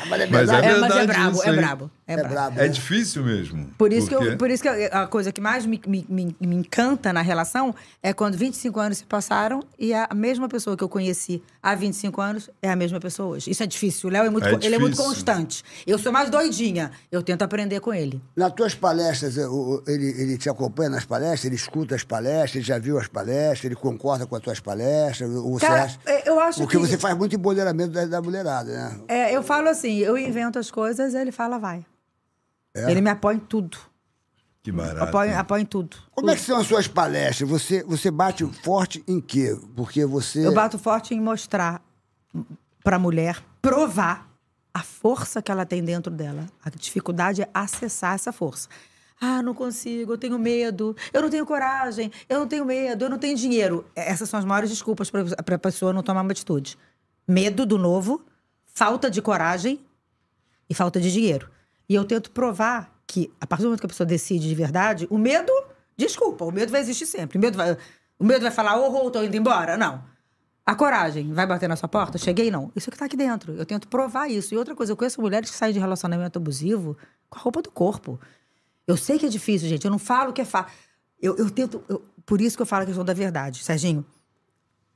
S1: mas é
S2: Mas
S1: verdade.
S4: É, mas é
S2: verdade
S4: brabo,
S2: isso,
S4: é
S2: hein?
S4: brabo, é
S1: É
S4: brabo.
S1: brabo.
S2: É
S1: né?
S2: difícil mesmo.
S4: Por isso, que
S2: porque-
S4: eu, por isso que eu- a coisa que mais me, me, me, me encanta na relação é quando 25 anos se passaram e a mesma pessoa que eu conheci há 25 anos é a mesma pessoa hoje. Isso é difícil. O Léo é muito,
S2: É
S4: co- ele é muito
S2: difícil.
S4: constante. Eu sou mais doidinha. Eu tento aprender com ele.
S1: Nas tuas palestras, eh, o- o- ele, ele te acompanha nas palestras, ele escuta as palestras, ele já viu as palestras, ele concorda com as tuas palestras, ou você
S4: Cara,
S1: acha.
S4: eh, eu acho
S1: Porque
S4: que-
S1: você faz muito empoderamento da, da mulherada, né?
S4: É, eu falo assim, eu invento as coisas, ele fala, vai.
S2: É?
S4: Ele me apoia em tudo.
S2: Que barato.
S4: Apoia, apoia em tudo.
S1: Como é que são as suas palestras? Você, você bate forte em quê? Porque você.
S4: Eu bato forte em mostrar pra mulher, provar a força que ela tem dentro dela. A dificuldade é acessar essa força. Ah, não consigo, eu tenho medo, eu não tenho coragem, eu não tenho medo, eu não tenho dinheiro. Essas são as maiores desculpas para a pessoa não tomar uma atitude. Medo do novo, falta de coragem e falta de dinheiro. E eu tento provar que, a partir do momento que a pessoa decide de verdade, o medo, desculpa, o medo vai existir sempre. O medo vai, o medo vai falar, ô, oh, tô indo embora. Não. A coragem vai bater na sua porta? Cheguei, não. Isso é que tá aqui dentro. Eu tento provar isso. E outra coisa, eu conheço mulheres que saem de relacionamento abusivo com a roupa do corpo. Eu sei que é difícil, gente. Eu não falo que é fácil. Eu, eu tento. eu- por isso que eu falo a questão da verdade. Serginho,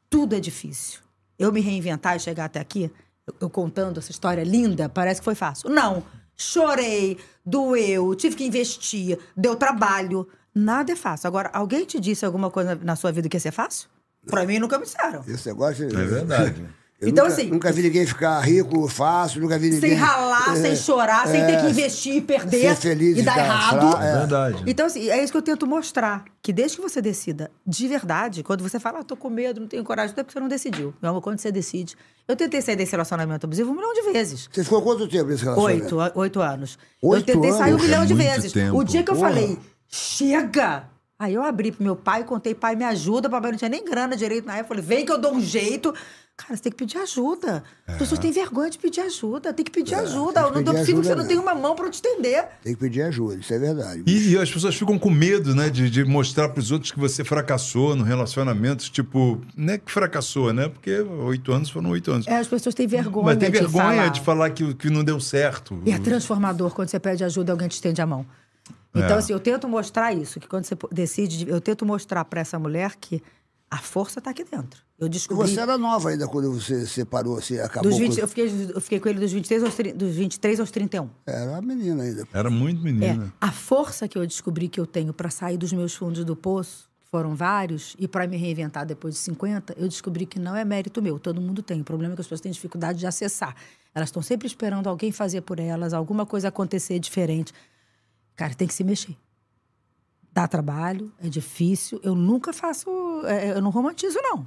S4: tudo é difícil. Eu me reinventar e chegar até aqui, eu, eu contando essa história linda, parece que foi fácil. Não. Chorei, doeu, tive que investir, deu trabalho. Nada é fácil. Agora, alguém te disse alguma coisa na sua vida que ia ser fácil? Pra mim, nunca me disseram.
S1: Esse negócio.
S2: É verdade.
S1: <laughs> Eu
S4: Então,
S1: nunca,
S4: assim-
S1: Nunca vi ninguém ficar rico fácil, nunca vi ninguém.
S4: Sem ralar, sem chorar, sem ter que investir e perder.
S1: é, ser feliz
S4: e
S1: e
S4: dar
S1: cansar,
S4: errado.
S1: É.
S2: É verdade.
S4: Então, assim, é isso que eu tento mostrar. Que desde que você decida, de verdade, quando você fala, ah, tô com medo, não tenho coragem, não é porque você não decidiu. Meu amor, quando você decide. Eu tentei sair desse relacionamento abusivo um milhão de vezes.
S1: Você ficou quanto tempo nesse relacionamento?
S4: Oito, a- oito anos. eu
S1: Oito
S4: tentei sair um
S1: anos?
S4: milhão de
S2: É muito
S4: vezes.
S2: tempo.
S4: O dia que eu
S2: Porra.
S4: falei, chega! Aí eu abri pro meu pai, contei, pai, me ajuda. Papai não tinha nem grana direito na época. Falei, vem que eu dou um jeito. Cara, você tem que pedir ajuda. As pessoas têm vergonha de pedir ajuda. Tem que pedir ajuda.
S1: tem
S4: não
S1: que
S4: é
S1: pedir
S4: possível que você
S1: ajuda
S4: não tenha
S1: mesmo.
S4: uma mão pra eu te estender.
S1: Tem que pedir ajuda, isso é verdade.
S2: E, e as pessoas ficam com medo, né? De, de mostrar pros outros que você fracassou no relacionamento. Tipo, não é que fracassou, né? Porque oito anos foram oito anos.
S4: É, as pessoas têm vergonha
S2: Mas tem
S4: de
S2: vergonha
S4: falar.
S2: de falar que, que não deu certo.
S4: E é transformador quando você pede ajuda e alguém te estende a mão. Então,
S2: É.
S4: assim, eu tento mostrar isso, que quando você po- decide, de- eu tento mostrar pra essa mulher que a força tá aqui dentro. Eu descobri.
S1: Você era nova ainda quando você separou, você acabou.
S4: dos 20
S1: com...
S4: eu, fiquei, eu fiquei com ele dos 23 aos, tri- dos 23 aos 31.
S1: Era uma menina ainda.
S2: Era muito
S4: É,
S2: menina.
S4: a força que eu descobri que eu tenho pra sair dos meus fundos do poço, que foram vários, e pra me reinventar depois de 50, eu descobri que não é mérito meu, todo mundo tem. O problema é que as pessoas têm dificuldade de acessar. Elas estão sempre esperando alguém fazer por elas, alguma coisa acontecer diferente. Cara, tem que se mexer. Dá trabalho, é difícil. Eu nunca faço. é, Eu não romantizo, não.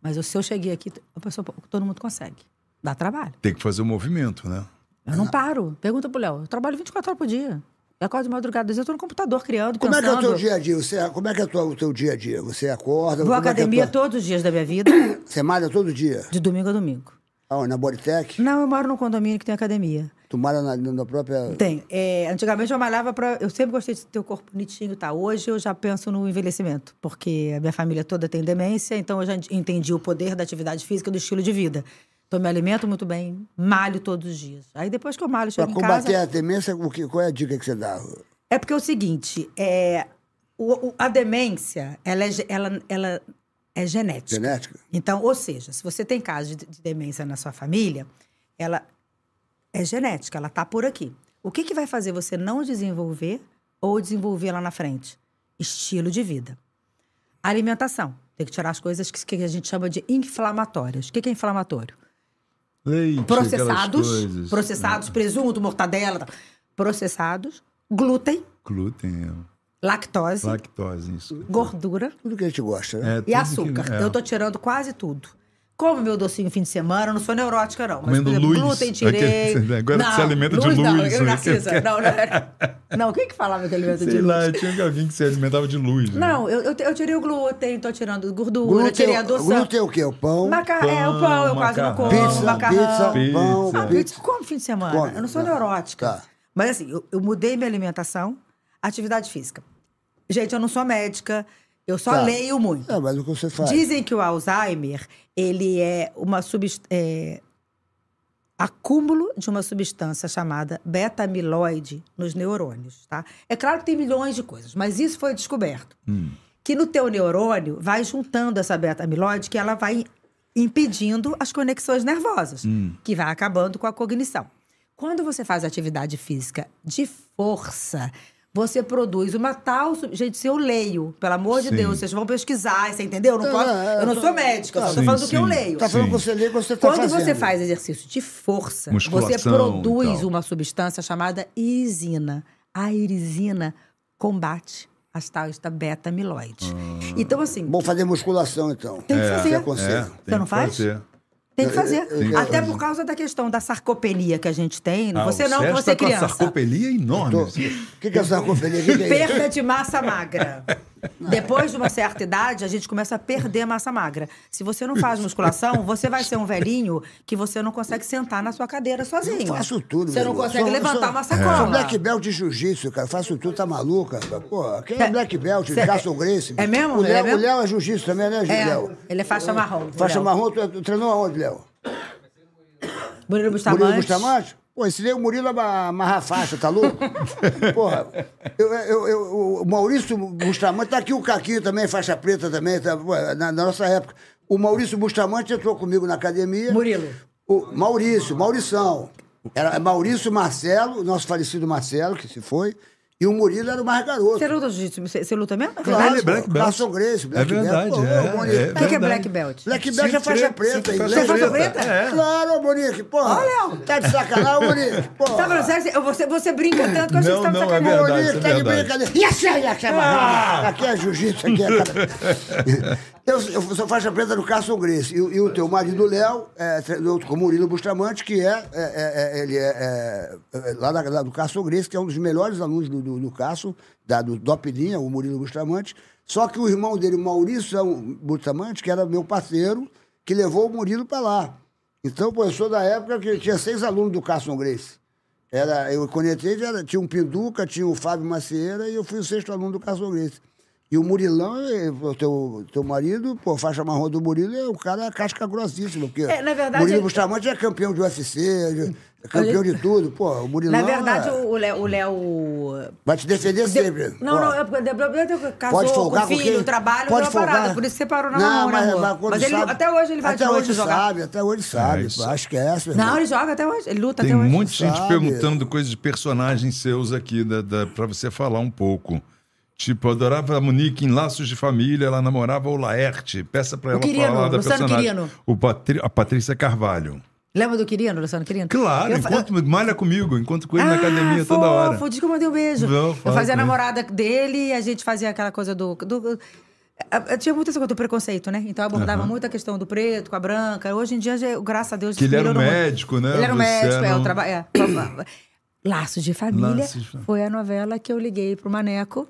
S4: Mas eu- se eu cheguei aqui, a pessoa, todo mundo consegue. Dá trabalho.
S2: Tem que fazer o movimento, né?
S4: Eu
S1: Ah.
S4: não paro. Pergunta pro Léo. Eu trabalho 24 horas por dia. Eu acordo de madrugada, às vezes eu tô no computador criando,
S1: Como é que é
S4: pensando.
S1: o teu dia a dia? Você, como é que é o teu- o teu dia a dia? Você acorda?
S4: Vou à
S1: como é que é a
S4: academia
S1: tua-
S4: todos os dias da minha
S1: <coughs>
S4: vida,
S1: Você malha todo dia?
S4: de domingo a domingo.
S1: Aonde? Na Bodytech?
S4: Não, eu moro num condomínio que tem academia.
S1: Tu malha na, na própria...
S4: Tem. É, antigamente eu malhava pra. Eu sempre gostei de ter o corpo bonitinho, tá? Hoje eu já penso no envelhecimento, porque a minha família toda tem demência, então eu já entendi o poder da atividade física e do estilo de vida. Então eu me alimento muito bem, malho todos os dias. Aí depois que eu malho,
S1: Pra
S4: chego em
S1: combater
S4: casa.
S1: a demência, o que, qual é a dica que você dá?
S4: É porque é o seguinte, é, o- o- a demência, ela é, ge- ela- ela é genética.
S1: Genética?
S4: Então, ou seja, se você tem caso de, de demência na sua família, ela é genética, ela tá por aqui. O que, que vai fazer você não desenvolver ou desenvolver lá na frente? Estilo de vida. Alimentação. Tem que tirar as coisas que, que a gente chama de inflamatórias. O que, que é inflamatório?
S2: Leite, aquelas
S4: Processados,
S2: coisas.
S4: processados, presunto, mortadela, tal. processados, glúten,
S2: Glúten,
S4: lactose,
S2: lactose, isso.
S4: gordura
S1: Tudo que a gente gosta, né?
S2: É,
S4: e
S2: tudo
S4: açúcar. Então,
S2: que- é.
S4: Eu tô tirando quase tudo. Como meu docinho fim de semana, eu não sou neurótica, não. Mas,
S2: Comendo
S4: por exemplo,
S2: luz.
S4: glúten tirei.
S2: Aquele- agora
S4: não,
S2: se alimenta de
S4: Não,
S2: luz,
S4: eu,
S2: né? <laughs>
S4: Narcisa, não, não, era- não, quem é que falava que alimenta de
S2: é. Sei
S4: luz?
S2: lá, tinha alguém que se alimentava de luz. né?
S4: Não, eu, eu, eu tirei o glúten, tô tirando gordura,
S1: Glúten-
S4: tirei a adoçante.
S1: glúten é o quê? O pão?
S4: Maca... é, o pão, eu quase não
S2: macarrão.
S4: como,
S1: Pizza,
S4: macarrão.
S1: pizza, pão,
S2: Pizza.
S4: Ah,
S1: pizza.
S4: pizza como fim de semana.
S1: Come,
S4: eu não sou
S1: tá.
S4: neurótica.
S1: Tá.
S4: Mas assim, eu, eu mudei minha alimentação, atividade física. Gente, eu não sou médica, eu só
S1: Tá.
S4: leio muito.
S1: É, mas o que você faz?
S4: Dizem que o Alzheimer, ele é uma subst... é, acúmulo de uma substância chamada beta-amiloide nos neurônios, tá? É claro que tem milhões de coisas, mas isso foi descoberto.
S1: Hum.
S4: Que no teu neurônio vai juntando essa beta-amiloide que ela vai impedindo as conexões nervosas,
S1: Hum.
S4: que vai acabando com a cognição. Quando você faz atividade física de força, você produz uma tal... sub- Gente, se eu leio, pelo amor de
S2: Sim.
S4: Deus, vocês vão pesquisar, você entendeu? Eu não,
S1: É,
S4: posso-
S1: é,
S4: eu não
S1: tô-
S4: sou médica, eu só
S1: Sim,
S4: tô falando do que eu
S2: sim.
S4: leio.
S1: Tá falando
S2: Sim.
S1: que você lê, que você tá
S4: Quando
S1: fazendo.
S4: você faz exercício de força, você
S2: Musculação e
S4: produz
S2: tal.
S4: uma substância chamada irisina. A irisina combate as tais da beta-amiloide.
S2: Ah.
S4: Então, assim,
S1: Bom fazer musculação, então.
S4: tem
S2: É.
S4: que fazer.
S1: Você aconselha?
S2: tem
S4: Você não
S2: que
S4: faz?
S2: fazer.
S4: Tem que
S1: é,
S4: fazer.
S1: Sim.
S4: Até por causa da questão da sarcopenia que a gente tem.
S2: Ah,
S4: você
S2: o
S4: não,
S2: Sérgio
S4: você
S2: tá com uma
S4: criança.
S2: sarcopelia enorme.
S1: Tô-
S2: assim.
S1: O que, que é essa conferência? O que, que é isso?
S4: Perda de massa magra. Depois de uma certa idade, a gente começa a perder massa magra. Se você não faz musculação, você vai ser um velhinho que você não consegue sentar na sua cadeira sozinho.
S1: Eu faço tudo,
S4: Você
S1: meu
S4: não
S1: irmão.
S4: consegue
S1: Sou-
S4: levantar
S1: sou- é
S4: uma
S1: Sou
S4: sacola.
S1: black belt de jiu-jitsu, cara. Faço tudo, tá maluca? cara? Pô, quem é black belt?
S4: Cê-
S1: Carson Grace.
S4: É mesmo?
S1: O
S4: É
S1: Léo,
S4: mesmo?
S1: o Léo é jiu-jitsu também, né,
S4: É,
S1: Léo?
S4: ele é faixa marrom.
S1: Faixa
S4: Léo.
S1: marrom, tu, tu treinou aonde, Léo?
S4: Murilo Bustamante.
S1: Murilo Bustamante? Pô, ensinei o Murilo a ma- amarrar faixa, tá louco? Porra, eu, eu- eu- o Maurício Bustamante, tá aqui o Caquinho também, faixa preta também, tá, pô, na, na nossa época. O Maurício Bustamante entrou comigo na academia.
S4: Murilo.
S1: O Maurício, Maurição. Era Maurício Marcelo, nosso falecido Marcelo, que se foi. E o Murilo era o mais garoto.
S4: Você luta jiu-jitsu? Você, você luta mesmo?
S1: Claro,
S2: Ele é black
S1: pô,
S2: belt.
S1: Carson Grace, black
S2: é
S1: belt, né?
S2: verdade,
S1: pô,
S2: é,
S1: bonito.
S2: é
S1: O
S4: O que que é
S2: verdade.
S4: black belt?
S1: Black Belt é
S2: Cinto
S1: faixa
S2: preto,
S1: preta,
S2: cinto faixa
S1: inglês.
S4: Você é faixa preta?
S2: É.
S1: Claro, ô, Monique, porra.
S4: Ô, Léo.
S1: Tá de sacanagem, ô, Monique, porra.
S4: Tá falando sério? Eu- Você, você brinca tanto que eu achei que você
S2: Não,
S4: tá me
S2: não, é
S4: sacaneando.
S2: verdade.
S1: Monique,
S2: isso
S1: tá de
S2: verdade. Ah!
S1: brincadeira. Yasha, yasha, barra. Aqui é jiu-jitsu, aqui é cara.
S2: <laughs>
S1: Eu, eu sou faixa preta do Carson Grace. E, o- e o teu marido, Léo, é, treinou com o Murilo Bustamante, que é, é, é, é, ele é, é, é, lá da, lá do Carson Grace, que é um dos melhores alunos do, do, do Carson, da, do, do Apilinha, o Murilo Bustamante. Só que o irmão dele, o Maurício Bustamante, que era meu parceiro, que levou o Murilo para lá. Então, pô, eu sou da época que tinha seis alunos do Carson Grace. Era, eu, quando eu entrei, era, tinha um Pinduca, tinha o Fábio Macieira e eu fui o sexto aluno do Carson Grace. E o Murilão, eh, o teu, teu marido, pô, faixa marrom do Murilo, é um cara casca grossíssima. Porque
S4: É, na verdade,
S1: Murilo
S4: ele-
S1: Bustamante é campeão de UFC, de- é campeão de tudo. Pô, o Murilão
S4: Na verdade,
S1: é-
S4: o o Léo... o Léo-
S1: vai te defender sempre.
S4: Não,
S1: Ó,
S4: não, é porque o Debreu casou
S1: Pode folgar
S4: com o filho,
S1: quem-
S4: o trabalho,
S1: pode
S4: deu uma parada.
S1: folgar.
S4: Por isso você parou na
S1: Não,
S4: mão,
S1: mas,
S4: né, amor?
S1: mas quando
S4: ele-
S1: sabe-
S4: até hoje ele vai
S1: até
S4: de noite
S1: hoje
S4: jogar.
S1: sabe, até hoje sabe.
S2: isso.
S1: acho que é essa.
S4: Não, ele joga até hoje. Ele luta
S2: Tem
S4: até hoje.
S2: muita gente
S1: Sabe.
S2: perguntando coisas de personagens seus aqui, da, para você falar um pouco. Tipo, eu adorava a Monique em Laços de Família, ela namorava o Laerte. Peça pra ela
S4: Quirino,
S2: falar da
S4: Luciano
S2: personagem.
S4: Quirino.
S2: O Patri- a Patrícia Carvalho.
S4: Lembra do Quirino, Luciano Quirino?
S2: Claro,
S4: Eu fa-
S2: enquanto malha comigo, enquanto com ele
S4: Ah,
S2: na academia toda hora.
S4: Fofo, diz que eu mandei um beijo.
S2: Não,
S4: eu
S2: fala
S4: fazia a
S2: com ele.
S4: namorada dele e a gente fazia aquela coisa do. do- Ah, Tinha muita essa coisa do preconceito, né? Então eu abordava muito a questão do preto com a branca. Hoje em dia, já- graças a Deus,
S2: Que ele era um
S4: melhorou muito.
S2: médico, né?
S4: Ele era um
S2: Você
S4: médico, é,
S2: era
S4: o
S2: um-
S4: trabalho. É,
S2: <coughs>
S4: trabalhava. Laços de Família
S2: Laços de Família.
S4: foi a novela que eu liguei pro Maneco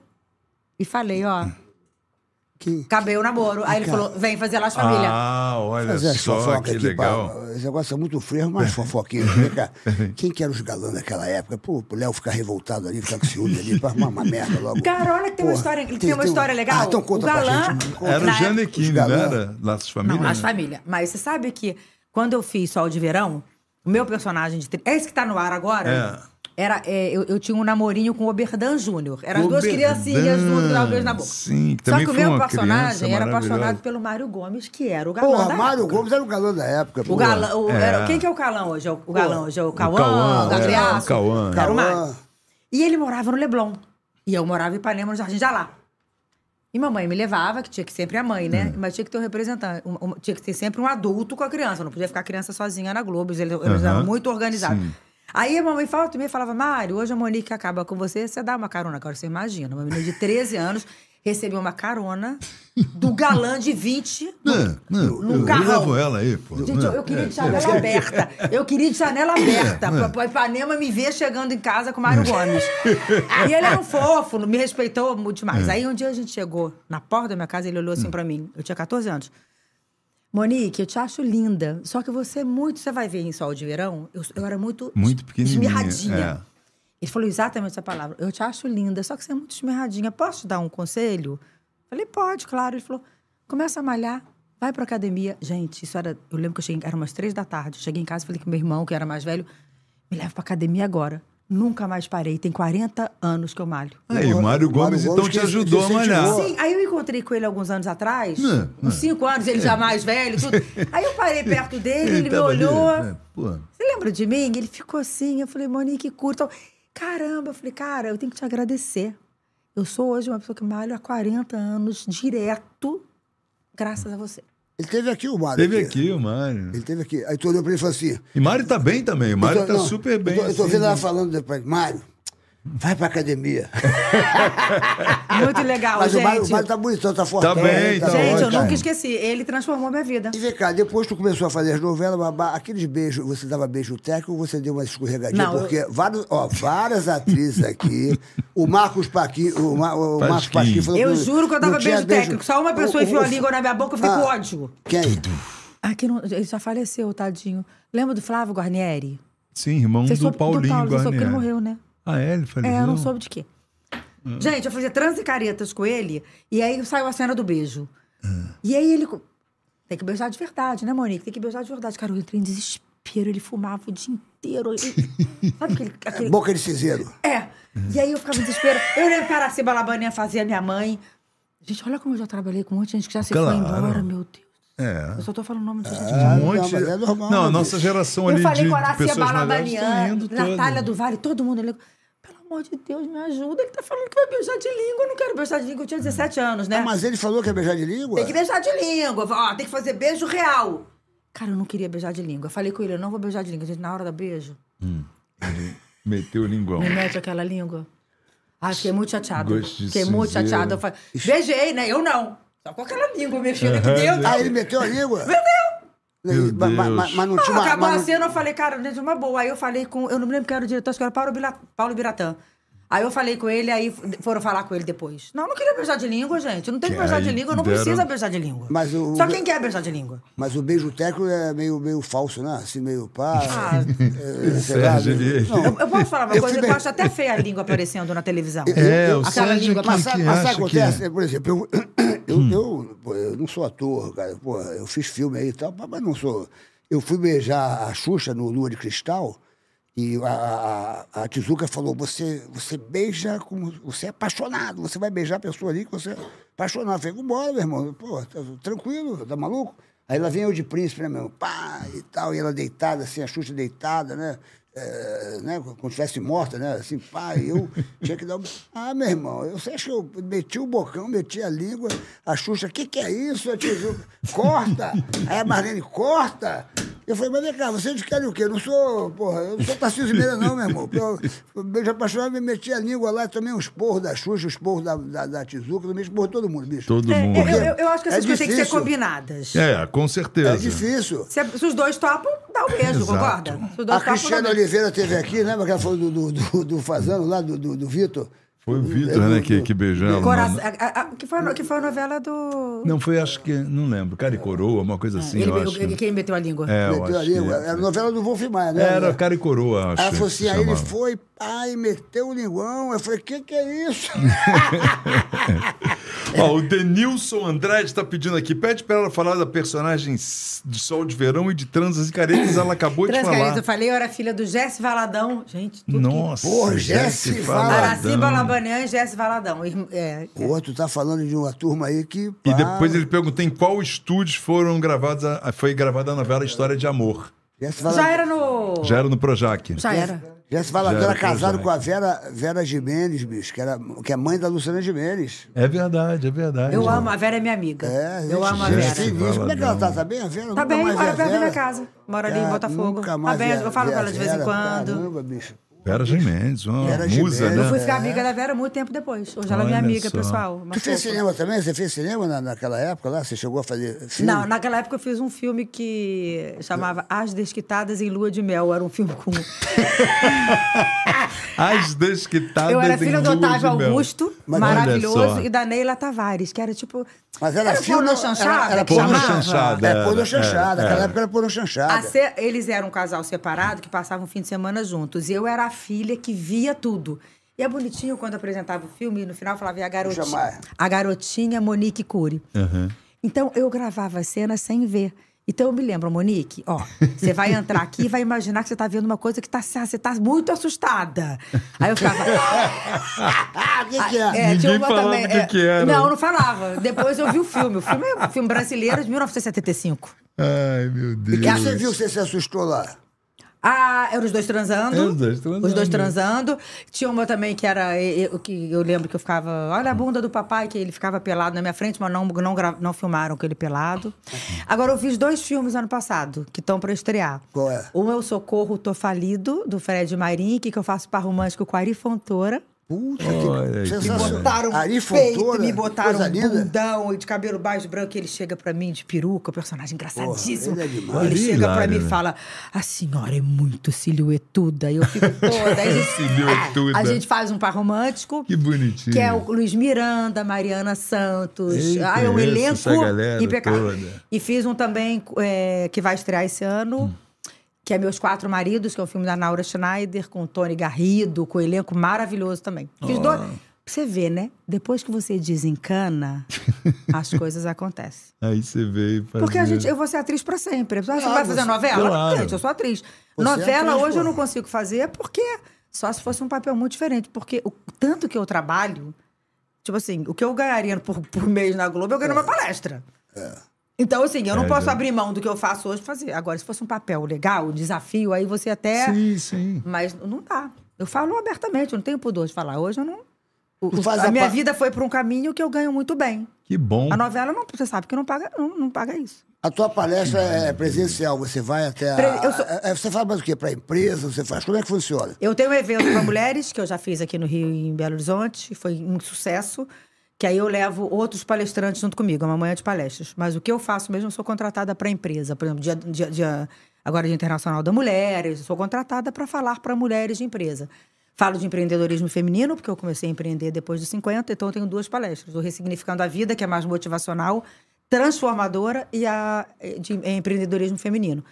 S4: e falei, ó,
S1: Que...
S4: acabei o namoro. Aí ele falou, vem fazer Laços de Família.
S2: Ah, olha
S1: Fazer as
S2: só
S1: fofocas
S2: que
S1: é, aqui,
S2: legal.
S1: pá, esse negócio é muito frio, mas fofoquinhas, né,
S2: <laughs>
S1: cara? Quem que era os galãs naquela época? Pô, o Léo ficar revoltado ali, ficar com ciúme ali, pra arrumar uma merda logo.
S4: Cara, olha que tem uma
S1: Porra,
S4: história, tem uma história legal.
S1: Ah, então conta
S4: o galã,
S1: pra gente.
S2: Era o
S4: Na época,
S2: Janequine,
S1: os
S2: não
S1: galã-
S2: era? Laços de Família?
S4: Não, Laços de
S2: né?
S4: Família. Mas você sabe que quando eu fiz Sol de Verão, o meu personagem de... tri- É esse que tá no ar agora? Era, é, eu, eu tinha um namorinho com o Oberdan Júnior. Eram as duas
S2: Oberdan,
S4: criancinhas juntas que davam beijo na boca.
S2: sim, que
S4: Só
S2: também
S4: que o
S2: foi
S4: meu
S2: uma
S4: personagem
S2: criança
S4: era
S2: maravilhosa.
S4: apaixonado pelo Mário Gomes, que era o galã
S1: Porra,
S4: da
S1: Mário
S4: época.
S1: Gomes era o galã da época,
S4: O
S1: pô.
S4: galã, o-
S2: é.
S4: era- quem que é o Calão hoje? É O, o galã hoje é o Cauã,
S2: Cauã,
S4: o
S2: é,
S4: Gabriel.
S2: o Cauã.
S4: Era o Mário.
S1: Cauã.
S4: E ele morava no Leblon. E eu morava em Ipanema, no Jardim de Alá. E mamãe me levava, que tinha que sempre a mãe,
S2: Uhum.
S4: né? Mas tinha que ter um representante. um- um- tinha que ter sempre um adulto com a criança. Não podia ficar a criança sozinha na Globo. Eles, eles
S2: Aham.
S4: eram muito organizados.
S2: Sim.
S4: Aí a mamãe falava, também falava, Mário, hoje a Monique acaba com você, você dá uma carona. Agora você imagina, uma menina de 13 anos recebeu uma carona do galã de 20
S2: Não, não,
S4: Num
S2: eu- eu
S4: carrão.
S2: levo ela aí, pô. é,
S4: Gente, eu, eu queria de janela aberta. Eu queria de janela aberta. Pra, pra Ipanema me ver chegando em casa com o Mário Gomes. E ele era um fofo, me respeitou muito
S2: É.
S4: demais. Aí um dia a gente chegou na porta da minha casa, ele olhou
S2: Hum.
S4: assim pra mim. Eu tinha 14 anos. Monique, eu te acho linda. Só que você é muito. Você vai ver em Sol de Verão. Eu, eu era muito.
S2: Muito pequenininha,
S4: Esmirradinha.
S2: é.
S4: Ele falou exatamente essa palavra. Eu te acho linda, só que você é muito esmirradinha. Posso te dar um conselho? Falei, pode, claro. Ele falou, começa a malhar, vai pra academia. Gente, isso era. Eu lembro que eu cheguei, era umas três da tarde. Cheguei em casa, falei com meu irmão, que era mais velho, me leva pra academia agora. Nunca mais parei. Tem 40 anos que eu malho.
S2: Aí, o Mário Gomes, então,
S1: Gomes
S2: te
S1: que
S2: ajudou a
S1: incentivou.
S2: malhar.
S4: Sim, aí eu encontrei com ele alguns anos atrás,
S2: Né,
S4: uns
S2: né.
S4: cinco anos, ele já mais velho,
S2: <laughs>
S4: tudo. Aí eu parei perto dele, ele, me
S2: tava ali,
S4: olhou.
S2: né? Pô.
S4: Você lembra de mim? Ele ficou assim. Eu falei, Monique, curta. Caramba, eu falei, cara, eu tenho que te agradecer. Eu sou hoje uma pessoa que malho há 40 anos direto, graças a você.
S1: Ele teve aqui o Mário.
S2: Teve aqui o Mário.
S1: Ele teve aqui. Aí tu olhou pra ele e falou assim...
S2: E Mário tá bem também. O Mário
S1: Eu
S2: tá
S1: tô- não,
S2: super bem.
S1: Eu tô, eu tô
S2: assim,
S1: vendo ela
S2: né?
S1: falando depois. Mário, vai pra academia.
S4: Muito legal,
S1: Mas
S4: gente.
S1: o Mário, o Mário tá bonitão, tá fortão.
S2: bem,
S1: né?
S2: tá
S4: Gente, eu
S2: ótimo.
S4: nunca esqueci. Ele transformou minha vida.
S1: E vem cá, depois tu começou a fazer as novelas, babá, aqueles beijos, você dava beijo técnico ou você deu uma escorregadinha?
S4: Não, eu-
S1: porque vários, ó, várias
S4: <laughs>
S1: atrizes aqui, o Marcos Paquim, o, Ma- o
S2: Pasquim.
S1: Marcos Pasquim falou
S4: Eu
S1: que não-
S4: juro que eu dava
S1: não tinha
S4: beijo técnico. Só uma pessoa
S1: O-
S4: enfiou a
S1: o-
S4: língua na minha boca, eu fiquei
S1: Ah.
S4: com ódio.
S1: Quem?
S4: Aqui não, ele já faleceu, tadinho. Lembra do Flávio Guarnieri?
S2: Sim, irmão
S4: Você
S2: Um do
S4: soube-
S2: Paulinho
S4: Paulo, você soube que
S2: Guarnieri.
S4: ele morreu, né?
S2: Ah, é? Ele faleceu?
S4: É, eu não soube de quê. Gente, eu fazia trans e caretas com ele, e aí saiu a cena do beijo. E aí ele. co- Tem que beijar de verdade, né, Monique? Tem que beijar de verdade. Cara, eu entrei em desespero, ele fumava o dia inteiro. ele- Sabe aquele. aquele-
S1: Boca de cinzeiro.
S4: É. E aí eu ficava em desespero. Eu lembro que a Araciba Labaninha fazia minha mãe. Gente, olha como eu já trabalhei com um monte de gente que já se
S2: Claro.
S4: foi embora, meu Deus.
S2: É.
S4: Eu só tô falando o nome de gente.
S2: Um
S1: não,
S2: monte.
S1: mas é normal,
S2: Não, a
S1: bicho.
S2: nossa geração ali
S4: eu falei
S2: de
S4: com a Horacia
S2: pessoas mais velhas tá
S4: Balabanian,
S2: indo toda.
S4: Natália do Vale, todo mundo. Ele, pelo amor de Deus, me ajuda. Ele tá falando que vai beijar de língua. Eu não quero beijar de língua. Eu tinha 17 anos,
S2: Ah,
S4: né?
S1: Mas ele falou que ia beijar de língua? Ah,
S4: Tem que beijar de língua. Ó, tem que fazer beijo real. Cara, eu não queria beijar de língua. Eu falei com ele, eu não vou beijar de língua. Gente, na hora do beijo,
S2: Meteu o linguão.
S4: me mete aquela língua. Ah, fiquei muito chateado.
S2: Gosto de
S4: Fiquei muito
S2: cinzeiro.
S4: chateado. Eu falei, beijei, né? Eu não. Só com aquela língua mexendo aqui dentro.
S1: Ah, ele meteu a língua? Meteu!
S2: Meu
S1: Mas, mas-
S2: Deus.
S1: mas- mas não tinha
S4: Não,
S1: uma...
S4: Ah, acabou assim.
S1: mas
S4: a
S1: não-
S4: cena, eu falei, cara, de uma boa. Aí eu falei com. Eu não me lembro quem era o diretor, acho que era Paulo, Bila- Paulo Biratã. Aí eu falei com ele, aí f- foram falar com ele depois. Não, eu não queria beijar de língua, gente. Não tem que
S2: Que
S4: beijar
S2: aí
S4: de língua, não
S2: deram-
S4: precisa beijar de língua.
S1: Mas o-
S4: Só quem quer beijar de língua?
S1: Mas o beijo técnico é meio, meio falso, né? Assim, meio
S2: <laughs>
S1: pá.
S4: Ah.
S1: é, sei
S2: Sérgio,
S1: meio-
S2: ele-
S1: Não,
S4: Eu, eu posso falar uma
S1: Eu
S4: coisa,
S1: fui bem-
S4: eu acho até feia a língua aparecendo na televisão.
S2: É, o
S4: Aquela
S2: Sérgio
S4: língua
S2: que,
S1: Mas
S2: que
S1: sabe, mas sabe
S2: acha
S1: o que
S2: que... é? Hum.
S1: acontece? Por exemplo, eu, <coughs> eu, eu, pô, eu não sou ator, cara. Pô, eu fiz filme aí e tal, mas não sou. Eu fui beijar a Xuxa no Lua de Cristal e a, a, a Tizuka falou: você, você beija como. Você é apaixonado, você vai beijar a pessoa ali que você é apaixonado. Eu falei: vambora, meu irmão. Pô, tá- tranquilo, tá maluco? Aí ela vem eu de príncipe, né, meu? irmão? Pá, e tal, e ela deitada, assim, a Xuxa deitada, né? é, né, como estivesse morta, né? Assim, pai, eu tinha que dar um... Ah, meu irmão, eu sei que eu meti o bocão, meti a língua, a Xuxa, o que, que é isso? A tia Ju, corta! Aí a Marlene, corta! Eu falei, mas vem cá, vocês querem o quê? Eu não sou, porra, eu não sou Tarcísio Meira, não, meu irmão. Eu, eu já apaixonado, me meti a língua lá, tomei um esporro da Xuxa, um esporro da, da, da Tizuca, tomei esporro de todo mundo, bicho.
S2: Todo
S4: É,
S2: mundo.
S4: eu, eu- eu acho que essas
S1: É
S4: coisas têm que ser
S1: difícil.
S4: combinadas.
S2: É, com certeza.
S1: É difícil.
S4: Se, se os dois topam, dá um beijo,
S2: Exato.
S4: concorda? Se os dois
S1: A
S4: topam,
S1: Cristiana
S4: dá um beijo.
S1: Oliveira teve aqui, lembra que ela falou do, do, do, do Fazano lá, do, do, do Vitor?
S2: Foi o Vitor,
S1: É,
S2: né,
S1: do-
S2: que,
S1: do-
S2: que beijou ela.
S4: Coração,
S2: mano.
S4: a- a- a- que, foi, a no- que foi a novela do.
S2: Não, foi, acho que, não lembro, cara e coroa, uma coisa assim,
S4: Ele-
S2: eu acho.
S4: ele- quem meteu a língua?
S2: É, eu
S1: Meteu a
S2: acho
S1: língua.
S2: que-
S1: Era novela do Wolf Maia, né?
S2: Era cara e coroa, acho.
S1: Ela falou assim,
S2: que
S1: aí ele
S2: chamava.
S1: foi, pai, meteu o linguão. Eu falei, o que, que é isso? <laughs>
S2: Ó, o Denilson Andrade está pedindo aqui. Pede para ela falar da personagem s- de Sol de Verão e de Transas e Caretas. Ela acabou de
S4: Transcareta,
S2: falar.
S4: eu falei, eu era filha do Jesse Valadão. Gente, tudo
S2: Nossa,
S1: Porra,
S2: Jesse
S1: Jesse
S4: que.
S1: Valadão.
S4: Araci Balabanian e Jesse Valadão. Irm- É,
S1: o outro tá falando de uma turma aí que.
S2: E
S1: pá,
S2: depois ele perguntou em qual estúdio foram gravados a- foi gravada a novela História de Amor.
S1: Já se fala,
S4: Já era no.
S2: Já era no Projac.
S4: Já era.
S1: já se fala
S2: Já
S1: que era
S2: era é.
S1: casado
S2: Projac.
S1: com a Vera, Vera Jimenez, bicho, que, era, que é mãe da Luciana Jimenez.
S2: É verdade, é verdade.
S4: Eu amo, a Vera é minha amiga.
S1: É, gente,
S4: eu amo a
S1: gente
S4: Vera.
S2: sim.
S1: finíssima. Como é que ela tá? Tá bem? A Vera?
S4: Tá
S1: Nunca
S4: bem,
S1: mais vi
S4: mora
S1: a
S4: perto da minha
S1: Vera.
S4: casa. Mora ali em
S1: Cara,
S4: Botafogo.
S1: Nunca
S4: Tá
S1: mais
S4: bem,
S1: vi a-
S4: eu falo
S1: vi
S4: com
S1: a
S4: ela de vez em
S1: Vera,
S4: quando.
S1: Caramba, É. bicho.
S2: Vera Gimenez, uma
S1: Vera
S2: musa,
S1: Gimenez,
S4: Eu fui
S2: né?
S4: ficar amiga da Vera muito tempo depois. Hoje ela é minha
S2: Olha
S4: amiga,
S2: só.
S4: pessoal. uma
S1: Tu fez
S4: fofa.
S1: cinema também? Você fez cinema na, naquela época lá? Você chegou a fazer filme?
S4: Não, naquela época eu fiz um filme que chamava As Desquitadas em Lua de Mel. Era um filme com.
S2: As desquitadas.
S4: Eu era filha
S2: em
S4: do
S2: Lua de
S4: Otávio
S2: Mel.
S4: Augusto,
S1: Mas olha
S4: maravilhoso,
S2: só.
S4: e da Neila Tavares, que era tipo.
S1: Mas era
S4: era
S1: filme-
S4: pornô
S1: era-
S4: chanchada?
S1: era
S4: que
S1: pornô
S4: chamava?
S2: chanchada.
S1: É, porno
S2: Era,
S1: chanchada.
S2: era,
S1: Naquela
S2: era.
S1: época era porno
S4: A
S1: chanchada.
S4: ser- eles eram um casal separado que passavam o fim de semana juntos. E eu era a filha que via tudo. E é bonitinho quando apresentava o filme, e no final falava, e a
S1: chamar.
S4: garotinha. A garotinha Monique Cury. Então eu gravava a cena sem ver. Então eu me lembro, Monique, ó, você vai entrar aqui e vai imaginar que você tá vendo uma coisa que tá, você tá muito assustada. Aí eu ficava.
S1: Ah, o que, que é?
S4: É, tinha
S2: Ninguém
S4: uma
S2: falava
S4: também,
S2: o que
S4: é.
S2: que era.
S4: Não, não falava. Depois eu vi o filme. O filme é um filme brasileiro de 1975.
S2: Ai, meu Deus.
S1: O que você viu que você se assustou lá?
S4: Ah, eram os dois transando.
S2: Os dois transando.
S4: Os dois transando. Tinha uma também que era. Eu, que eu lembro que eu ficava. Olha a bunda do papai, que ele ficava pelado na minha frente, mas não, não, gra- não filmaram com ele pelado. Agora, eu fiz dois filmes ano passado, que estão pra estrear.
S1: Qual é?
S4: Um é o Socorro Tô Falido, do Fred Marim, que eu faço par romântico com a Ari Fontoura.
S1: Puta
S2: Olha, que
S1: sensacional.
S2: bom.
S4: botaram
S1: Ari
S4: peito,
S1: Fontoura,
S4: me botaram
S1: coisa linda.
S4: bundão e de cabelo baixo branco. e Ele chega pra mim de peruca, o personagem engraçadíssimo.
S1: Porra, ele é demais.
S4: ele
S2: Ari é
S4: chega pra
S2: hilário,
S4: mim e
S2: né?
S4: fala: A senhora é muito silhuetuda. E eu fico
S2: <laughs>
S4: toda. Aí a gente-
S2: Silhuetuda.
S4: A gente faz um par romântico.
S2: Que bonitinho.
S4: Que é o Luiz Miranda, Mariana Santos.
S2: Eita,
S4: ah, é um
S2: essa,
S4: elenco
S2: essa galera
S4: impecável.
S2: toda.
S4: E fiz um também é, que vai estrear esse ano.
S2: Hum.
S4: Que é Meus Quatro Maridos, que é um filme da Naura Schneider, com o Tony Garrido, com um elenco maravilhoso também. Fiz dois.
S1: Ah.
S4: Pra você ver, né? Depois que você
S1: <laughs>
S4: desencana, as coisas acontecem.
S2: Aí você veio fazer.
S4: Porque a gente, eu vou ser atriz pra sempre. Você
S1: é. Claro,
S4: vai fazer
S1: você-
S4: novela?
S2: claro.
S4: Gente, eu sou atriz.
S1: Você é
S4: novela
S1: atriz,
S4: hoje eu
S1: pô.
S4: não consigo fazer porque só se fosse um papel muito diferente. Porque o tanto que eu trabalho, tipo assim, o que eu ganharia por, por mês na Globo, eu ganho
S1: É.
S4: numa palestra. Então, assim, eu não
S2: É,
S4: posso
S2: já-
S4: abrir mão do que eu faço hoje pra fazer. Agora, se fosse um papel legal, um desafio, aí você até.
S2: Sim, sim.
S4: Mas não dá. Eu falo abertamente, eu não tenho pudor de falar. Hoje eu não. o-
S1: Tu
S4: o-
S1: faz
S4: a,
S1: a
S4: minha
S1: pa-
S4: vida foi pra um caminho que eu ganho muito bem.
S2: Que bom.
S4: A novela, não, você sabe que não paga, não, não paga isso.
S1: A tua palestra é presencial, você vai até a...
S4: Pre- eu sou-
S1: é- é- Você faz mais o quê? Para empresa? Você faz? Como é que funciona?
S4: Eu tenho um evento para mulheres, que eu já fiz aqui no Rio e em Belo Horizonte, foi um sucesso. Que aí eu levo outros palestrantes junto comigo, é uma manhã de palestras. Mas o que eu faço mesmo, eu sou contratada para empresa. Por exemplo, dia, dia- dia- agora Dia Internacional da Mulher, eu sou contratada para falar para mulheres de empresa. Falo de empreendedorismo feminino, porque eu comecei a empreender depois dos 50, então eu tenho duas palestras. O Ressignificando a Vida, que é mais motivacional, transformadora, e a eh, de empreendedorismo feminino.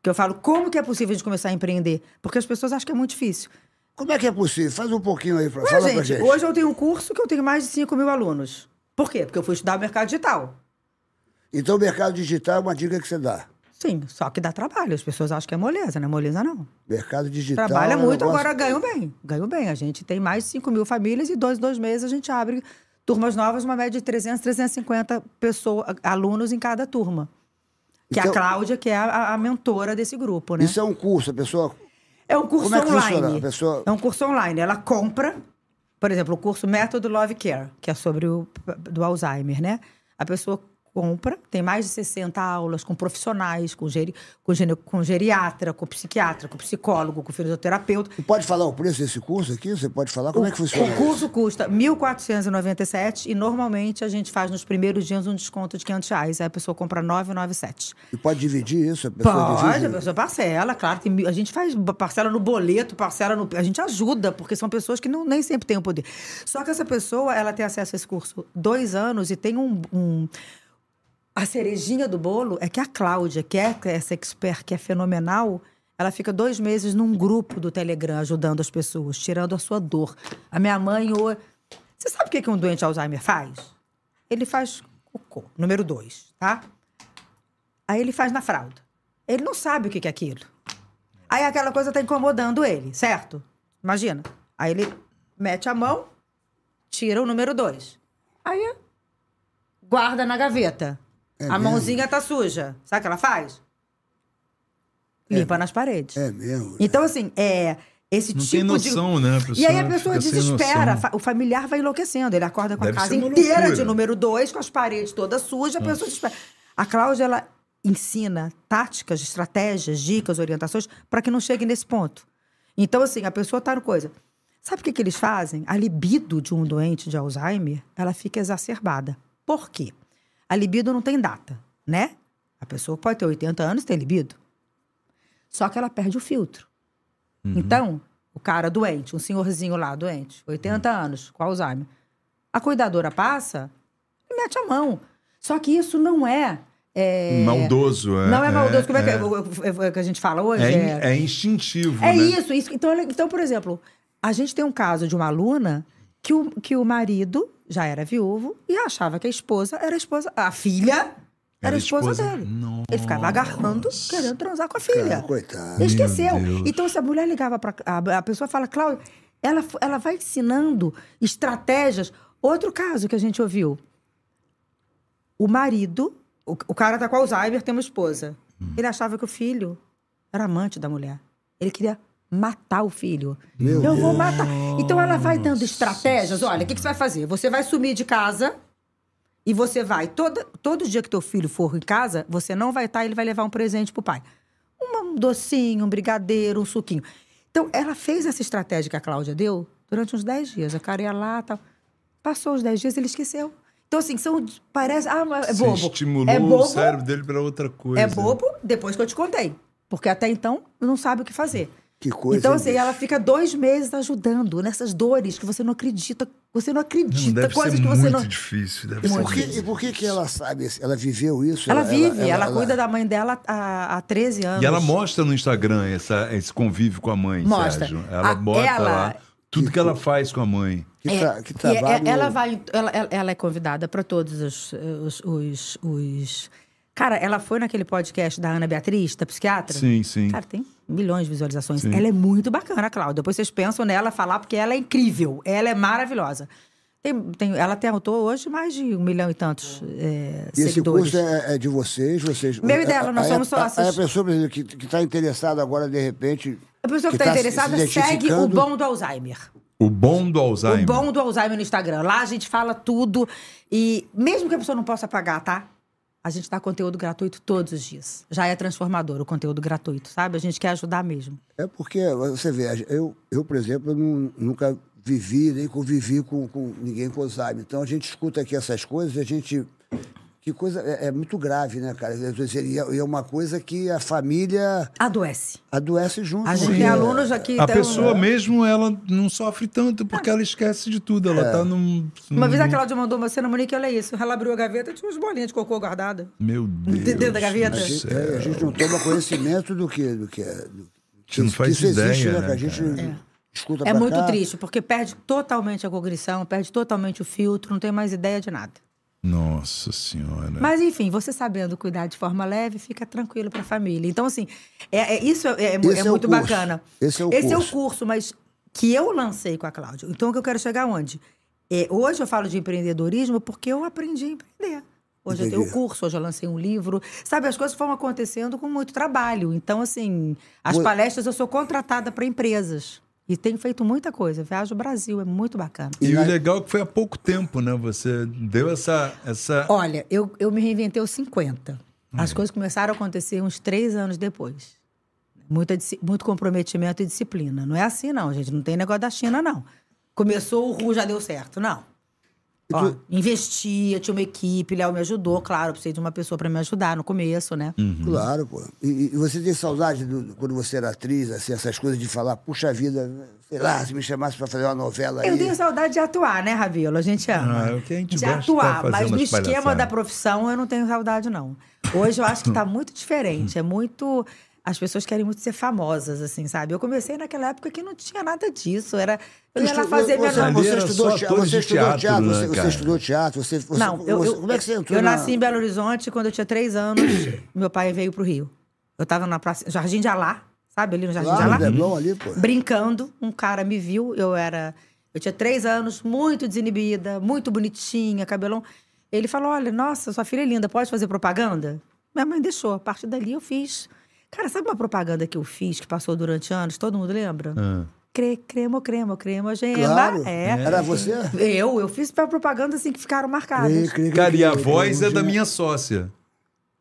S4: Que eu falo como que é possível de começar a empreender, porque as pessoas acham que é muito difícil.
S1: Como é que é possível? Faz um pouquinho aí, pra...
S4: Ué,
S1: fala pra
S4: gente,
S1: gente.
S4: hoje eu tenho um curso que eu tenho mais de 5 mil alunos. Por quê? Porque eu fui estudar o mercado digital.
S1: Então o mercado digital é uma dica que você dá.
S4: Sim, só que dá trabalho. As pessoas acham que é moleza, não é moleza, não.
S1: Mercado digital...
S4: Trabalha
S1: é um
S4: muito,
S1: negócio-
S4: agora ganho bem. Ganho bem. A gente tem mais de 5 mil famílias e dois, dois meses a gente abre turmas novas, uma média de 300, 350 pessoas, alunos em cada turma. Que é
S1: Então-
S4: a Cláudia, que é a, a mentora desse grupo, né?
S1: Isso é um curso, a pessoa...
S4: É um curso
S1: Como é que funciona?
S4: online.
S1: A pessoa-
S4: É um curso online. Ela compra, por exemplo, o curso Método Love Care, que é sobre o do Alzheimer, né? A pessoa compra, tem mais de 60 aulas com profissionais, com, geri, com, gene- com geriatra, com psiquiatra, com psicólogo, com fisioterapeuta.
S1: Você pode falar o preço desse curso aqui? Você pode falar como é que funciona?
S4: O curso custa R$ 1.497 e normalmente a gente faz nos primeiros dias um desconto de R$ 500 reais. Aí a pessoa compra R$ 997.
S1: isso? E pode dividir isso? A pessoa
S4: Pode,
S1: divide?
S4: a pessoa parcela, claro. Tem, mil- a gente faz ba- parcela no boleto, parcela no. A gente ajuda, porque são pessoas que não, nem sempre têm o poder. Só que essa pessoa, ela tem acesso a esse curso dois anos e tem um. um- a cerejinha do bolo é que a Cláudia, que é essa expert, que é fenomenal, ela fica dois meses num grupo do Telegram ajudando as pessoas, tirando a sua dor. A minha mãe, ou. Você sabe o que que um doente de Alzheimer faz? Ele faz cocô, número dois, tá? Aí ele faz na fralda. Ele não sabe o que que é aquilo. Aí aquela coisa tá incomodando ele, certo? Imagina. Aí ele mete a mão, tira o número dois. Aí guarda na gaveta.
S1: É
S4: a
S1: mesmo?
S4: mãozinha tá suja. Sabe o que ela faz? Limpa nas paredes.
S1: É mesmo.
S4: Então, assim, é esse
S2: Não
S4: tipo
S2: tem noção,
S4: de.
S2: né? A
S4: E aí a pessoa
S2: pessoa fica sem
S4: desespera,
S2: noção.
S4: fa- o familiar vai enlouquecendo. Ele acorda com
S2: Deve
S4: a casa
S2: ser uma
S4: inteira
S2: loucura.
S4: de número dois, com as paredes todas sujas, a pessoa desespera. A Cláudia, ela ensina táticas, estratégias, dicas, orientações para que não chegue nesse ponto. Então, assim, a pessoa tá no coisa. Sabe o que, que eles fazem? A libido de um doente de Alzheimer, ela fica exacerbada. Por quê? A libido não tem data, né? A pessoa pode ter 80 anos e ter libido. Só que ela perde o filtro. Então, o cara doente, um senhorzinho lá doente, 80 anos, com Alzheimer. A cuidadora passa e mete a mão. Só que isso não é. é-
S2: Maldoso, é.
S4: Não é maldoso. Como é, que é- o- o- o que a gente fala hoje?
S2: É, in- é instintivo.
S4: É
S2: né?
S4: isso, isso. Então, olha- então, por exemplo, a gente tem um caso de uma aluna que o, que o marido já era viúvo e achava que a esposa era a esposa. A filha era a esposa, dele. Ele ficava agarrando, querendo transar com a filha.
S1: Cara, coitado.
S4: Ele Esqueceu.
S2: Deus.
S4: Então, se a mulher ligava para a, a pessoa fala, Cláudia, ela, f- ela vai ensinando estratégias. Outro caso que a gente ouviu. O marido, o, o cara tá com Alzheimer, tem uma esposa.
S1: Hum.
S4: Ele achava que o filho era amante da mulher. Ele queria matar o filho.
S1: Meu
S4: Eu vou
S1: Deus.
S4: matar. Então ela vai dando estratégias. Olha, o que, que você vai fazer? Você vai sumir de casa e você vai. Toda, todo dia que teu filho for em casa, você não vai estar, ele vai levar um presente pro pai. Uma- Um docinho, um brigadeiro, um suquinho. Então, ela fez essa estratégia que a Cláudia deu durante uns 10 dias. A cara ia lá, tal. Passou os 10 dias, ele esqueceu. Então, assim, são. Parece. Ah, mas é
S2: Você
S4: bobo.
S2: estimulou
S4: é bobo,
S2: o cérebro dele para outra coisa.
S4: é bobo depois que eu te contei. Porque até então não sabe o que fazer.
S1: Que coisa,
S4: Então,
S1: hein,
S4: assim,
S1: bicho?
S4: ela fica dois meses ajudando nessas dores que você não acredita. Você não
S2: Não,
S4: acredita,
S2: deve
S4: coisas
S2: ser
S4: que você
S2: muito
S4: não.
S2: difícil. Deve
S1: E
S2: ser
S1: por, que,
S2: muito
S1: e por que que ela sabe? isso? Ela viveu isso?
S4: Ela vive, ela, cuida da mãe dela há, há 13 anos.
S2: E ela mostra no Instagram essa- esse convívio com a mãe,
S4: Mostra.
S2: Sérgio. Ela
S4: A-
S2: bota
S4: ela-
S2: lá tudo que ela faz com a mãe.
S1: Que,
S4: É,
S1: tra- Tá, que
S4: e é-
S1: trabalho...
S4: ela vai, ela, ela- ela é convidada para todos os, os, os- os- Cara, ela foi naquele podcast da Ana Beatriz, da psiquiatra.
S2: Sim, sim.
S4: Cara, tem milhões de visualizações.
S2: Sim.
S4: Ela é muito bacana, Cláudia. Depois vocês pensam nela falar, porque ela é incrível. Ela é maravilhosa. Tem, tem, ela tem autor hoje mais de um milhão e tantos é,
S1: E esse
S4: seguidores.
S1: curso é, é de vocês, vocês...
S4: Meu e dela, nós
S1: Aí a-
S4: somos sócios.
S1: Aí a pessoa por exemplo, que está interessada agora, de repente...
S4: A pessoa que
S1: está
S4: está interessada segue o bom do Alzheimer.
S2: O bom do Alzheimer.
S4: O bom do Alzheimer no Instagram. Lá a gente fala tudo. E mesmo que a pessoa não possa pagar, tá? A gente dá conteúdo gratuito todos os dias. Já é transformador o conteúdo gratuito, sabe? A gente quer ajudar mesmo.
S1: É porque, você vê, a gen- eu, eu por exemplo, eu nu- nunca vivi, nem convivi com, com ninguém com Alzheimer. Então a gente escuta aqui essas coisas, a gente. Que coisa. É, é muito grave, né, cara? Eu tô dizendo, E é, e é uma coisa que a família
S4: Adoece.
S1: adoece junto.
S4: A gente
S1: porque-
S4: tem alunos aqui.
S2: A
S4: então-
S2: pessoa mesmo, ela não sofre tanto porque ela esquece de tudo. Ela tá num.
S4: Ah. É. Uma vez a Cláudia mandou uma cena, Monique, olha isso. Ela abriu a gaveta, tinha umas bolinhas de cocô guardada.
S2: Meu Deus.
S4: Dentro da gaveta?
S2: do
S1: A gente,
S2: céu.
S1: é, a gente não toma conhecimento do que, do que é. Do,
S2: gente não faz
S1: isso existe,
S2: ideia,
S1: né?
S2: né,
S1: cara? A gente escuta
S4: É
S1: pra
S4: muito
S1: cá.
S4: triste, porque perde totalmente a cognição, perde totalmente o filtro, não tem mais ideia de nada.
S2: Nossa Senhora.
S1: né?
S4: Mas enfim, você sabendo cuidar de forma leve, fica tranquilo para a família. Então, assim, é, é- isso é, é mu-
S1: Esse
S4: é
S1: é o
S4: muito
S1: curso.
S4: bacana.
S1: Esse é o curso.
S4: curso, mas que eu lancei com a Cláudia. Então, o que eu quero chegar onde? É, hoje eu falo de empreendedorismo porque eu aprendi a empreender. Hoje eu tenho
S1: Entendi.
S4: o curso, hoje eu lancei um livro. Sabe, as coisas foram acontecendo com muito trabalho. Então, assim, as
S1: Vo-
S4: palestras eu sou contratada para empresas. E tenho feito muita coisa. Viajo o Brasil, é muito bacana.
S2: E,
S1: E
S2: o
S1: na-
S2: legal é que foi há pouco tempo, né? Você deu essa. essa...
S4: Olha, eu, eu me reinventei aos 50. As coisas começaram a acontecer uns três anos depois. Muita, disci- muito comprometimento e disciplina. Não é assim, não, gente. Não tem negócio da China, não. Começou o RU, já deu certo. Não. Ó, investia, tinha uma equipe, Léo me ajudou, claro, eu precisei de uma pessoa para me ajudar no começo, né?
S2: Uhum.
S1: Claro, pô. E, e você tem saudade do, do- quando você era atriz, assim, essas coisas de falar, puxa vida, sei lá, se me chamasse pra fazer uma novela
S4: Eu
S1: aí.
S4: tenho saudade de atuar, né, Ravilo? A gente ama.
S2: Ah, é o que a gente
S4: de
S2: gosta de
S4: atuar,
S2: ficar
S4: mas
S2: fazendo
S4: no
S2: as
S4: esquema
S2: palhaçadas.
S4: da profissão eu não tenho saudade, não. Hoje eu acho que tá muito diferente. É muito. As pessoas querem muito ser famosas, assim, sabe? Eu comecei naquela época que não tinha nada disso. Era. Eu ia lá
S1: Estu-
S4: fazer minha
S1: você,
S2: Ali
S1: você
S2: era
S1: estudou,
S2: só
S1: te-
S2: atores
S1: você
S2: de
S1: estudou teatro,
S2: teatro, né,
S1: você, você
S2: cara?
S1: estudou teatro, você, você,
S4: Não, eu,
S1: você-
S4: eu,
S1: como é que você entrou
S4: eu
S1: na-
S4: nasci em Belo Horizonte quando eu tinha três anos. meu pai veio pro Rio. Eu tava na praça, Jardim de Alá, sabe? Ali no Jardim de
S1: lá, é
S4: Alá.
S1: no Leblon ali, pô?
S4: brincando. Um cara me viu, eu era. Eu tinha três anos, muito desinibida, muito bonitinha, cabelão. Ele falou: Olha, nossa, sua filha é linda, pode fazer propaganda? Minha mãe deixou. A partir dali eu fiz. Cara, sabe uma propaganda que eu fiz, que passou durante anos? Todo mundo lembra?
S2: Ah.
S4: Cre, crema, crema, crema, gema.
S1: Claro.
S4: É.
S1: Era você?
S4: Eu, eu fiz pra propaganda assim que ficaram marcadas.
S1: Cri, cri, cri,
S2: Cara,
S4: um
S2: e a
S1: cri,
S2: voz
S1: cri,
S2: é da
S1: cri.
S2: minha sócia.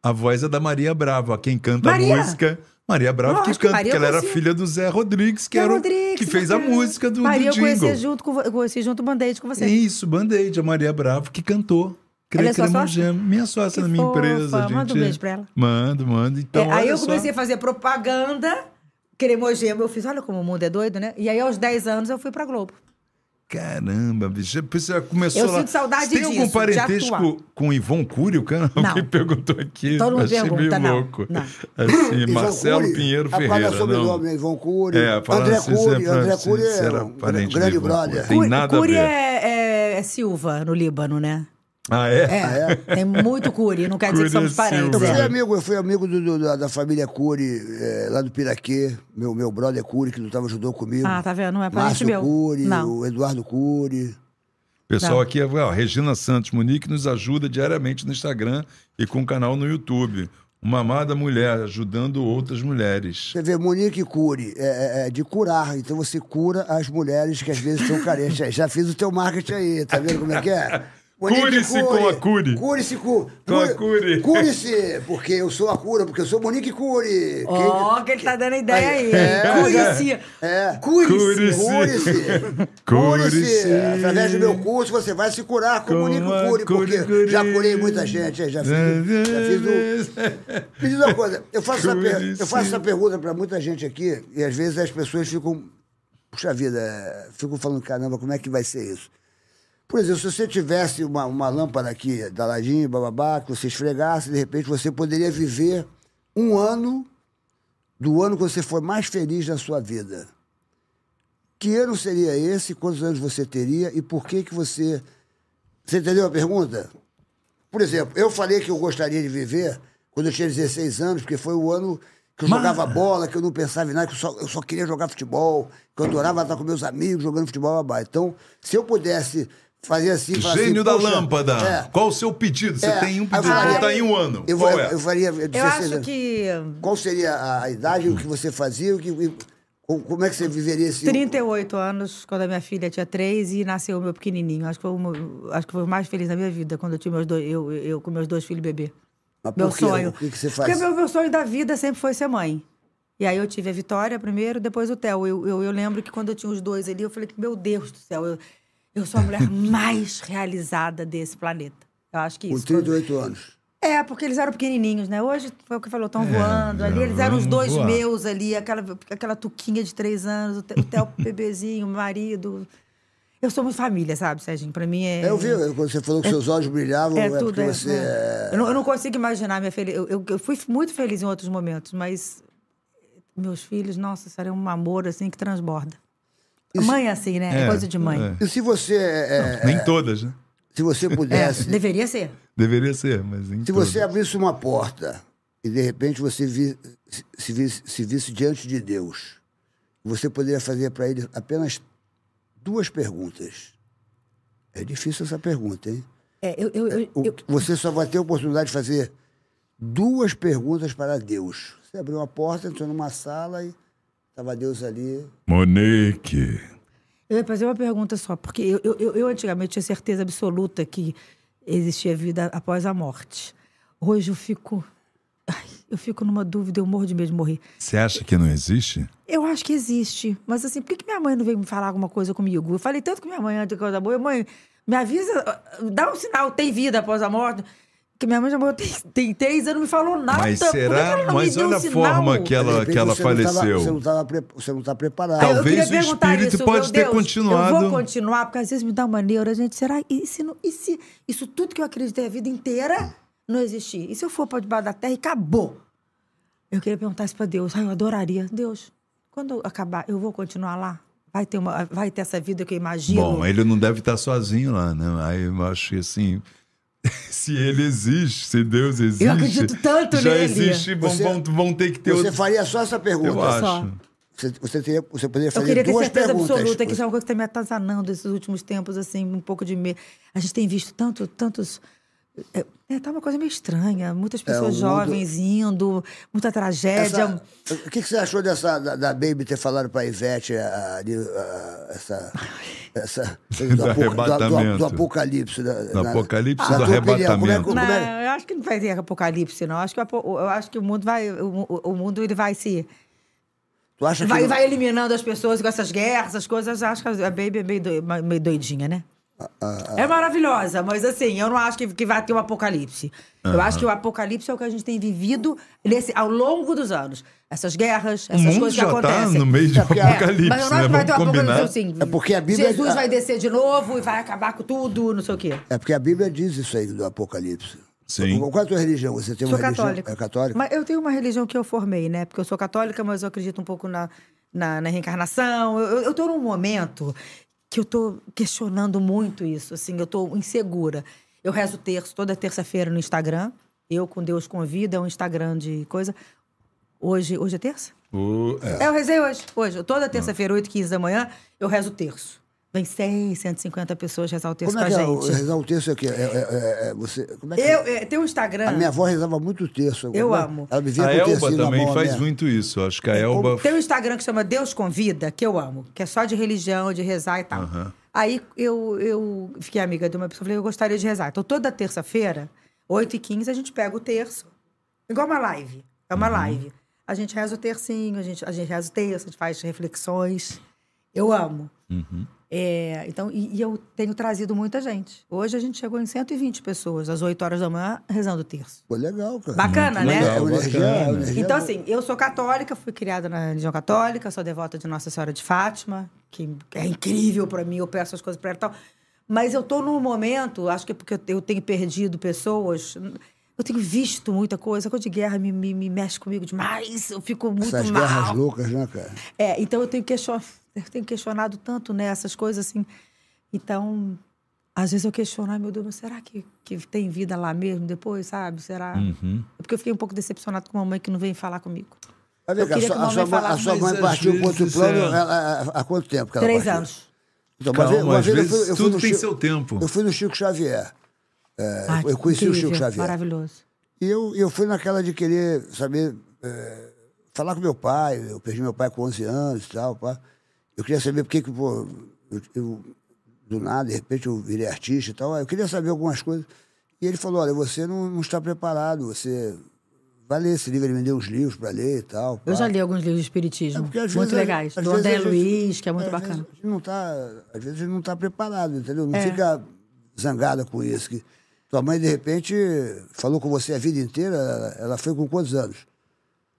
S2: A voz é da Maria Bravo, a quem canta
S4: Maria?
S2: a música. Maria Bravo que
S4: Lógico,
S2: canta,
S4: Maria
S2: porque ela era
S4: Rosinha.
S2: filha do Zé Rodrigues, que,
S4: Zé
S2: era o-
S4: Rodrigues,
S2: que fez a
S4: bacana.
S2: música do, do
S4: Maria, eu conheci
S2: jingle.
S4: junto, com, vo- eu conheci junto o Band-Aid com você.
S2: É Isso, Band-Aid, a Maria Bravo que cantou.
S4: Ela é
S2: Crê,
S4: sua
S2: crê,
S4: sócia?
S2: gema. Minha sócia
S4: Que
S2: na minha
S4: fofa,
S2: empresa, gente.
S4: manda um beijo pra ela.
S2: Mando, mando. Então,
S4: É, aí
S2: olha
S4: eu
S2: só.
S4: comecei a fazer propaganda, cremogema. Eu fiz, olha como o mundo é doido, né? E aí, aos 10 anos, eu fui pra Globo.
S2: Caramba, bicho. Você começou
S4: Eu
S2: lá.
S4: sinto saudade
S2: Você tem
S4: disso,
S2: algum
S4: de
S2: parentesco
S4: atuar.
S2: com Ivon Cúrio, cara?
S4: Não.
S2: Alguém perguntou aqui.
S4: Todo mundo
S2: Achei
S4: pergunta,
S2: meio
S4: não,
S2: louco.
S4: não.
S2: Assim,
S1: Ivan
S2: Marcelo
S1: Cury,
S2: Pinheiro
S1: a
S2: Ferreira.
S1: Palavra sobre o
S2: não.
S1: nome, né? Ivan Cury.
S2: É, falando
S1: André
S2: assim,
S1: Cury,
S2: sempre
S1: André
S2: assim,
S1: Cury
S2: se
S1: é
S2: era
S1: um
S2: parente do
S1: grande
S2: Ivan Cury.
S1: brother.
S2: Tem nada a
S4: Cury
S2: ver.
S4: É, é- é Silva, no Líbano, né?
S2: Ah, é?
S4: É, tem muito Cury. Não quer dizer que
S2: Cury é
S4: somos parentes.
S1: Eu
S2: Silva.
S1: fui
S4: é.
S1: amigo, eu fui amigo do- do- da, da família Cury, eh, lá do Piraquê, meu, meu brother Cury, que lutava judô comigo.
S4: Ah, tá vendo? Não é parente
S1: Márcio
S4: meu.
S1: Cury,
S4: Não.
S1: o Eduardo Cury.
S2: Pessoal
S4: Não.
S2: aqui, ó, Regina Santos Munique nos ajuda diariamente no Instagram e com o canal no YouTube. Uma amada mulher ajudando outras mulheres.
S1: Você vê, Monique Cury, é, é, é de curar. Então você cura as mulheres que às vezes são carentes.
S4: <laughs>
S1: Já fiz o teu marketing aí, tá vendo como é que é? Monique
S2: Cure-se com a Cury.
S1: Cure-se com,
S2: Com a Cury.
S1: Cure-se, porque eu sou a cura, porque eu sou Monique Cury.
S2: é
S4: Ó, que ele tá dando ideia aí.
S1: É,
S4: Cury-se.
S1: É.
S4: Cury-se.
S2: Cury-se.
S1: <laughs> Cure-se.
S2: Cure-se.
S1: Cure-se. Através do meu curso você vai se curar com,
S2: Com
S1: Monique
S2: a
S1: Cury, porque
S2: Cury, Cury.
S1: já curei muita gente. Já fiz, já fiz
S2: <laughs>
S1: o, <laughs> me diz uma coisa, eu faço, essa, per- eu faço essa pergunta para muita gente aqui, e às vezes as pessoas ficam. Puxa vida, é, ficam falando, caramba, como é que vai ser isso? Por exemplo, se você tivesse uma, uma lâmpada aqui, da Ladinho, bababá, que você esfregasse, de repente você poderia viver um ano do ano que você for mais feliz na sua vida. Que ano seria esse? Quantos anos você teria? E por que que você... Você entendeu a pergunta? Por exemplo, eu falei que eu gostaria de viver quando eu tinha 16 anos, porque foi o ano que eu jogava bola, que eu não pensava em nada, que eu só, eu só queria jogar futebol, que eu adorava estar com meus amigos jogando futebol babá. Então, se eu pudesse fazer assim... falar assim,
S2: Gênio da
S1: "Poxa,
S2: lâmpada.
S1: é,
S2: Qual o seu pedido? Você
S1: É,
S2: tem um
S1: eu
S2: pedido,
S1: faria-
S2: não tá em um ano.
S1: eu,
S2: Qual
S1: eu,
S2: é?
S1: eu faria 16
S4: Eu acho
S1: anos.
S4: que
S1: Qual seria a, a idade,
S2: Hum.
S1: o que você fazia, o que, e co- como é que você viveria esse...
S4: 38 anos, quando a minha filha tinha 3 e nasceu o meu pequenininho. Acho que foi o, meu- acho que foi o mais feliz da minha vida, quando eu tinha meus dois, eu, eu com meus dois filhos bebê.
S1: Mas por
S4: meu
S1: quê?
S4: sonho.
S1: O que que você
S4: Porque
S1: faz?
S4: meu, meu sonho da vida sempre foi ser mãe. E aí eu tive a Vitória primeiro, depois o Theo. Eu, eu, eu lembro que quando eu tinha os dois ali, eu falei que, meu Deus do céu, eu, eu sou a
S1: <laughs>
S4: mulher mais realizada desse planeta. Eu acho que
S1: Com
S4: isso.
S1: 38 anos.
S4: É, porque eles eram pequenininhos, né? Hoje foi o que falou, estão voando ali. Eles eram os
S2: vamos
S4: dois
S2: voar.
S4: meus ali, aquela, aquela tuquinha de três anos, o Te- o Theo bebezinho, o marido. Eu sou muito família, sabe, Serginho? Pra mim é.
S1: Eu vi, quando você falou que seus olhos brilhavam, é,
S4: É tudo,
S1: porque
S4: é,
S1: você...
S4: é. Eu, não, eu não consigo imaginar minha feliz. Eu, eu- eu fui muito feliz em outros momentos, mas meus filhos, nossa, serão um amor assim que transborda. Mãe é assim, né? É,
S2: É,
S4: coisa de mãe.
S2: é.
S1: E se você... é,
S2: Nem todas, né?
S1: se
S4: <laughs>
S1: você
S4: É,
S1: pudesse...
S4: Deveria ser.
S2: Deveria ser, mas nem
S1: Se você
S4: é-
S2: todas.
S1: abrisse uma porta e de repente você vi- se, visse, se visse diante de Deus, você poderia fazer para ele apenas duas perguntas. É difícil essa pergunta, hein?
S4: É, eu, eu, eu-
S1: O-
S4: eu-
S1: Você só vai ter a oportunidade de fazer duas perguntas para Deus. Você abriu uma porta, entrou numa sala e Tava Deus ali.
S2: Monique.
S4: Eu ia fazer uma pergunta só, porque eu, eu- eu- eu antigamente tinha certeza absoluta que existia vida após a morte. Hoje eu fico. Ai, eu fico numa dúvida, eu morro de medo de morrer.
S2: Você acha que não existe?
S4: Eu acho que existe. Mas assim, por que, que minha mãe não veio me falar alguma coisa comigo? Eu falei tanto com minha mãe antes da coisa da boa. Mãe, me avisa, dá um sinal, tem vida após a morte. Que minha mãe já morreu tem, tem três anos, não me falou nada.
S2: Mas
S4: Por que que
S2: será-
S4: ela não me
S2: mas
S4: deu um
S2: olha a
S4: sinal?
S2: forma que ela-
S1: De repente,
S2: ela
S1: você não tava-
S2: faleceu.
S1: você, não tava pre- você não tá preparado.
S4: Aí
S2: Talvez
S4: eu
S2: o
S4: queria perguntar
S2: espírito
S4: isso,
S2: pode
S4: meu
S2: ter
S4: Deus,
S2: continuado.
S4: Eu vou continuar, porque às vezes me dá uma neura, gente. Será e se, não- e se isso tudo que eu acreditei a vida inteira não existir? E se eu for para debaixo da terra e acabou? Eu queria perguntar isso para Deus. Ai, eu adoraria. Deus, quando eu acabar, eu vou continuar lá? Vai ter, uma, vai ter essa vida que eu imagino?
S2: Bom, ele não deve estar sozinho lá, né? Aí eu acho que assim. <laughs> Se ele existe, se Deus existe.
S4: acredito tanto
S2: já
S4: nele.
S2: existe, vão,
S1: Você-
S2: vão, vão ter que ter
S1: Você
S2: outro.
S1: faria só essa
S2: Eu
S1: pergunta.
S2: acho.
S4: só.
S1: Você, você, teria, você poderia
S4: Eu
S1: fazer
S4: queria ter
S1: duas
S4: certeza
S1: perguntas.
S4: absoluta que isso é uma coisa que está me atazanando esses últimos tempos, assim, um pouco de medo. A gente tem visto tanto, tantos. É, é, tá uma coisa meio estranha. Muitas pessoas
S1: É, mundo-
S4: jovens indo, muita tragédia.
S1: Essa- O que, que você achou dessa da, da Baby ter falado pra Ivete a- ali, a- essa. essa do,
S2: <laughs>
S1: apo- do- do-
S2: arrebatamento.
S1: do apocalipse. Da,
S2: Do apocalipse,
S1: na
S2: do
S1: tua opinião, como é que-
S2: arrebatamento.
S1: como é-
S4: Não, eu acho que não vai ter apocalipse, não. Eu acho que, o apo- eu acho que o mundo vai. O, mu- o mundo ele vai se.
S1: tu acha que
S4: Vai,
S1: não-
S4: vai eliminando as pessoas com essas guerras, essas coisas. Eu acho que a Baby é meio, doi- ma- meio doidinha, né?
S2: Ah,
S4: É maravilhosa, mas assim, eu não acho que, que vai ter um apocalipse. Eu acho que o apocalipse é o que a gente tem vivido nesse, ao longo dos anos. Essas guerras,
S2: O
S4: essas
S2: mundo
S4: coisas que
S2: já está
S4: acontecem. Tá
S2: no meio de
S1: É, porque-
S2: apocalipse,
S4: mas eu não
S2: né?
S4: acho que vai ter um
S2: Vamos
S4: apocalipse
S2: combinar.
S4: assim.
S1: É porque a Bíblia-
S4: Jesus
S1: a-
S4: vai descer de novo e vai acabar com tudo, não sei o quê.
S1: É porque a Bíblia diz isso aí do apocalipse.
S2: Sim.
S1: Qual é a tua religião? Você tem
S4: Sou
S1: uma religião?
S4: católica.
S1: É católica?
S4: Mas eu tenho uma religião que eu formei, né? Porque eu sou católica, mas eu acredito um pouco na, na, na reencarnação. Eu, eu, eu tô num momento que eu tô questionando muito isso, assim, eu tô insegura. Eu rezo terço toda terça-feira no Instagram. Eu com Deus convida, é um Instagram de coisa. Hoje, hoje é terça?
S2: O- é.
S1: Tá.
S4: É, eu rezei hoje. Hoje,
S1: Ah.
S4: toda terça-feira, 8 h 15 da manhã, eu rezo terço. Vem 100, 150 pessoas rezar o terço
S1: Como é que
S4: com a
S1: é? o-
S4: gente.
S1: Rezar o terço aqui? É, é- é- é- você, como é que é?
S4: Eu, eh, tem um Instagram.
S1: A minha avó rezava muito o terço.
S4: Eu
S1: Ela-
S4: amo.
S1: Ela vivia
S2: A
S1: com o
S2: Elba
S1: tercinho na
S2: também
S1: mão,
S2: faz
S1: né?
S2: muito isso. Acho que a Elba.
S4: Tem um Instagram que chama Deus Convida, que eu amo, que é só de religião, de rezar e tal. Aí eu, eu fiquei amiga de uma pessoa, falei, eu gostaria de rezar. Então toda terça-feira, 8h15, a gente pega o terço. Igual uma live. É uma live. A gente reza o tercinho, a gente, a gente reza o terço, a gente faz reflexões. Eu amo. É, então, e, e eu tenho trazido muita gente. Hoje a gente chegou em 120 pessoas, às 8 horas da manhã, rezando o terço.
S1: Pô, legal, cara.
S4: Bacana, né?
S1: É uma energia, é uma
S2: bacana.
S1: energia
S4: Então,
S1: boa.
S4: assim, eu sou católica, fui criada na religião católica, sou devota de Nossa Senhora de Fátima, que é incrível pra mim, eu peço as coisas pra ela e tal. Mas eu tô num momento, acho que é porque eu te- eu tenho perdido pessoas, eu tenho visto muita coisa, coisa de guerra me, me, me mexe comigo demais, eu fico muito
S1: Essas guerras
S4: mal.
S1: loucas, né, cara?
S4: É, então eu tenho, question... eu tenho questionado tanto né, essas coisas assim. Então, às vezes eu questiono, ai meu Deus, mas será que, que tem vida lá mesmo depois, sabe? Será? É Porque eu fiquei um pouco decepcionado com a mamãe que não veio falar comigo.
S1: Mas vem
S4: Eu
S1: cá,
S4: queria
S1: sua-
S4: que minha
S1: a sua
S4: mãe
S1: mãe, a
S4: falasse,
S1: sua
S2: mas
S1: mãe
S2: às
S1: partiu para outro
S2: vezes
S1: plano
S2: é-
S1: ela- há- há quanto tempo que ela
S4: Três
S1: partiu?
S4: anos.
S1: Então,
S2: Calma,
S1: uma
S2: às
S1: vez, eu
S2: vezes
S1: fui, eu fui
S2: tudo
S1: no
S2: tem
S1: Chico-
S2: seu tempo.
S1: Eu fui no Chico Xavier.
S4: Ai,
S1: É, eu conheci o Chico
S4: Ah, incrível,
S1: Xavier.
S4: Maravilhoso.
S1: E eu, eu fui naquela de querer saber, eh, falar com meu pai. Eu perdi meu pai com 11 anos e tal. Pá. Eu queria saber por que, que pô, eu, eu- do nada, de repente, eu virei artista e tal. Eu queria saber algumas coisas. E ele falou: olha, você não, não está preparado, você vai ler esse livro. Ele me deu uns livros para ler e tal.
S4: Eu
S1: pá.
S4: já li alguns livros de espiritismo,
S1: É porque às
S4: muito
S1: vezes a-
S4: legais.
S1: às
S4: Do
S1: vezes a
S4: André
S1: gente-
S4: Luiz, que é muito
S1: às
S4: bacana.
S1: Vezes, a gente não tá, às vezes a gente não está preparado, entendeu? Não
S4: É.
S1: fica zangada com isso. Que tua mãe, de repente, falou com você a vida inteira, ela, ela foi com quantos anos?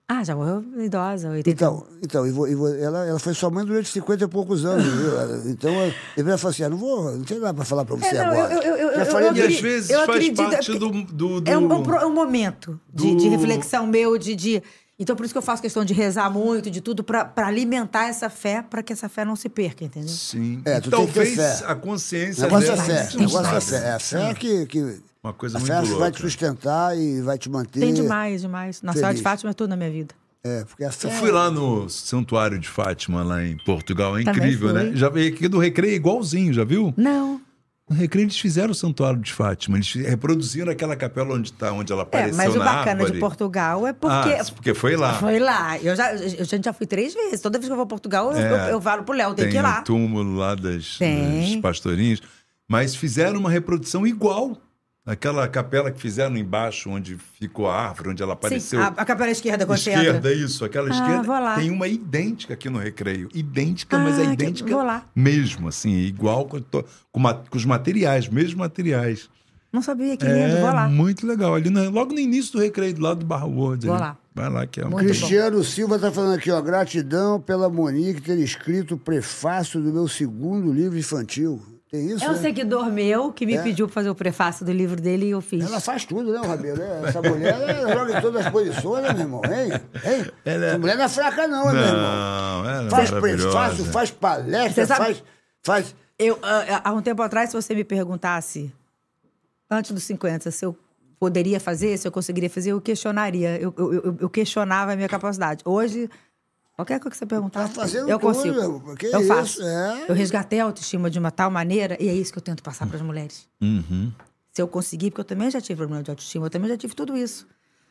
S4: Ah, já morreu idosa, 80.
S1: Então, então e vo- e vo- ela, ela foi sua mãe durante 50 e poucos anos, viu? Ela- Então, eu- eu ia falar assim, ah, não vou, não tem nada para falar para você
S4: É, não,
S1: agora.
S4: eu- eu- eu-
S1: Já
S4: eu-
S1: falei
S4: eu
S2: E às
S1: disso.
S4: acredito-
S2: vezes
S4: eu
S2: faz
S4: acredito-
S2: parte do. do, do...
S4: É um, é um pro- é um momento de, de
S2: do-
S4: reflexão meu, de, de- Então, por isso que eu faço questão de rezar muito, de tudo, pra pra alimentar essa fé, pra que essa fé não se perca, entendeu?
S2: Sim.
S1: É,
S2: E
S1: tu tem que ter
S2: talvez
S1: fé.
S2: a consciência
S1: O negócio é
S2: dela.
S1: fé,
S4: Tem
S1: o
S4: que
S1: negócio é
S4: estar.
S1: fé. É a fé que... que
S2: Uma coisa
S1: a fé
S2: muito
S1: acho que Tá vai te
S2: louca.
S1: sustentar e vai te manter.
S4: Tem demais, demais. Nossa Senhora de
S1: Feliz.
S4: Fátima é tudo na minha vida.
S1: É, porque a fé...
S2: Eu fui lá no Santuário de Fátima, lá em Portugal. É
S4: Também
S2: incrível,
S4: fui.
S2: né? Já veio aqui do recreio igualzinho, já viu?
S4: Não.
S2: No Recreio eles fizeram o Santuário de Fátima, eles reproduziram aquela capela onde está, onde ela
S4: É,
S2: apareceu
S4: mas o
S2: na
S4: bacana
S2: árvore.
S4: de Portugal é porque.
S2: Ah, porque foi lá.
S4: Foi lá. Eu já, eu, a gente já fui três vezes. Toda vez que eu vou a Portugal, eu-
S2: É.
S4: eu, eu falo pro Léo, tem,
S2: Tem
S4: que ir lá.
S2: o túmulo lá das,
S4: Tem.
S2: das pastorinhas. Mas fizeram uma reprodução igual. Aquela capela que fizeram embaixo, onde ficou a árvore, onde
S4: Sim, ah,
S2: ela apareceu.
S4: a, a capela esquerda quando você entra.
S2: Esquerda, isso, aquela esquerda.
S4: Ah, vou lá.
S2: Tem uma idêntica aqui no Recreio. Idêntica, mas
S4: Ah,
S2: é
S4: que-
S2: idêntica
S4: vou lá.
S2: mesmo, assim, igual com, to- com ma- com os materiais, mesmos materiais.
S4: Não sabia que lindo,
S2: É
S4: vou lá.
S2: muito legal. Ali na- logo no início do Recreio, do lado do Barra World.
S4: Vou
S2: ali.
S4: lá.
S2: Vai lá, que é
S4: Muito bom.
S1: Cristiano Silva está falando aqui, ó. Gratidão pela Monique ter escrito o prefácio do meu segundo livro infantil. Tem isso?
S5: É um
S1: né?
S5: seguidor meu que me
S2: É.
S5: pediu pra fazer o prefácio do livro dele e eu fiz.
S1: Ela faz tudo, né, o Rabelo? É, Essa mulher ela joga em todas as posições, né, meu irmão? Hein? Hein?
S2: Ela-
S1: Essa mulher não é fraca, não, né, meu irmão?
S2: Não, ela é
S1: Faz
S2: maravilhosa.
S1: prefácio, faz palestra,
S4: Você sabe-
S1: faz. faz...
S4: Eu, ah, ah, há um tempo atrás, se você me perguntasse, antes dos 50, se eu poderia fazer, se eu conseguiria fazer, eu questionaria. Eu, eu, eu- eu questionava a minha capacidade. Hoje, qualquer coisa que você perguntar,
S1: Tá fazendo
S4: eu
S1: tudo,
S4: consigo.
S1: meu. Que
S4: eu
S1: isso,
S4: faço.
S1: é.
S4: Eu resgatei a autoestima de uma tal maneira, e é isso que eu tento passar para as mulheres. Se eu conseguir, porque eu também já tive problema de autoestima, eu também já tive tudo isso.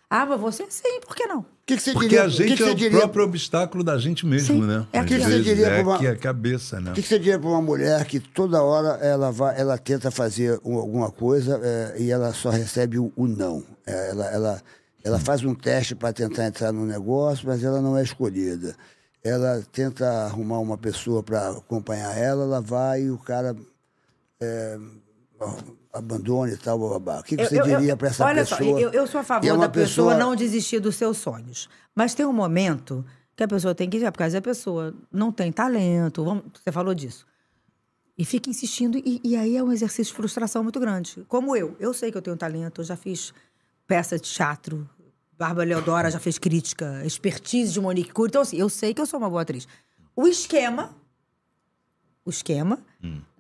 S4: Ah, mas você sim, por que não?
S1: O que, que você
S2: Porque
S1: diria?
S2: a
S1: o que
S2: gente
S1: que
S2: é
S1: você
S2: o
S1: diria-
S2: próprio obstáculo da gente mesmo,
S4: Sim,
S2: né?
S4: é
S2: Às
S4: aquilo.
S1: O que você
S2: vezes
S1: diria
S2: é
S1: pra uma-
S2: aqui a cabeça, né?
S1: O que, que você diria para uma mulher que toda hora ela, vai, ela tenta fazer um- alguma coisa é, e ela só recebe o, o não? É, ela, ela, ela faz um teste para tentar entrar no negócio, mas ela não é escolhida. Ela tenta arrumar uma pessoa para acompanhar ela, ela vai e o cara é, a- abandona e tal, bababá. O que, que
S4: Eu-
S1: você
S4: eu- eu-
S1: diria para essa
S4: olha
S1: pessoa?
S4: só, eu, eu sou a favor
S1: E é uma
S4: da pessoa... não desistir dos seus sonhos. Mas tem um momento que a pessoa tem que ir, porque às vezes a pessoa não tem talento, vamos- você falou disso. E fica insistindo, e, e aí é um exercício de frustração muito grande. Como eu, eu sei que eu tenho talento, eu já fiz peça de teatro, Bárbara Leodora já fez crítica, expertise de Monique Cury, então assim, eu sei que eu sou uma boa atriz. O esquema, o esquema,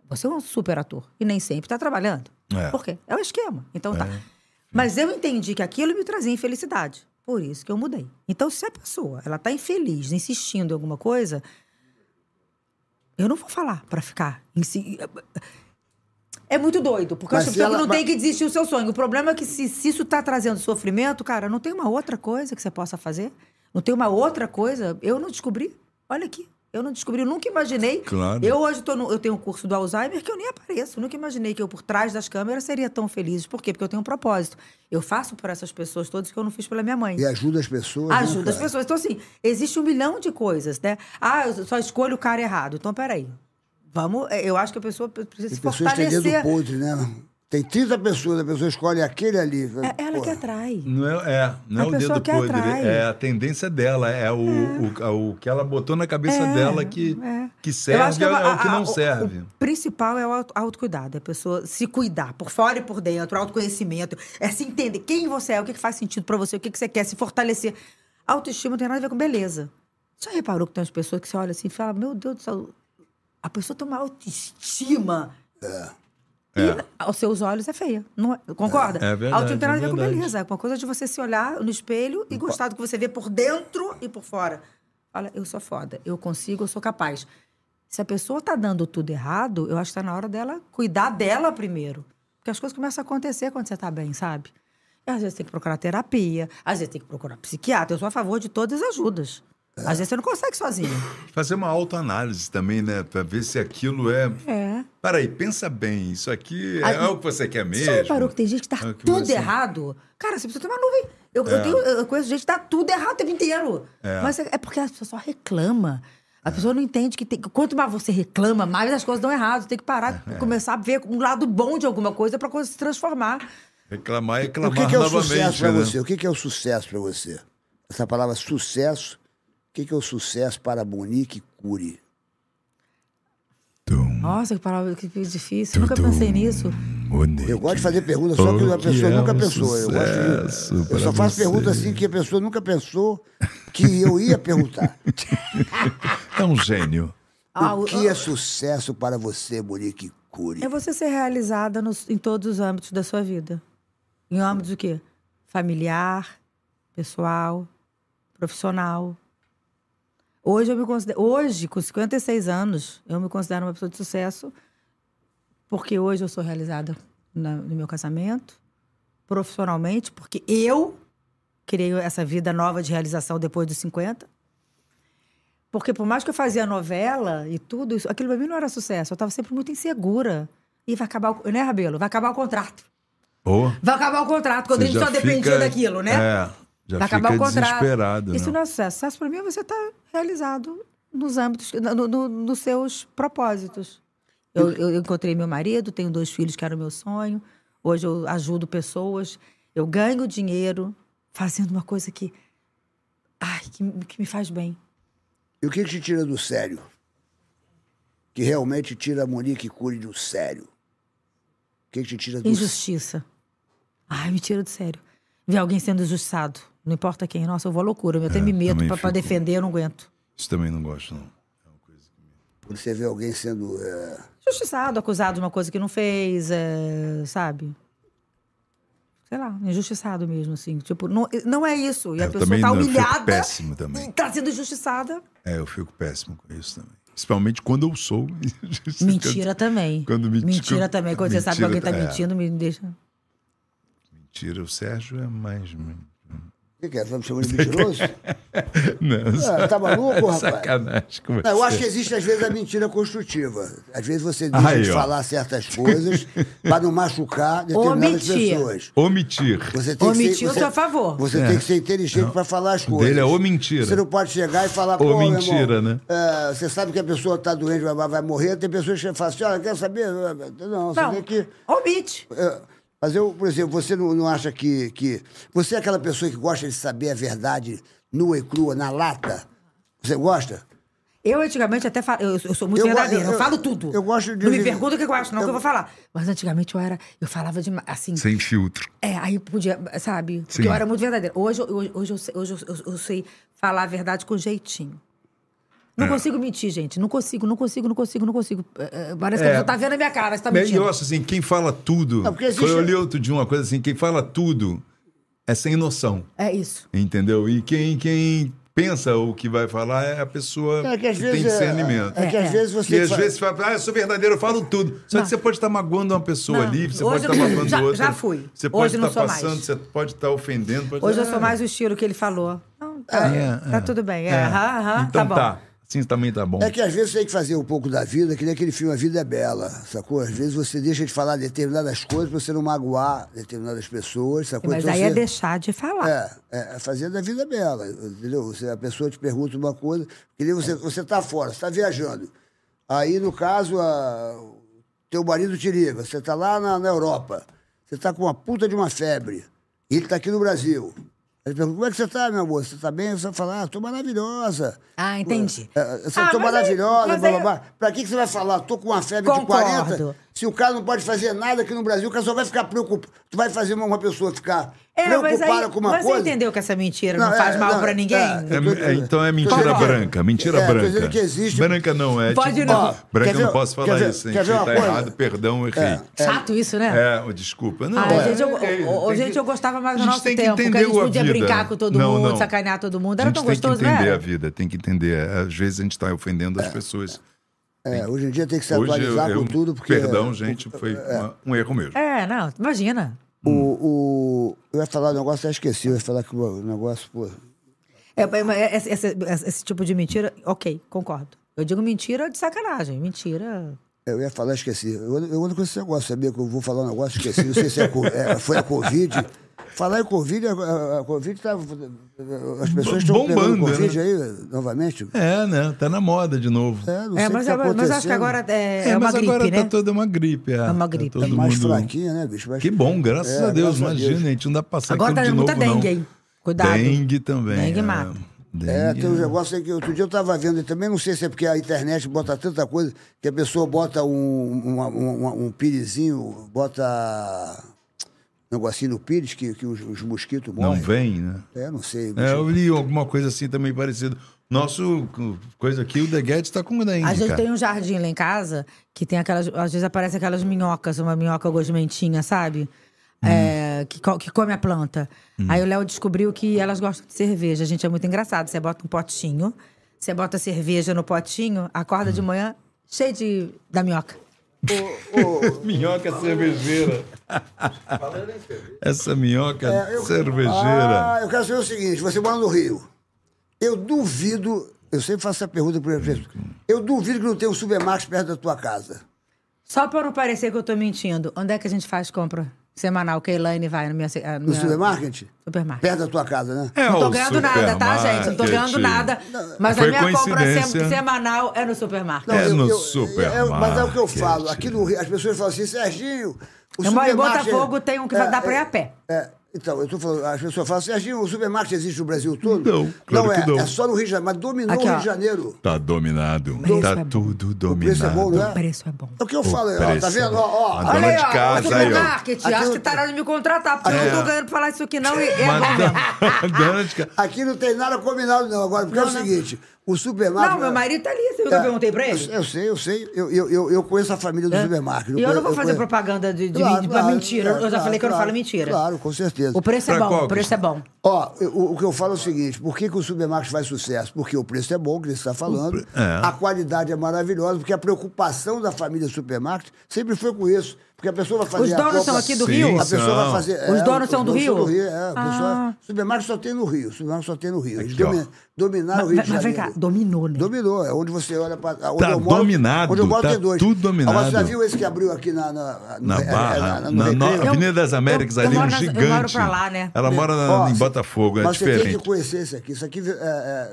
S4: você é um super ator e nem sempre está trabalhando.
S2: É.
S4: Por quê? É o esquema, então tá. Mas eu entendi que aquilo me trazia infelicidade, por isso que eu mudei. Então se a pessoa, ela tá infeliz, insistindo em alguma coisa, eu não vou falar para ficar. em si- É muito doido, porque
S1: Mas
S4: acho
S1: se
S4: que a pessoa
S1: ela-
S4: não tem que desistir do seu sonho. O problema é que se, se isso está trazendo sofrimento, cara, não tem uma outra coisa que você possa fazer? Não tem uma outra coisa? Eu não descobri. Olha aqui. Eu não descobri, eu nunca imaginei.
S2: Claro.
S4: Eu hoje tô no- eu tenho um curso do Alzheimer que eu nem apareço. Nunca imaginei que eu, por trás das câmeras, seria tão feliz. Por quê? Porque eu tenho um propósito. Eu faço por essas pessoas todas que eu não fiz pela minha mãe.
S1: E ajuda as pessoas. né,
S4: Ajuda as
S1: cara?
S4: pessoas. Então, assim, existe um milhão de coisas, né? Ah, eu só escolho o cara errado. Então, peraí. Vamos, eh, eu acho que a pessoa precisa
S1: Tem
S4: se
S1: pessoas que têm
S4: fortalecer.
S1: dedo podre, né? Tem 30 pessoas, a pessoa escolhe aquele ali. né?
S4: É ela que
S1: Porra.
S4: atrai.
S2: Não é, é, não
S4: A
S2: é o
S4: pessoa
S2: dedo
S4: que
S2: podre,
S4: atrai.
S2: é a tendência dela, é o, O, o que ela botou na cabeça
S4: É,
S2: dela que,
S4: é.
S2: que
S4: Eu
S2: serve,
S4: acho
S2: é,
S4: a-
S2: o que
S4: a-
S2: não
S4: o-
S2: serve.
S4: O principal é o auto- autocuidado, é a pessoa se cuidar por fora e por dentro, o autoconhecimento, é se entender quem você é, o que que faz sentido pra você, o que que você quer, se fortalecer. Autoestima não tem nada a ver com beleza. Já reparou que tem umas pessoas que você olha assim e fala: Meu Deus do céu, a pessoa tem uma autoestima. E
S2: É.
S4: aos seus ollos é feia. Não é- concorda?
S2: É, é verdade,
S4: Autoestima não tem nada a ver
S2: é
S4: com
S2: verdade.
S4: beleza. É uma coisa de você se olhar no espelho e gostar do que você vê por dentro e por fora. Fala, eu sou foda, eu consigo, eu sou capaz. Se a pessoa tá dando tudo errado, eu acho que tá na hora dela cuidar dela primeiro. Porque as coisas começam a acontecer quando você tá bem, sabe? E às vezes tem que procurar terapia, às vezes tem que procurar psiquiatra. Eu sou a favor de todas as ajudas.
S2: É.
S4: Às vezes você não consegue sozinho.
S2: Fazer uma autoanálise também, né? Pra ver se aquilo é.
S4: É.
S2: Peraí, pensa bem, isso aqui é,
S4: Ah,
S2: o que você quer
S4: Você
S2: mesmo.
S4: já reparou que tem gente que dá
S2: É o que
S4: tudo
S2: você-
S4: errado? Cara, você precisa ter uma nuvem. Eu, eu
S2: É.
S4: tenho- eu conheço gente que dá tudo errado o tempo inteiro.
S2: É.
S4: Mas é é porque a pessoa só reclama. A pessoa não entende que tem- que quanto mais você reclama, mais as coisas dão errado. Você tem que parar
S2: É.
S4: e começar a ver um lado bom de alguma coisa pra coisa se transformar.
S2: Reclamar e
S1: O
S4: tá-
S2: reclamar
S1: que, que é o
S2: novamente.
S1: sucesso para
S2: né?
S1: você? O que, que é o sucesso para você? Essa palavra sucesso, o que, que é o sucesso para Monique Cury?
S2: Tum,
S4: Nossa, que palavra que difícil. Nunca pensei nisso.
S2: bonito.
S1: Eu gosto de fazer perguntas só que
S2: O
S1: a
S2: que
S1: pessoa
S2: é
S1: nunca
S2: um
S1: pensou. Eu, gosto
S2: sucesso
S1: de, eu só
S2: pra
S1: faço
S2: você?
S1: perguntas assim que a pessoa nunca pensou que eu ia perguntar.
S2: É um gênio.
S4: <laughs> Ah,
S1: o
S4: o-
S1: que é sucesso para você, Monique Cury?
S4: É você ser realizada nos- em todos os âmbitos da sua vida. Em âmbitos o quê? Familiar, pessoal, profissional. Hoje eu me considero, hoje, com 56 anos, eu me considero uma pessoa de sucesso porque hoje eu sou realizada na- no meu casamento, profissionalmente, porque eu criei essa vida nova de realização depois dos 50. Porque por mais que eu fazia novela e tudo, isso, aquilo pra mim não era sucesso. Eu tava sempre muito insegura. E vai acabar, o, né, Rabelo? Vai acabar o contrato.
S2: Ô,
S4: Vai acabar o contrato, quando a
S2: você
S4: gente
S2: já
S4: só dependia
S2: fica-
S4: daquilo, né?
S2: É, já
S4: Vai acabar
S2: fica
S4: o contrato.
S2: desesperado,
S4: Isso
S2: né?
S4: não é sucesso. Sucesso pra mim é você estar realizado nos âmbitos, no, no- nos seus propósitos. Eu, eu encontrei meu marido, tenho dois filhos que era o meu sonho. Hoje eu ajudo pessoas, eu ganho dinheiro fazendo uma coisa que, ai, que, que me faz bem.
S1: E o que que te tira do sério? Que realmente tira a Monique Cury do sério. O que que te tira do
S4: Injustiça. Ai, me tira do sério. Ver alguém sendo injustiçado, não importa quem. Nossa, eu vou à loucura, eu até me meto
S2: É, também
S4: pra, pra
S2: fico.
S4: defender, eu não aguento.
S1: é
S2: Isso também não gosto, não.
S1: Quando você vê alguém sendo. é,
S4: Injustiçado, acusado de uma coisa que não fez, é, sabe? Sei lá, injustiçado mesmo, assim. Tipo, não, não é isso. E
S2: É,
S4: a
S2: eu
S4: pessoa
S2: também
S4: tá
S2: não, eu fico
S4: humilhada.
S2: péssimo também.
S4: e Tá sendo injustiçada.
S2: É, eu fico péssimo com isso também. Principalmente quando eu sou. <laughs>
S4: Mentira também.
S2: quando menti-
S4: mentira também. Quando você sabe que alguém
S2: mentira
S4: tá
S2: tá- é.
S4: mentindo, me deixa.
S2: Mentira, o Sérgio é mais. <laughs>
S1: O que, que é? Tá me chamando de mentiroso?
S2: Não,
S1: Ah,
S2: <laughs>
S1: tá maluco, rapaz?
S2: sacanagem. com
S1: Não, eu
S2: você.
S1: acho que existe, às vezes, a mentira construtiva. Às vezes você deixa
S2: Aí,
S1: de
S2: ó.
S1: falar certas coisas para não machucar determinadas
S4: mentir.
S1: pessoas.
S2: Omitir.
S1: Você tem que
S4: Omitir
S1: ser,
S4: o
S1: você-
S4: seu favor.
S1: Você tem que ser inteligente para falar as coisas.
S2: É. dele é ou mentira.
S1: Você não pode chegar e falar, pô,
S2: Ou
S1: meu
S2: mentira,
S1: irmão,
S2: né?
S1: é, você sabe que a pessoa está doente, vai, vai morrer. Tem pessoas que falam assim, olha, quer saber? Não, você
S4: Não,
S1: tem que...
S4: omite.
S1: É, mas eu, por exemplo, você não, não acha que, que. Você é aquela pessoa que gosta de saber a verdade nua e crua, na lata? Você gosta?
S4: Eu antigamente até falo, eu, eu sou muito
S1: Eu go-
S4: verdadeira, eu,
S1: eu-
S4: falo tudo.
S1: eu gosto de-
S4: Não me pergunta o que eu acho, não,
S1: eu-
S4: que eu vou falar. Mas antigamente eu era, eu falava demais, assim,
S2: Sem filtro.
S4: É, aí podia, sabe? Porque
S2: Sim.
S4: eu era muito verdadeira. Hoje, eu- hoje, hoje, eu, sei- hoje eu- eu- eu sei falar a verdade com jeitinho.
S1: É.
S4: Não consigo mentir, gente. Não consigo, não consigo, não consigo, não consigo. É, é, Parece que
S2: É.
S4: você tá vendo a minha cara, você tá
S2: Mas Eu
S4: mentindo.
S2: acho assim, quem fala tudo.
S1: Não, porque existe-
S2: Foi eu li outro de uma coisa assim, quem fala tudo é sem noção.
S4: É isso.
S2: Entendeu? E quem, quem pensa o que vai falar é a pessoa
S1: É que
S2: que,
S1: às vezes.
S2: tem discernimento.
S1: É, é que às
S4: É.
S1: vezes
S2: E
S1: você.
S2: às
S1: fa-
S2: vezes você fala, ah, eu sou verdadeiro, eu falo tudo. Só que você pode estar magoando uma pessoa
S4: Não.
S2: ali, você
S4: Hoje
S2: pode estar
S4: eu- <laughs>
S2: magoando
S4: já-
S2: outra.
S4: já fui.
S2: Você
S4: Hoje
S2: pode
S4: eu não
S2: estar
S4: sou
S2: passando,
S4: mais.
S2: você pode estar ofendendo. pode-
S4: Hoje eu
S1: É.
S2: Ah,
S4: sou mais o estilo que ele falou. Não, tá,
S2: é,
S4: tá
S2: é.
S4: tudo bem. É,
S2: É.
S4: aham, aham,
S2: Então
S4: tá bom.
S2: tá. Assim também tá bom.
S1: É que às vezes você tem que fazer um pouco da vida, que nem aquele filme A Vida é Bela, sacou? Às vezes você deixa de falar determinadas coisas pra você não magoar determinadas pessoas, sacou?
S4: Mas
S1: Então
S4: aí
S1: você...
S4: é deixar de falar.
S1: É, é, é fazer da vida bela, entendeu? Você, a pessoa te pergunta uma coisa, que nem você, você tá fora, você tá viajando. Aí, no caso, a, teu marido te liga, você tá lá na, na Europa, você tá com uma puta de uma febre, e ele tá aqui no Brasil. Ele pergunta, como é que você tá, meu amor? Você tá bem? Você vai falar, ah, tô maravilhosa.
S4: Ah, entendi.
S1: É, Você
S4: Ah,
S1: tô
S4: mas aí-
S1: maravilhosa,
S4: mas
S1: blá,
S4: aí
S1: blá,
S4: eu-
S1: blá. Pra que, que você vai falar, tô com uma febre
S4: Concordo.
S1: de 40, se o cara não pode fazer nada aqui no Brasil, o cara só vai ficar preocupado. Tu vai fazer uma- uma pessoa ficar
S4: É, mas
S1: preocupada
S4: aí,
S1: com uma
S4: mas
S1: coisa...
S4: você entendeu que essa mentira não,
S1: Não, é,
S4: faz mal
S1: não,
S4: pra ninguém?
S1: é.
S2: É,
S1: Eu tô
S2: é, então é
S1: dizendo-
S2: mentira
S1: tô dizendo-
S2: branca, mentira
S1: É, tô
S2: branca.
S1: dizendo que existe-
S2: Branca não é.
S4: Pode
S2: tipo,
S4: não.
S2: ó, branca
S1: quer
S2: eu
S1: ver-
S2: não posso
S1: quer
S2: falar
S1: ver-
S2: isso, hein?
S1: quer ver uma
S2: Tá
S1: coisa?
S2: errado, perdão, eu errei.
S4: Chato isso, né?
S2: É, o desculpa. Não,
S4: Ah,
S2: é,
S4: gente, eu,
S2: é,
S4: ô, ô,
S2: tem
S4: gente,
S2: que-
S4: eu gostava mais
S2: a
S4: do
S2: gente
S4: nosso
S2: tem que
S4: tempo, que a
S2: entender
S4: gente
S2: a
S4: podia
S2: vida.
S4: brincar com todo
S2: Não,
S4: mundo,
S2: não.
S4: sacanear todo mundo. Era tão gostoso,
S2: A gente tem que
S4: né?
S2: entender a vida, tem que entender. Às vezes a gente está ofendendo as pessoas.
S1: É, hoje em dia tem que se
S2: Hoje eu,
S1: atualizar
S2: eu-
S1: com tudo, porque.
S2: Perdão, gente, foi uma- um erro meu.
S4: É, não, imagina.
S1: O, o, eu ia falar um negócio, eu esqueci. Eu ia falar que o negócio, pô.
S4: É, é, é, esse, esse- esse- esse tipo de mentira, ok, concordo. Eu digo mentira de sacanagem, mentira.
S1: Eu ia falar, esqueci. Eu, eu ando com esse negócio, sabia que eu vou falar um negócio, esqueci. Não sei se é, co- é, foi a Covid. Falar em Covid, a, a- a Covid tá. As pessoas estão pegando
S2: Bombando,
S1: Covid
S2: né?
S1: aí, novamente.
S2: É, né? Tá na moda de novo.
S1: É, não sei
S4: É,
S1: o que
S4: mas,
S1: tá
S4: é- mas acho que
S1: acontecendo.
S4: agora é, é
S2: É,
S4: uma
S2: mas
S4: gripe,
S2: agora
S4: né?
S2: tá toda uma gripe. É,
S4: uma
S2: Tá
S4: gripe.
S2: todo
S4: É
S1: Mais
S2: mundo-
S1: fraquinha, né, bicho? Mas-
S2: Que bom, graças
S1: É,
S2: a Deus.
S1: graças a
S2: Imagina,
S1: Deus.
S2: a gente não dá pra passar
S4: Agora tá
S2: aquilo de
S4: muita
S2: novo,
S4: dengue
S2: não.
S4: aí. Cuidado.
S2: Dengue também.
S4: Dengue
S2: é.
S4: mata.
S1: É,
S2: Dengue,
S1: tem um negócio aí que outro dia eu estava vendo, e também não sei se é porque a internet bota tanta coisa, que a pessoa bota um, uma- uma- um pirezinho, bota um negocinho no pires que, que os, os mosquitos
S2: Não
S1: morrem.
S2: vem, né?
S1: É, não sei.
S2: É,
S1: bicho.
S2: eu li alguma coisa assim também parecida. Nosso co- coisa aqui, o The Guedes tá com dengue,
S4: A gente
S2: cara.
S4: tem um jardim lá em casa que tem aquelas. Às vezes aparecem aquelas minhocas, uma minhoca gosmentinha, sabe?
S2: Hum.
S4: É, que, co- que come a planta. Aí o Léo descobriu que elas gostam de cerveja. Gente, é muito engraçado. Você bota um
S2: Hum.
S4: potinho, você bota a cerveja no potinho, acorda de manhã cheio de, da minhoca.
S2: <laughs> Minhoca cervejeira. Essa minhoca
S1: É, eu-
S2: cervejeira.
S1: Ah, eu quero saber o seguinte: você mora no Rio. Eu duvido, eu sempre faço essa pergunta para prefeito.
S2: Uhum.
S1: Eu duvido que não tenha um supermarket perto da tua casa.
S4: Só pra não parecer que eu tô mentindo, onde é que a gente faz compra semanal? Que a Elaine vai no meu
S1: No supermarket?
S4: supermercado.
S1: Perto da tua casa, né?
S2: É
S4: Não tô
S2: o
S4: ganhando nada, tá, gente? Não tô ganhando
S2: supermarket.
S4: nada. Mas a
S2: Foi
S4: minha compra
S2: coincidência.
S4: sem- semanal é no supermercado.
S2: É no
S1: é- Mas é o que eu
S2: supermarket.
S1: falo. Aqui no Rio, as pessoas falam assim, Serginho, o
S4: Eu moro em
S1: supermarket-
S4: Botafogo, tem um que vai dar pra ir a pé.
S1: é, então, eu tô falando, as pessoas falam, Serginho, o supermarket existe no Brasil todo?
S2: Não, claro
S1: não é,
S2: que não.
S1: é só no Rio de Janeiro, mas dominou
S4: Aqui,
S1: o
S4: ó.
S1: Rio de Janeiro.
S4: é
S2: Tá dominado.
S4: preço
S2: Tá
S4: é bom.
S2: tudo
S1: O preço é
S2: dominado.
S1: bom, né?
S4: O preço é bom.
S1: É o que eu falo, ó, tá
S2: preço é
S1: vendo?
S2: bom.
S1: Ó, ó,
S2: A dona
S4: Olha
S2: de
S4: aí, ó,
S2: casa, aí, ó.
S4: supermarket.
S1: Aqui
S4: Acho
S1: eu-
S4: que tá na hora de me contratar, porque eu
S2: É.
S4: não tô ganhando pra falar isso aqui, não. E é bom
S2: Mas
S4: mesmo.
S2: <laughs> tá- dona de casa.
S1: Aqui não tem nada combinado, não. Agora, porque é o seguinte: o supermarket.
S4: né? Não, meu marido tá ali, você viu que
S1: É.
S4: eu perguntei pra ele? É?
S1: Eu, eu sei, eu sei. Eu, eu, eu, eu conheço a família do supermarket.
S4: E eu não
S1: conhe-
S4: vou fazer
S1: conheço-
S4: propaganda de, de,
S1: Claro,
S4: de- pra
S1: claro,
S4: mentira. eu já
S1: claro,
S4: falei que eu não
S1: claro,
S4: falo mentira.
S1: Claro, com certeza.
S4: O preço é
S2: Pra
S4: bom,
S2: qual,
S4: o preço é bom.
S1: Ó, eu- o, o que eu falo é o seguinte: por que, que o supermercado faz sucesso? Porque o preço é bom, que você está falando,
S2: pre- é.
S1: a qualidade é maravilhosa, porque a preocupação da família supermercado sempre foi com isso. Porque a pessoa vai fazer.
S4: Os
S1: a
S4: donos
S1: compra-
S4: são aqui do
S2: Sim,
S4: Rio?
S1: A pessoa vai
S2: são.
S1: fazer.
S4: Os donos são do Rio? Ah.
S1: é, a pessoa, supermercado só tem no Rio. Supermercado só tem no Rio. Eles
S2: Aqui, ó.
S1: domi- dominaram o Rio
S4: Mas,
S1: de
S4: mas
S1: Janeiro.
S4: vem cá, dominou, né?
S1: Dominou, é onde você olha para.
S2: Tá dominado,
S1: Onde eu moro
S2: tá
S1: tem dois.
S2: tudo dominado.
S1: Agora, você já viu esse que abriu aqui na. Na,
S2: Na
S1: é, é,
S2: Barra,
S1: no
S2: na, na
S1: Recreio?
S2: Avenida das Américas,
S4: eu
S2: ali, um
S4: moro nas- eu moro
S2: gigante.
S4: pra lá, né?
S2: Ela mora na-
S1: Ó,
S2: em
S1: cê-
S2: Botafogo, é
S1: mas Mas você tem
S2: diferente.
S1: que conhecer isso aqui. Isso aqui é, é-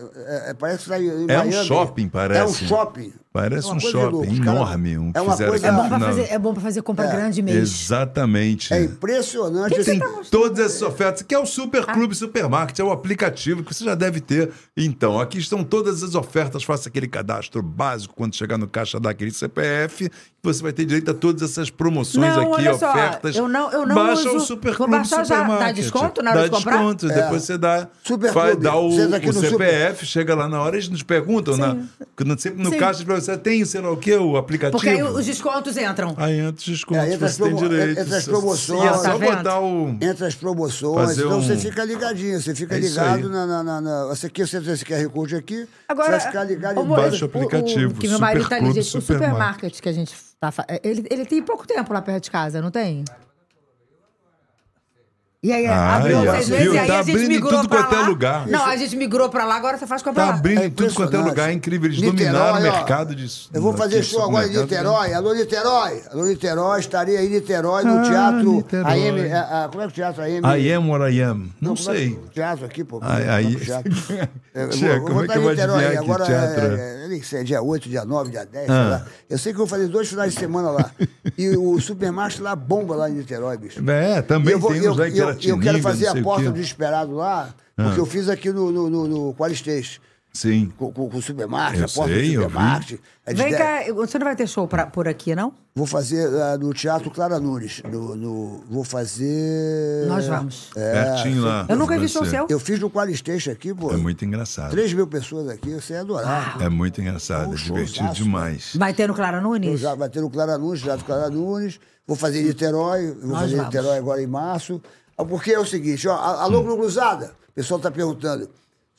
S1: é- é- parece que tá em
S2: É um
S1: Miami.
S2: shopping, parece.
S1: É um shopping.
S2: Parece
S1: É uma
S2: um
S1: coisa de
S2: shopping
S1: louco. Os caras-
S2: enorme, um que
S1: é uma
S2: fizeram
S1: coisa...
S4: É bom pra
S2: Não.
S4: fazer, é bom pra fazer compra grande mesmo.
S2: Exatamente.
S1: É impressionante.
S2: Tem
S4: tá
S1: assim,
S2: todas essas ofertas, que é o Super
S4: Ah.
S2: Clube Supermarket, é o aplicativo que você já deve ter. Então, aqui estão todas as ofertas, faça aquele cadastro básico quando chegar no caixa daquele CPF, você vai ter direito a todas essas promoções
S4: Não,
S2: aqui,
S4: olha só,
S2: ofertas.
S4: eu não- eu não
S2: Baixa o
S4: uso.
S2: Super
S4: Vou
S2: Clube
S4: baixar já. Dá
S2: Supermarket.
S4: desconto na hora
S2: Dá
S4: de comprar? É.
S2: desconto, depois você dá,
S1: Super
S2: vai,
S1: Clube.
S2: dá o,
S1: Você entra aqui
S2: o
S1: no Super-
S2: CPF, chega lá na hora eles nos perguntam, na, quando- sempre no
S4: Sim.
S2: caixa, eles perguntam, você tem, sei lá o quê, o aplicativo?
S4: Porque aí os descontos entram.
S2: Aí entra os descontos,
S1: É, entra as
S2: você tem
S1: promo-
S2: direito.
S1: entra as
S2: Só-
S1: promoções.
S2: E é só
S4: Tá vendo?
S2: botar o...
S1: Entre as promoções,
S2: Fazer
S1: então
S2: um-
S1: você fica ligadinho, você fica
S2: É isso aí.
S1: ligado na, na, na, na. Você aqui, você tem esse QR Code aqui, você vai ficar ligado
S4: ô,
S1: em
S4: Moura,
S2: Baixa o aplicativo,
S4: que meu marido tá ali,
S2: Superclube
S4: gente. O
S2: Supermarket.
S4: supermarket que a gente tá. fa- Ele, ele tem pouco tempo lá perto de casa, não tem? E aí,
S2: Ah,
S4: abriu
S2: aí, ó,
S4: seis meses
S2: viu?
S4: e aí
S2: Tá
S4: a gente
S2: abrindo em
S4: migrou
S2: tudo
S4: pra
S2: quanto é
S4: lá.
S2: lugar.
S4: Não, a gente migrou pra lá, agora você faz comprar
S2: Tá
S4: lá.
S2: abrindo
S1: É
S2: em tudo quanto é
S1: impressionante.
S2: lugar, é incrível. Eles
S1: Niterói,
S2: dominaram o
S1: ó.
S2: mercado disso.
S1: Eu vou fazer show agora em
S2: né?
S1: Niterói. Alô, Niterói! Alô, Niterói, estarei aí em Niterói, no
S2: Ah,
S1: teatro.
S2: Niterói.
S1: AM, é, ah, como é que é o teatro AM?
S2: I am what I am. Não,
S1: como é que-
S2: sei.
S1: Teatro aqui, pô.
S2: Ai, ai. <laughs>
S1: Teatro. Eu vou-
S2: Tia,
S1: vou
S2: como é
S1: botar
S2: que eu vou
S1: Niterói
S2: adivinhar que
S1: agora,
S2: teatro é?
S1: é, é, nem sei, dia 8, dia 9, dia 10,
S2: Ah.
S1: sei lá. Eu sei que eu vou fazer dois finais de
S2: <laughs>
S1: semana lá. e o supermarket lá bomba lá em Niterói, bicho.
S2: É, também
S1: E eu vou-
S2: tem
S1: eu,
S2: uns lá em
S1: eu-
S2: Piratininga,
S1: eu quero
S2: não
S1: fazer
S2: sei
S1: a
S2: o
S1: porta
S2: quê. Ah.
S1: do desesperado lá, porque eu fiz aqui no, no, no, no Qualistês,
S2: Sim.
S1: com, com, com o supermarket,
S2: Eu
S1: a porta
S2: sei,
S1: do
S2: eu vi.
S1: supermarket. É de
S4: Vem
S1: dez-
S4: cá, você não vai ter show pra- por aqui, não?
S1: Vou fazer ah, no Teatro Clara Nunes. No, no- vou fazer.
S4: Nós vamos.
S2: Pertinho lá.
S4: Eu nunca
S2: de
S4: vi show
S2: você.
S4: seu.
S1: É, Eu fiz no Qualisteixo aqui, pô.
S2: É muito engraçado.
S1: 3 mil pessoas aqui, você ia adorar.
S4: Ah,
S2: É muito engraçado, é
S1: Um
S2: divertido
S1: showzaço,
S2: demais.
S4: Vai ter no Clara
S1: Eu
S4: Nunes?
S1: já vai ter no Clara Nunes, Teatro Clara Nunes. Vou fazer em Niterói, vou
S4: Nós
S1: fazer em
S4: vamos.
S1: Niterói agora em março. Ah, Porque é o seguinte, ó, a- alô, Globo Cruzada. O pessoal está perguntando: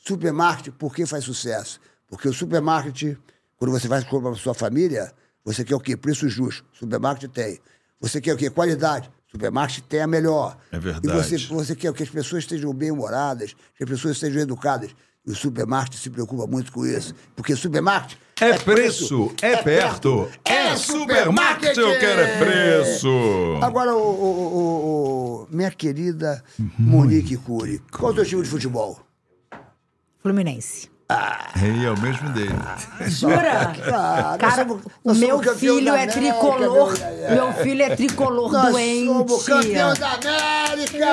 S1: supermarket, por que faz sucesso? Porque o supermarket, quando você vai comprar para sua família, você quer o quê? Preço justo. Supermarket tem. Você quer o quê? Qualidade. Supermarket tem a melhor.
S2: É
S1: E
S2: verdade.
S1: você, você quer que as pessoas estejam bem-humoradas, que as pessoas sejam educadas. E o supermarket se preocupa muito com isso. Porque supermarket
S2: É preço, é perto, é supermarket, eu quero é preço.
S1: Agora, o, o- o- o- minha querida Monique Cury, qual é o teu time
S2: <laughs>
S1: de futebol?
S4: Fluminense.
S2: E é o mesmo dele.
S4: Jura?
S1: Claro, Ah, nós
S4: Cara,
S1: somos-
S4: o
S1: nós
S4: meu
S1: somos campeão
S4: filho
S1: da
S4: é
S1: América, né?
S4: tricolor.
S1: meu-
S4: Meu filho é tricolor
S1: Nós
S4: doente.
S1: somos campeão da América!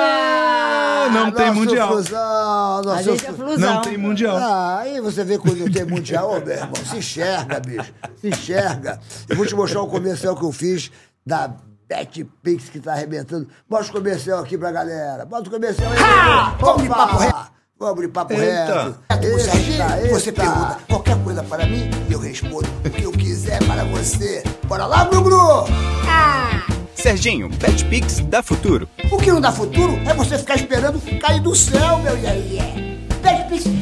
S2: Não tem
S1: Nosso
S2: mundial.
S1: Fusão,
S4: A
S1: nosso
S4: gente é
S1: fu-
S4: flusão.
S2: Não tem mundial.
S1: Ah, aí você vê quando não tem mundial, ô, meu irmão, se enxerga, bicho, se enxerga. Eu vou te mostrar o comercial que eu fiz da BetPix que tá arrebentando. Mostra o comercial aqui pra galera, bota o comercial aí. Vamos abrir papo reto. Vamos abrir papo
S2: Eita.
S1: reto. você pergunta qualquer coisa para mim e eu respondo o que eu quiser para você. Bora lá, Bruno!
S6: Serginho, BetPix dá futuro.
S1: O que não dá futuro é você ficar esperando cair do céu, meu iaia.
S7: Beijo, beijo.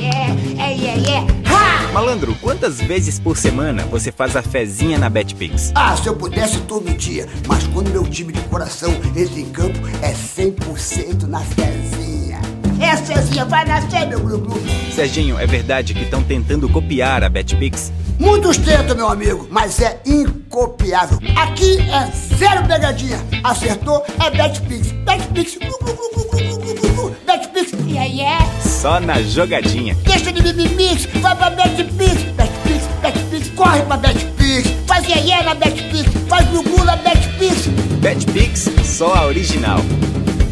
S7: É, é, é. É, é, é. Ha!
S6: Malandro, quantas vezes por semana você faz a fezinha na Betpix?
S1: Ah, se eu pudesse todo dia, mas quando meu time de coração entra em campo, é 100% na Cezinha. É Cezinha, vai nascer, meu glu-glu.
S6: Serginho, é verdade que estão tentando copiar a Betpix?
S1: Muitos tentam, meu amigo, mas é incopiável. Aqui é zero pegadinha. Acertou, é Betpix. Betpix, glu, glu, glu, glu, glu, glu, glu, glu. Betpix, e aí é?
S6: Só na jogadinha.
S1: Deixa de mimimix, vai pra Betpix. Betpix, Betpix, corre pra Betpix. Faz e aí é na Betpix, faz glu-glu na Betpix.
S6: Betpix, só a original.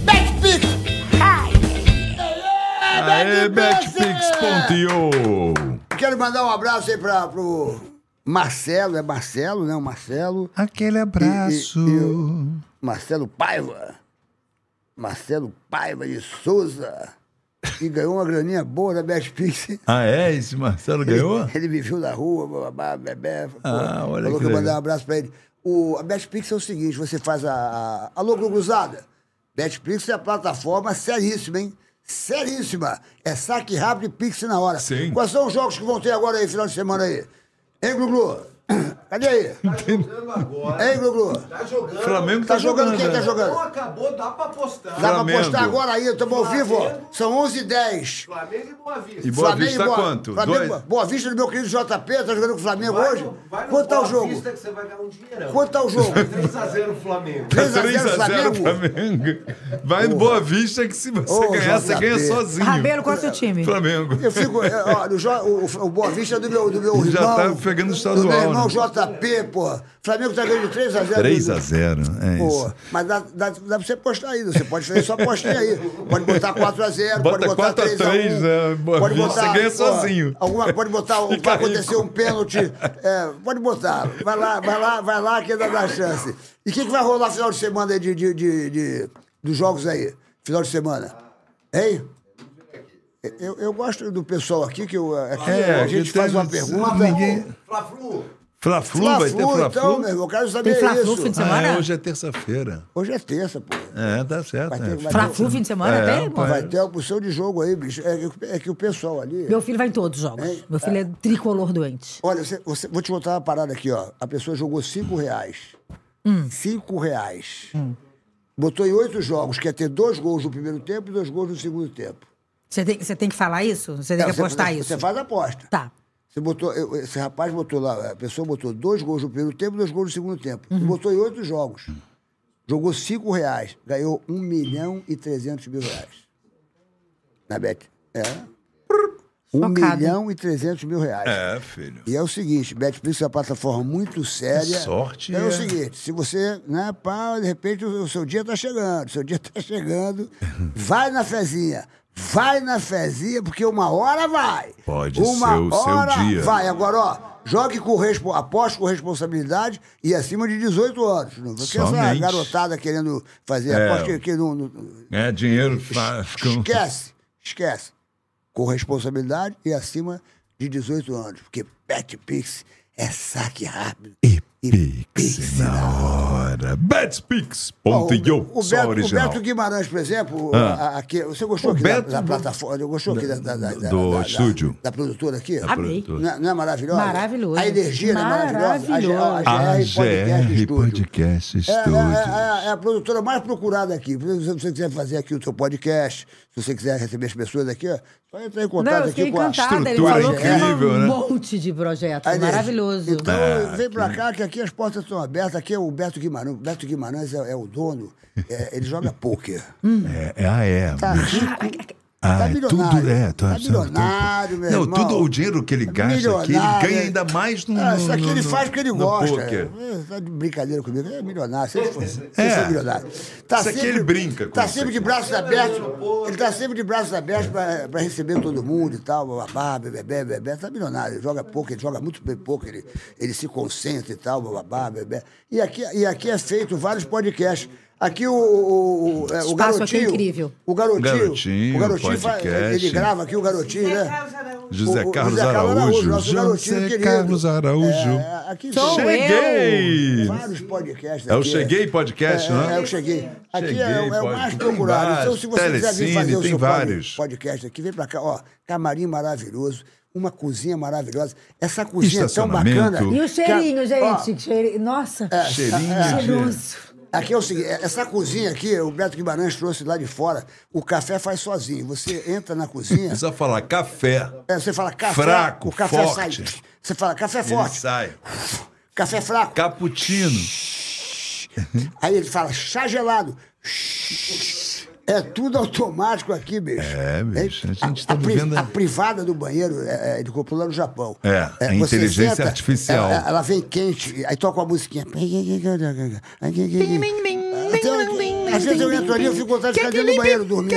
S1: Betpix, ai, ai,
S2: Aê,
S1: ai,
S2: betpix.io!
S1: Quero mandar um abraço aí pra, pro Marcelo, é Marcelo, né? O Marcelo.
S2: Aquele abraço.
S1: E- e- e o Marcelo Paiva. Marcelo Paiva de Souza. E ganhou uma graninha boa da Best Pix.
S2: Ah, é? Esse Marcelo ganhou?
S1: Ele me viu na rua, bababá, bebê. pô,
S2: Ah, olha
S1: falou
S2: que
S1: que, eu mandar
S2: legal.
S1: um abraço pra ele. O, a Betpix é o seguinte, você faz a... a... Alô, Gluguzada. Betpix é a plataforma seríssima, hein? Seríssima. É saque rápido e Pix na hora.
S2: Sim.
S1: Quais são os jogos que vão ter agora aí, final de semana aí? Hein, Gluglu? <coughs> Cadê aí?
S8: jogando agora.
S1: Hein, Gluglu?
S8: Tá jogando.
S2: O Flamengo
S1: Tá
S2: tá,
S1: jogando
S2: jogando.
S1: quem tá
S2: né?
S8: Não
S1: jogando?
S8: acabou, dá pra apostar.
S1: Dá pra
S2: Flamengo.
S1: postar agora aí, estamos ao vivo, ó.
S8: Flamengo.
S1: São 11h10.
S8: Flamengo e Boa Vista.
S2: E Boa Vista
S1: Boa-
S2: quanto?
S1: Flamengo,
S2: Dois?
S1: Boa Vista do meu querido JP, tá jogando com o Flamengo
S8: Vai
S1: hoje?
S8: no- vai no
S1: Quanto tá o
S8: Boa
S1: jogo?
S8: Vista que você vai ganhar um dinheirão.
S1: Quanto tá o jogo?
S8: 3x0 Flamengo.
S2: Tá
S1: 3x0
S2: 3x0
S1: Flamengo?
S2: Flamengo. Vai no Boa Vista que se você
S1: Ô,
S2: ganhar, você
S1: JP.
S2: ganha sozinho.
S5: Rabelo, qual é o seu time?
S2: Flamengo.
S1: Eu fico. é, ó, no jo- o, o Boa Vista é do meu, do meu
S2: Já
S1: irmão.
S2: tá pegando o
S1: Do meu
S2: estadual,
S1: irmão
S2: né?
S1: JP, pô. Flamengo tá ganhando 3x0.
S2: 3x0, é
S1: Pô,
S2: isso.
S1: mas dá, dá, dá pra você postar ainda. Você pode fazer só postinha aí. Pode botar 4x0,
S2: Bota
S1: pode botar
S2: 4 a
S1: 3x1.
S2: 3, né? Boa
S1: pode
S2: Vista,
S1: botar,
S2: você ganha
S1: pô,
S2: sozinho.
S1: Alguma, pode botar o
S2: <laughs>
S1: que
S2: Fica
S1: vai acontecer
S2: rico.
S1: um pênalti. É, pode botar. Vai lá, vai lá, vai lá que ainda dá chance. E o que, que vai rolar final de semana aí de, de, de, de- dos jogos aí? Final de semana? Hein? Eu, eu gosto do pessoal aqui, que eu, aqui
S2: É,
S1: a gente
S2: que
S1: faz
S2: tem-
S1: uma pergunta.
S2: ninguém-
S8: Fla-Flu.
S2: Fla-Flu, vai ter
S1: Fla-Flu,
S2: Fla-Flu?
S1: então, meu irmão, eu quero saber
S5: Tem Fla-Flu
S1: isso.
S5: fim de
S2: ah,
S5: semana?
S2: é, hoje é terça-feira.
S1: Hoje é terça, pô.
S2: É, tá certo.
S1: Vai ter-
S2: né?
S1: vai ter-
S5: Fla-Flu fim de semana
S2: É,
S5: tem, irmão?
S2: pai.
S1: Vai ter uma opção de jogo aí, bicho. É, que- é que o pessoal ali.
S5: Meu filho vai em todos os jogos. Meu filho é tricolor doente.
S1: Olha, você, você- vou te contar uma parada aqui, ó. A pessoa jogou cinco reais.
S5: Hum.
S1: Cinco reais. Botou em oito jogos, quer ter dois gols no primeiro tempo e dois gols no segundo tempo.
S5: Você tem, você tem que falar isso? Você tem
S1: É,
S5: que apostar
S1: você,
S5: isso?
S1: Você faz a aposta.
S5: Tá.
S1: Você botou, eu- esse rapaz botou lá, a pessoa botou dois gols no primeiro tempo e dois gols no segundo tempo. E botou em oito jogos. Jogou cinco reais, ganhou um milhão e trezentos mil reais. Na Bet. É. Um
S5: Chocada.
S1: milhão e trezentos mil reais.
S2: É, filho.
S1: E é o seguinte, Betflix é uma plataforma muito séria.
S2: Que sorte,
S1: É, o
S2: é.
S1: seguinte, se você, né, pá, de repente o, o seu dia tá chegando, o seu dia <laughs> tá chegando, vai na fezinha. Vai na fezinha, porque uma hora vai.
S2: Pode
S1: uma
S2: ser o seu
S1: hora
S2: dia.
S1: Vai, agora, ó, jogue com respo... aposte com responsabilidade e acima de 18 anos. Não porque essa
S2: Somente.
S1: garotada querendo fazer
S2: É.
S1: aposta que, que não- não,
S2: Ganhar É, dinheiro faz. com-
S1: Esquece, esquece. Com responsabilidade e acima de 18 anos. Porque Pet Pix é saque rápido.
S2: E
S1: Pix
S2: Pix na hora.
S1: Ó,
S2: Betspix.io.
S1: o,
S2: Só
S1: Beto, o
S2: original.
S1: Beto Guimarães, por exemplo,
S2: Ah.
S1: a- a- aqui, você gostou
S2: O
S1: aqui da-
S2: Beto-
S1: da, plataforma? Eu gostou aqui da, da, da-
S2: do
S1: da- da- da-
S2: estúdio.
S1: Da, produtora aqui?
S5: Amei.
S2: produtora.
S1: Não, é- não é maravilhosa?
S5: Maravilhoso.
S1: A energia não é maravilhosa? A G- A,
S2: A
S1: GR Podcast
S2: GR
S1: Estúdio.
S2: Podcast
S1: É,
S2: Studio.
S1: é, é, é a produtora mais procurada aqui. Se você quiser fazer aqui o seu podcast, se você quiser receber as pessoas aqui, ó, só entrar em
S5: Não,
S1: contato
S5: eu
S1: aqui
S5: fiquei
S1: com a
S5: encantada. Ele
S2: estrutura
S5: falou que tem
S2: incrível,
S5: um
S2: né?
S5: monte de projetos.
S1: Aí,
S5: Maravilhoso.
S1: Então,
S2: Ah,
S1: vem pra cá, que aqui as portas estão abertas. Aqui é o Beto Guimarães. O Beto Guimarães é, é o dono. É, ele joga pôquer.
S2: É, é, ah, é.
S1: Tá
S2: bicho.
S1: rico.
S2: Ah,
S1: tá
S2: é
S1: milionário.
S2: tudo é, tu
S1: Tá
S2: sabe, tudo.
S1: milionário, meu
S2: Não,
S1: irmão.
S2: tudo o dinheiro que ele gasta aqui, ele
S1: Milionário.
S2: ganha ainda mais no.
S1: Ah,
S2: no-
S1: isso aqui
S2: no-
S1: ele
S2: no-
S1: faz porque ele
S2: no
S1: gosta.
S2: poker.
S1: É, tá de brincadeira comigo. É milionário. Vocês vocês
S2: É.
S1: são milionários. Tá
S2: Isso aqui ele brinca com
S1: Tá
S2: isso
S1: sempre de
S2: aqui.
S1: braços abertos. Ele tá sempre de braços abertos pra, pra receber todo mundo e tal. Bababá, bebê, bebê. Tá milionário. Ele joga pouco, ele joga muito bem pouco. Ele, ele se concentra e tal. Bababá, bebê. E aqui, e aqui é feito vários podcasts. Aqui o, o, o, é, o
S5: Espaço aqui é
S1: garotinho.
S5: incrível.
S1: O garotinho.
S2: Garotinho,
S1: o garotinho faz-
S2: podcast.
S1: ele grava aqui o garotinho,
S3: Zé
S1: né?
S3: Carlos Araújo.
S2: José
S1: O- o
S2: Carlos
S1: José Carlos Araújo,
S2: Araújo.
S1: nosso garotinho
S2: José
S1: querido.
S2: Carlos Araújo.
S1: É, aqui
S5: Sou
S1: tem
S2: Cheguei!
S1: vários podcasts.
S2: É o
S1: aqui.
S2: Cheguei Podcast,
S1: É,
S2: não é?
S1: é, eu cheguei. Aqui
S2: Cheguei,
S1: é, o- é o
S2: pode-
S1: mais
S2: tem
S1: procurado. Então,
S2: vários.
S1: se você quiser vir fazer
S2: Telecine,
S1: o
S2: tem
S1: seu pod-
S2: vários.
S1: podcast aqui, vem pra cá. Ó, camarim maravilhoso, uma cozinha maravilhosa. Essa cozinha é tão bacana.
S2: Estacionamento.
S5: E o cheirinho,
S1: que a- ó, É.
S5: gente? que cheirinho. Nossa,
S2: Cheirinho de...
S5: cheiroso.
S1: Aqui é o seguinte, essa cozinha aqui, o Beto Guimarães trouxe lá de fora, o café faz sozinho. Você entra na
S2: <laughs>
S1: cozinha,
S2: Precisa falar café.
S1: é, você fala café,
S2: Fraco,
S1: o café
S2: forte.
S1: sai. Você fala café
S2: Ele
S1: forte,
S2: sai.
S1: café fraco.
S2: Cappuccino.
S1: Aí ele fala chá gelado. É tudo automático aqui, bicho. Né?
S2: É, bicho, a gente tá
S1: a, pri-
S2: vivendo-
S1: a privada do banheiro, é, é, ele comprou lá no Japão.
S2: É, a inteligência artificial.
S1: Ela, ela vem quente, aí toca uma musiquinha. ah, Até- Às vezes eu entro ali, eu fico com vontade de ficar dentro do banheiro dormindo.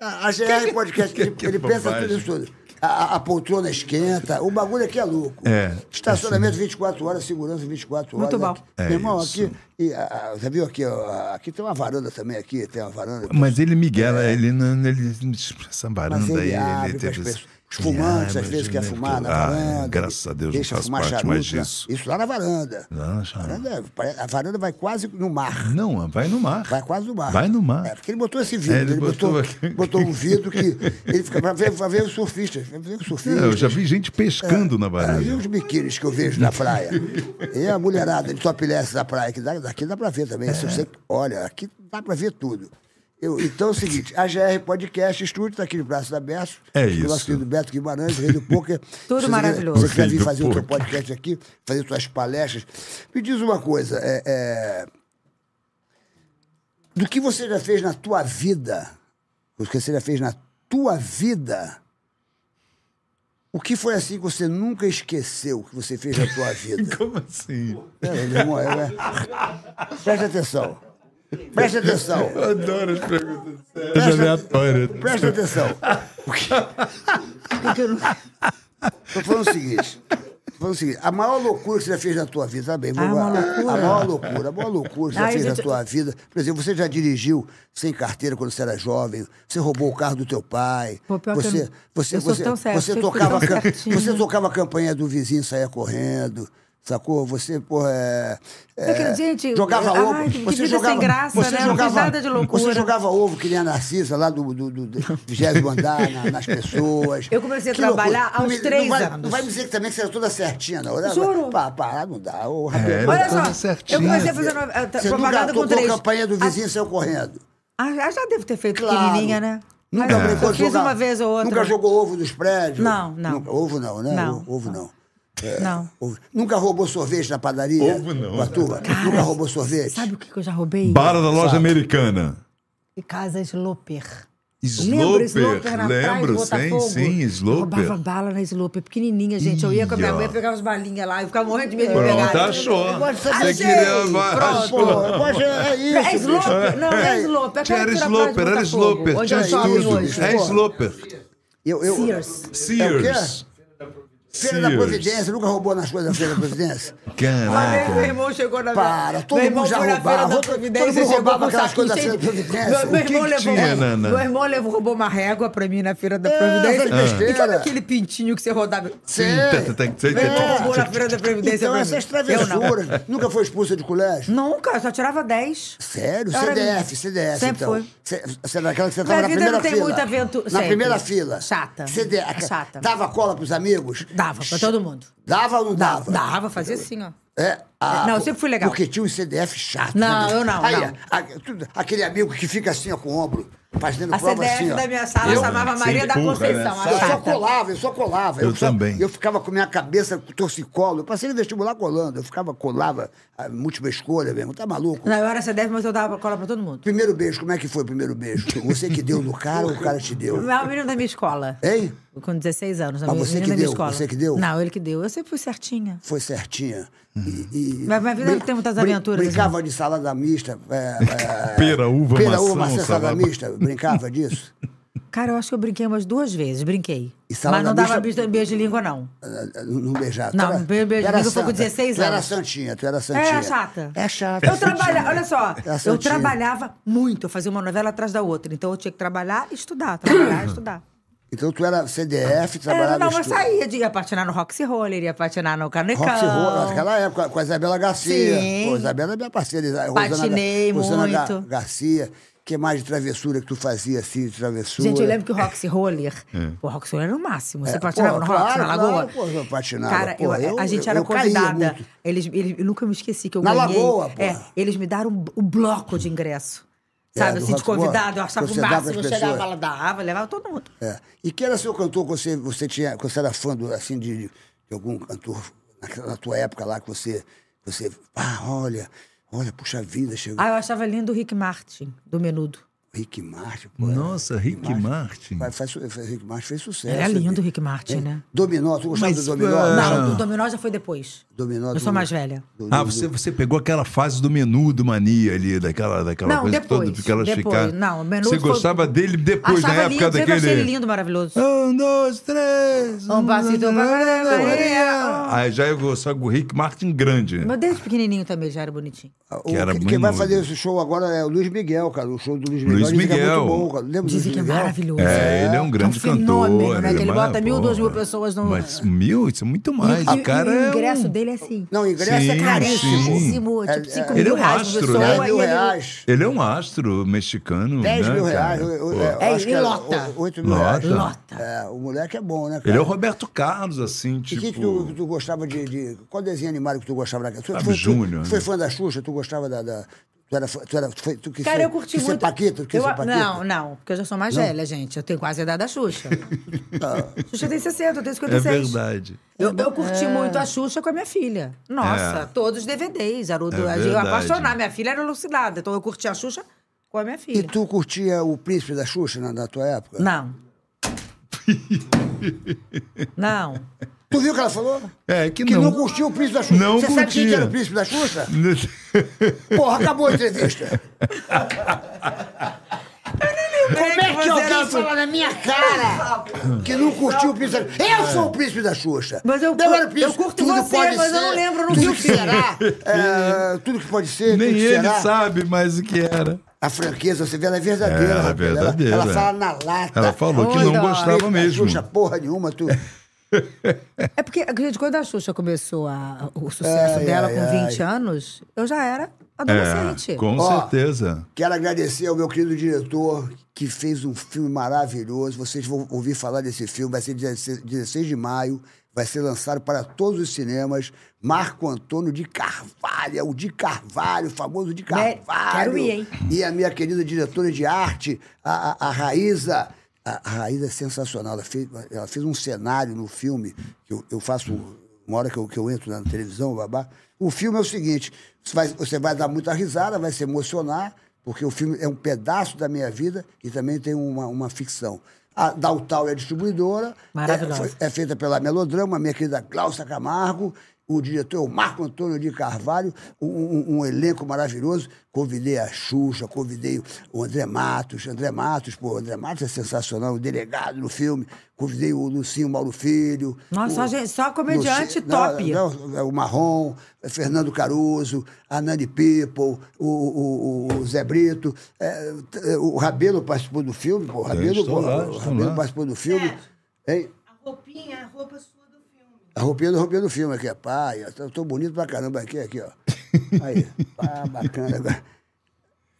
S1: A a GR Podcast,
S2: <laughs>
S1: ele,
S2: que
S1: ele pensa tudo
S2: bobagem.
S1: isso tudo. A, a- a poltrona esquenta, o bagulho aqui é louco.
S2: É,
S1: Estacionamento 24 horas, segurança 24 horas.
S4: Muito bom.
S1: Aqui-
S2: É
S1: Meu irmão,
S2: isso.
S1: aqui. E, ah, ah, já viu aqui? ó, ah, aqui tem uma varanda também, aqui tem uma varanda.
S2: Mas ele, Miguel, ele não. Ele, essa
S1: É. Mas
S2: baranda
S1: ele
S2: aí,
S1: abre
S2: ele
S1: pras
S2: teve. Ah,
S1: pessoas. Os fumantes, às vezes, quer fumar na varanda.
S2: né? Graças a Deus, não
S1: deixa
S2: faz
S1: fumar
S2: parte
S1: charuto,
S2: mais
S1: né?
S2: disso. Ah.
S1: Isso lá na varanda.
S2: Não,
S1: A
S2: já-
S1: varanda, é, pare- a varanda vai quase no mar.
S2: Não, vai no mar.
S1: Vai quase no mar.
S2: Vai no mar.
S1: É, porque ele botou esse vidro.
S2: É, ele
S1: ele botou,
S2: botou
S1: botou,
S2: aqui.
S1: um vidro que. Ele fica pra ver, pra ver os surfistas. Pra ver os surfistas.
S2: É, eu já vi gente pescando na
S1: Ah, e
S2: varanda.
S1: os biquínis que eu vejo na praia? e a mulherada de topless da praia, que dá- daqui dá pra ver também. Se
S2: É.
S1: você, olha, aqui dá pra ver tudo. Eu- então é o seguinte, a GR Podcast Estúdio está aqui de braços abertos.
S2: É
S1: Do
S2: isso.
S1: nosso querido Beto Guimarães, o Rei do Poker.
S4: <laughs> Tudo
S1: Se você
S4: maravilhoso.
S1: quiser- Se você quiser
S2: Rei
S1: vir
S2: do
S1: fazer o seu
S2: Poker.
S1: podcast aqui, fazer suas palestras. Me diz uma coisa, é, é, do que você já fez na tua vida, o que você já fez na tua vida, o que foi assim que você nunca esqueceu que você fez na
S2: <laughs>
S1: tua vida?
S2: Como assim?
S1: Peraí, meu irmão, é- é- Presta atenção. Presta atenção.
S2: Eu adoro as perguntas sérias
S1: Presta-
S2: aleatórias.
S1: Presta atenção. O que- o que <laughs> eu não- Tô falando o seguinte. tô falando o seguinte, a maior loucura que você já fez na tua vida, tá bem? vamos
S4: Ah, é uma
S1: lá.
S4: loucura.
S1: a maior loucura, a maior loucura que você já
S4: Ai,
S1: fez na
S4: gente,
S1: tua vida. Por exemplo, você já dirigiu sem carteira quando você era jovem, você roubou o carro do teu pai.
S4: Pô, pior que eu
S1: você,
S4: não-
S1: você,
S4: eu sou
S1: você,
S4: tão certa,
S1: você
S4: eu fui
S1: tocava,
S4: tão
S1: a cam-
S4: certinha.
S1: você tocava a campanha do vizinho e saía correndo. Sacou? Você, porra, é,
S4: Eu
S1: é,
S4: quero- gente,
S1: jogava
S4: ai,
S1: ovo.
S4: que vida
S1: você
S4: sem
S1: jogava,
S4: graça,
S1: você
S4: né? Não fiz
S1: Jogava,
S4: nada de loucura.
S1: Você jogava ovo que nem a Narcisa lá do, do, do, do 20º andar na- nas pessoas.
S4: Eu comecei a
S1: Que loucura.
S4: trabalhar aos
S1: me-
S4: três
S1: vai,
S4: anos.
S1: Não vai me dizer que também que você era toda certinha, não. né?
S4: Juro.
S1: Pá, pá, não dá. Ô,
S2: É,
S1: Rabelo,
S2: Olha
S1: não dá.
S4: Olha
S2: Tava
S4: só,
S2: certinho.
S4: eu comecei a fazer no- eh,
S1: Você nunca
S4: propaganda com
S1: tocou
S4: três.
S1: a campanha do vizinho saiu correndo.
S4: Ah, ah, já devo ter feito
S1: Claro.
S4: pequenininha, né?
S1: Nunca
S4: Mas
S1: brincou
S4: eu
S1: de
S4: fiz
S1: jogar-
S4: uma vez ou outra.
S1: Nunca jogou ovo dos prédios?
S4: Não, não.
S1: Nunca- Ovo não, né?
S4: Não.
S1: Ovo não.
S4: Não.
S1: Ovo- Nunca roubou sorvete na padaria?
S2: Ovo não.
S1: Com a turma? Nunca roubou sorvete?
S5: Sabe o que que eu já roubei?
S2: Bara da loja americana.
S5: E casa Sloper. Lembra Sloper
S2: Sloper.
S5: na
S2: Lembro,
S5: praia de
S2: sim,
S5: Botafogo?
S2: sim,
S5: Eu roubava
S2: Sloper.
S5: bala na Sloper, pequenininha, gente. Eu ia com a minha
S2: Ia.
S5: mãe, pegava as balinhas lá, eu ficava morrendo de medo de
S1: tá
S2: Pronto,
S5: pegar.
S2: achou. Você
S1: Achei.
S2: queria. vai,
S1: Pô,
S2: Achou.
S1: eu acho- é isso.
S5: É Sloper? Não, é Sloper.
S2: Tinha,
S5: aquela
S2: Era
S5: que atrás do
S2: Sloper, era
S5: Botafogo,
S2: Sloper.
S5: Onde é
S2: Tinha
S5: o shopping hoje.
S2: tudo. É
S1: Pô.
S2: Sloper.
S1: Eu, É eu,
S5: Sears.
S2: Sears.
S1: Feira da Providência, nunca roubou nas coisas da Feira da Providência?
S5: Uma vez meu
S2: Caraca.
S5: irmão chegou na
S1: Para, todo
S5: meu irmão
S1: mundo já
S5: foi na
S1: roubava,
S5: Feira da
S1: todo- todo
S5: Providência,
S1: mundo
S5: chegou
S1: roubava
S5: com um
S1: aquelas
S5: saquinho
S1: coisas da
S5: cheio de-
S1: Feira da
S5: Meu,
S1: Providência.
S5: meu
S1: O que
S5: irmão
S2: que
S5: levou,
S2: tinha, Nana?
S5: meu irmão levou, roubou uma régua pra mim na Feira da
S1: Ah,
S5: Providência.
S1: essas besteiras.
S5: e sabe aquele pintinho que você rodava?
S1: Sim.
S5: Meu irmão roubou na Feira da Providência.
S1: Então,
S5: pra mim.
S1: essas
S5: Eu não.
S1: travessuras. Nunca foi expulsa de colégio?
S4: Nunca, eu só tirava 10.
S1: Sério?
S4: Eu era-
S1: CDF, CDF,
S4: Sempre
S1: então.
S4: foi.
S1: Cê- Você era daquela que você
S4: Minha
S1: estava na
S4: vida
S1: primeira
S4: não tem
S1: fila.
S4: muita aventura-
S1: Na
S4: sempre.
S1: primeira fila.
S4: Chata. É
S1: CDF.
S4: Chata.
S1: Dava cola pros amigos?
S4: Dava pra todo mundo.
S1: Dava ou não dava?
S4: Dava, fazia assim, ó.
S1: É, ah,
S4: Não, eu
S1: po-
S4: sempre fui legal.
S1: Porque tinha um CDF chato.
S4: Não,
S1: né?
S4: eu não,
S1: Aí,
S4: não.
S1: a- tudo- aquele amigo que fica assim, ó, com o ombro, fazendo
S4: A
S1: prova
S4: CDF
S1: assim, ó.
S4: da minha sala chamava Maria da
S2: Sim, burra,
S4: Conceição.
S2: né?
S4: a
S1: Eu só
S4: chata.
S1: colava, eu só colava.
S2: Eu
S1: só-
S2: também.
S1: Eu ficava com minha cabeça com torcicolo. Eu passei no vestibular colando. Eu ficava, colava, a múltipla escolha mesmo. Tá maluco?
S4: Não, eu era CDF, mas eu dava cola pra todo mundo.
S1: Primeiro beijo, como é que foi o primeiro beijo? Você que deu no cara ou o cara te
S4: O
S1: deu?
S4: maior menino da minha escola.
S1: Hein?
S4: Com 16 anos. o
S1: Mas
S4: menino
S1: você que
S4: da minha
S1: deu,
S4: escola.
S1: você que deu?
S4: Não, ele que deu. Eu sempre fui certinha.
S1: Foi certinha. E, e-
S4: Mas minha vida
S1: brin-
S4: tem muitas
S1: brin-
S4: aventuras, né?
S1: Brincava de salada mista. É, é,
S2: Pera, uva,
S1: pera,
S2: maçã,
S1: uva, maçã, salada
S2: salada-
S1: mista. Brincava disso? Ah,
S4: Cara, eu acho que eu brinquei umas duas vezes, brinquei.
S1: E salada
S4: Mas não dava
S1: mista-
S4: bicho- beijo de língua, não.
S1: Ah, Não beijava. Tu
S4: Não,
S1: era-
S4: não be- beijo
S1: tu era
S4: comigo, eu fui com
S1: santa.
S4: 16
S1: Tu era
S4: anos.
S1: santinha, tu era santinha.
S4: Era chata.
S1: É chata.
S4: Eu
S1: santinha.
S4: trabalhava, olha só,
S1: Era
S4: eu
S1: santinha.
S4: trabalhava muito, eu fazia uma novela atrás da outra. Então eu tinha que trabalhar e estudar, trabalhar e estudar.
S1: Então tu era CDF, trabalhava
S4: É, não,
S1: no
S4: mas
S1: estúdio.
S4: saía, de, ia patinar no Roxy Roller, ia patinar no Canecão.
S1: Rock and roll, naquela época, com a Isabela Garcia.
S4: Sim.
S1: Pô, Isabela é minha parceira. a
S4: Patinei
S1: Rosana Ga-
S4: muito.
S1: Garcia. que mais de travessura que tu fazia, assim, de travessura?
S4: Gente, eu lembro que o Roxy
S1: <laughs>
S4: Roller, o Roxy Roller era o máximo. Você
S1: É,
S4: patinava
S1: pô,
S4: no
S1: claro,
S4: Roxy, na Lagoa?
S1: claro, pô, eu patinava,
S4: Cara,
S1: pô,
S4: eu- a
S1: eu-
S4: gente era
S1: eu caía
S4: convidada.
S1: muito.
S4: Eles, eles, eu nunca me esqueci que eu
S1: Na
S4: ganhei.
S1: Lagoa, pô.
S4: É, eles me deram um, um bloco de ingresso.
S1: É,
S4: Sabe,
S1: do
S4: assim, de
S1: Roxy Roller.
S4: convidado, eu achava
S1: Você
S4: o
S1: dava
S4: máximo, eu
S1: pras
S4: chegava
S1: pessoas.
S4: lá, dava, levava todo mundo.
S1: É. E quem era seu cantor que você, você tinha, que você era fã do, assim, de, de algum cantor naquela- na tua época lá que você, você, ah, olha, olha, puxa vida, chegou
S4: Ah, eu achava lindo o Rick Martin, do Menudo.
S1: Rick Martin, pô.
S2: Nossa, Rick Martin.
S1: Vai, faz, su- faz- Rick Martin fez sucesso.
S4: Era lindo o
S1: hein?
S4: Rick Martin, né?
S1: Dominó, tu gostava
S2: Mas,
S1: do Dominó?
S2: é,
S4: Não, o Dominó já foi depois.
S1: Dominó,
S4: Eu sou
S1: Dominó.
S4: mais velha.
S1: Do-
S2: Ah,
S1: do-
S2: você, você pegou aquela fase do menudo mania ali, daquela, daquela
S4: Não,
S2: coisa
S4: depois,
S2: toda, aquela
S4: depois.
S2: chicada.
S4: Não, o Menudo
S2: Você
S4: foi-
S2: gostava dele depois,
S4: achava
S2: na época
S4: lindo, sempre achei ele
S2: daquele.
S4: lindo, maravilhoso.
S1: Ah.
S2: Um, dois, três.
S4: Um passito pra Maria.
S2: Aí já eu gostava do Rick Martin grande.
S4: Mas desde pequenininho também já era bonitinho.
S1: Ah, O,
S2: que era
S1: quem- quem vai
S2: menudo.
S1: fazer esse show agora é o Luiz Miguel, cara. O show do Luiz Miguel.
S2: Luiz
S1: dizem que é
S2: Miguel.
S1: muito bom, cara. Lembra do
S4: Dizem
S1: Luiz
S4: que é
S1: Miguel?
S4: maravilhoso.
S2: É, ele é um grande
S4: fenômeno,
S2: cantor.
S4: né?
S2: ele
S4: Que ele
S2: é
S4: bota mil,
S2: maravilhoso.
S4: duas mil pessoas no-
S2: Mas mil, isso é muito mais.
S4: E-
S2: o cara
S4: e
S2: é
S4: o ingresso
S2: um-
S4: dele é assim.
S1: Não, o ingresso é
S2: Sim,
S1: caríssimo.
S2: sim.
S4: Caríssimo, tipo 5
S2: Ele é
S4: mil
S2: um
S4: reais
S2: astro,
S4: por pessoa.
S2: né?
S4: aí
S1: 10 mil
S4: ele-
S1: reais.
S2: Ele é um astro mexicano,
S1: 10
S2: né,
S1: mil
S2: cara?
S1: reais. Eu, eu,
S2: Pô.
S1: eu
S4: É,
S1: acho
S4: e
S1: que era
S4: lota.
S1: o- oito mil
S2: Lota.
S1: reais.
S4: Lota.
S1: É, o moleque é bom, né, cara?
S2: Ele é o Roberto Carlos, assim,
S1: E o
S2: tipo...
S1: que, que tu, que tu gostava de, de- Qual desenho animado que tu gostava daquela? Tu,
S2: Fábio
S1: foi- tu-
S2: Júnior,
S1: tu foi
S2: né?
S1: fã da Xuxa? Tu gostava da. da- tu era. fã- Tu era tu foi, tu quis
S4: Cara,
S2: é
S1: ser,
S4: eu curti
S1: quis
S4: muito.
S1: Ser paquita, tu quis
S4: Eu-
S1: ser paquita?
S4: Não, não, porque eu já sou mais velha, gente. Eu tenho quase a idade da
S2: <laughs>
S4: Xuxa.
S2: Ah.
S4: Xuxa tem 60, eu tenho
S2: É
S4: 56.
S2: verdade.
S4: Eu, eu curti muito a Xuxa com a minha filha. Nossa,
S2: É.
S4: todos os DVDs. Era o do-
S2: É
S4: eu
S2: verdade.
S4: apaixonada, minha filha era alucinada. Então eu curti a Xuxa com a minha
S1: E
S4: filha.
S1: tu curtia o príncipe da Xuxa na, na tua época?
S2: <laughs>
S4: Não. Não.
S1: Tu viu o que ela falou?
S2: É, que,
S1: Que não,
S2: não...
S1: curtiu o príncipe da Xuxa.
S2: Não
S1: Você sabe quem
S2: curtia.
S1: que era o príncipe
S2: <laughs>
S1: da Xuxa? Porra, acabou a entrevista. Como é que alguém fala na minha cara que não curtiu o príncipe da Xuxa? Eu sou o príncipe da Xuxa.
S4: Mas eu
S1: não era o
S4: eu
S1: príncipe.
S4: curto
S1: tudo
S4: você,
S1: pode
S4: mas eu
S1: ser,
S4: não lembro, eu não vi
S1: tudo
S4: o
S1: que
S4: filme.
S1: será. é, tudo que pode ser,
S2: Nem
S1: tudo que
S2: ele
S1: será.
S2: sabe mais o que era.
S1: A franqueza, você vê, ela é
S2: Ela
S1: verdadeira.
S2: é
S1: rapaz. Ela-
S2: verdadeira.
S1: Ela, fala na lata.
S2: Ela falou que não
S4: Olha,
S2: gostava
S1: tá
S2: mesmo.
S1: Xuxa, porra nenhuma, tu...
S4: É porque, acredito, quando a Xuxa começou a- o sucesso
S1: Ai,
S4: dela
S1: ai,
S4: com
S1: ai.
S4: 20 anos, eu já era adolescente.
S2: É, com
S1: tá Ó,
S2: certeza.
S1: Quero agradecer ao meu querido diretor, que fez um filme maravilhoso. Vocês vão ouvir falar desse filme. Vai ser 16 16 de maio. Vai ser lançado para todos os cinemas. Marco Antônio de Carvalho, é o de Carvalho, o famoso de
S4: Né?
S1: Carvalho.
S4: Quero ir, hein?
S1: E a minha querida diretora de arte, a, a, a Raíza. A, a Raíza é sensacional. Ela fez, ela fez um cenário no filme, que eu, eu faço uma hora que eu, que eu entro na televisão, babá. O filme é o seguinte: você vai, você vai dar muita risada, vai se emocionar, porque o filme é um pedaço da minha vida e também tem uma, uma ficção. A Daltal é distribuidora.
S4: Maravilhosa.
S1: É, foi- é feita pela Melodrama, minha querida Glaucia Camargo, o diretor é o Marco Antônio de Carvalho, um, um- um elenco maravilhoso. Convidei a Xuxa, convidei o André Matos, André Matos, pô, André Matos é sensacional, o delegado no filme, convidei o Lucinho Mauro Filho.
S4: Nossa,
S1: o-
S4: só gente- só comediante
S1: Luci-
S4: top.
S1: Não, não, é o Marrom, é Fernando Caruso, a Nani People, o, o- o- o Zé Brito, é, t- é, o Rabelo participou do filme, pô, o Rabelo,
S2: estão
S1: pô,
S2: lá,
S1: o
S2: estão
S1: Rabelo
S2: lá.
S1: participou do filme.
S4: É.
S1: Hein?
S3: A roupinha, é a roupa sua do filme.
S1: A roupinha do roupinha do filme aqui, é pá, eu tô, tô bonito pra caramba aqui, aqui,
S2: <laughs>
S1: ó. Aí, pá, bacana. Agora,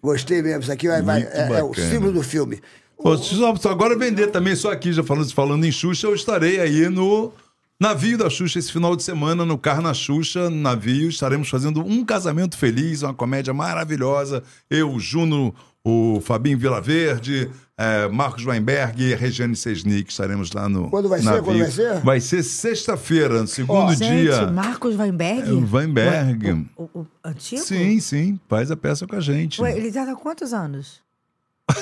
S1: Gostei mesmo, isso aqui vai, vai,
S2: Muito
S1: é, é o
S2: bacana.
S1: símbolo do filme.
S2: Pô, só, só agora vender também, só aqui, já falando, falando em Xuxa, eu estarei aí no navio da Xuxa esse final de semana, no Carna Xuxa, no navio. Estaremos fazendo um casamento feliz, uma comédia maravilhosa. Eu, o Juno, o Fabinho Vilaverde, eh, Marcos Weinberg e a Regiane Sesnick estaremos lá no.
S1: Quando vai ser?
S2: navio.
S1: Quando vai ser?
S2: Vai ser sexta-feira, no segundo dia.
S4: Gente, Marcos Weinberg?
S2: É, o Weinberg.
S9: tipo?
S4: O, o- o antigo?
S2: <laughs> Sim, sim, faz a peça com a gente.
S4: Ué, ele já tá há quantos anos?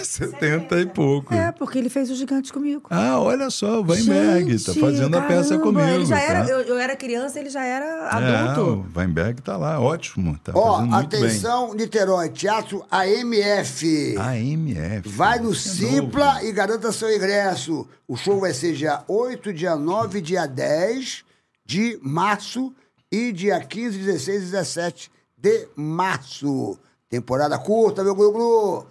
S2: 70 e pouco.
S9: É, porque ele fez o gigante comigo.
S2: Ah, olha só, o Weinberg tá
S9: Gente,
S2: fazendo a peça
S9: caramba,
S2: comigo.
S9: Ele já
S2: tá?
S9: era, eu, eu era criança, ele já era
S2: É,
S9: adulto.
S2: o Weinberg tá lá, ótimo. Tá
S1: Ó,
S2: fazendo muito
S1: atenção, Niterói, Teatro AMF.
S2: bem. AMF.
S1: Vai no
S2: Isso é novo.
S1: Simpla e garanta seu ingresso. O show vai ser dia 8, dia 9, dia 10 de março e dia 15, 16 e 17 de março. Temporada curta, meu glu-glu.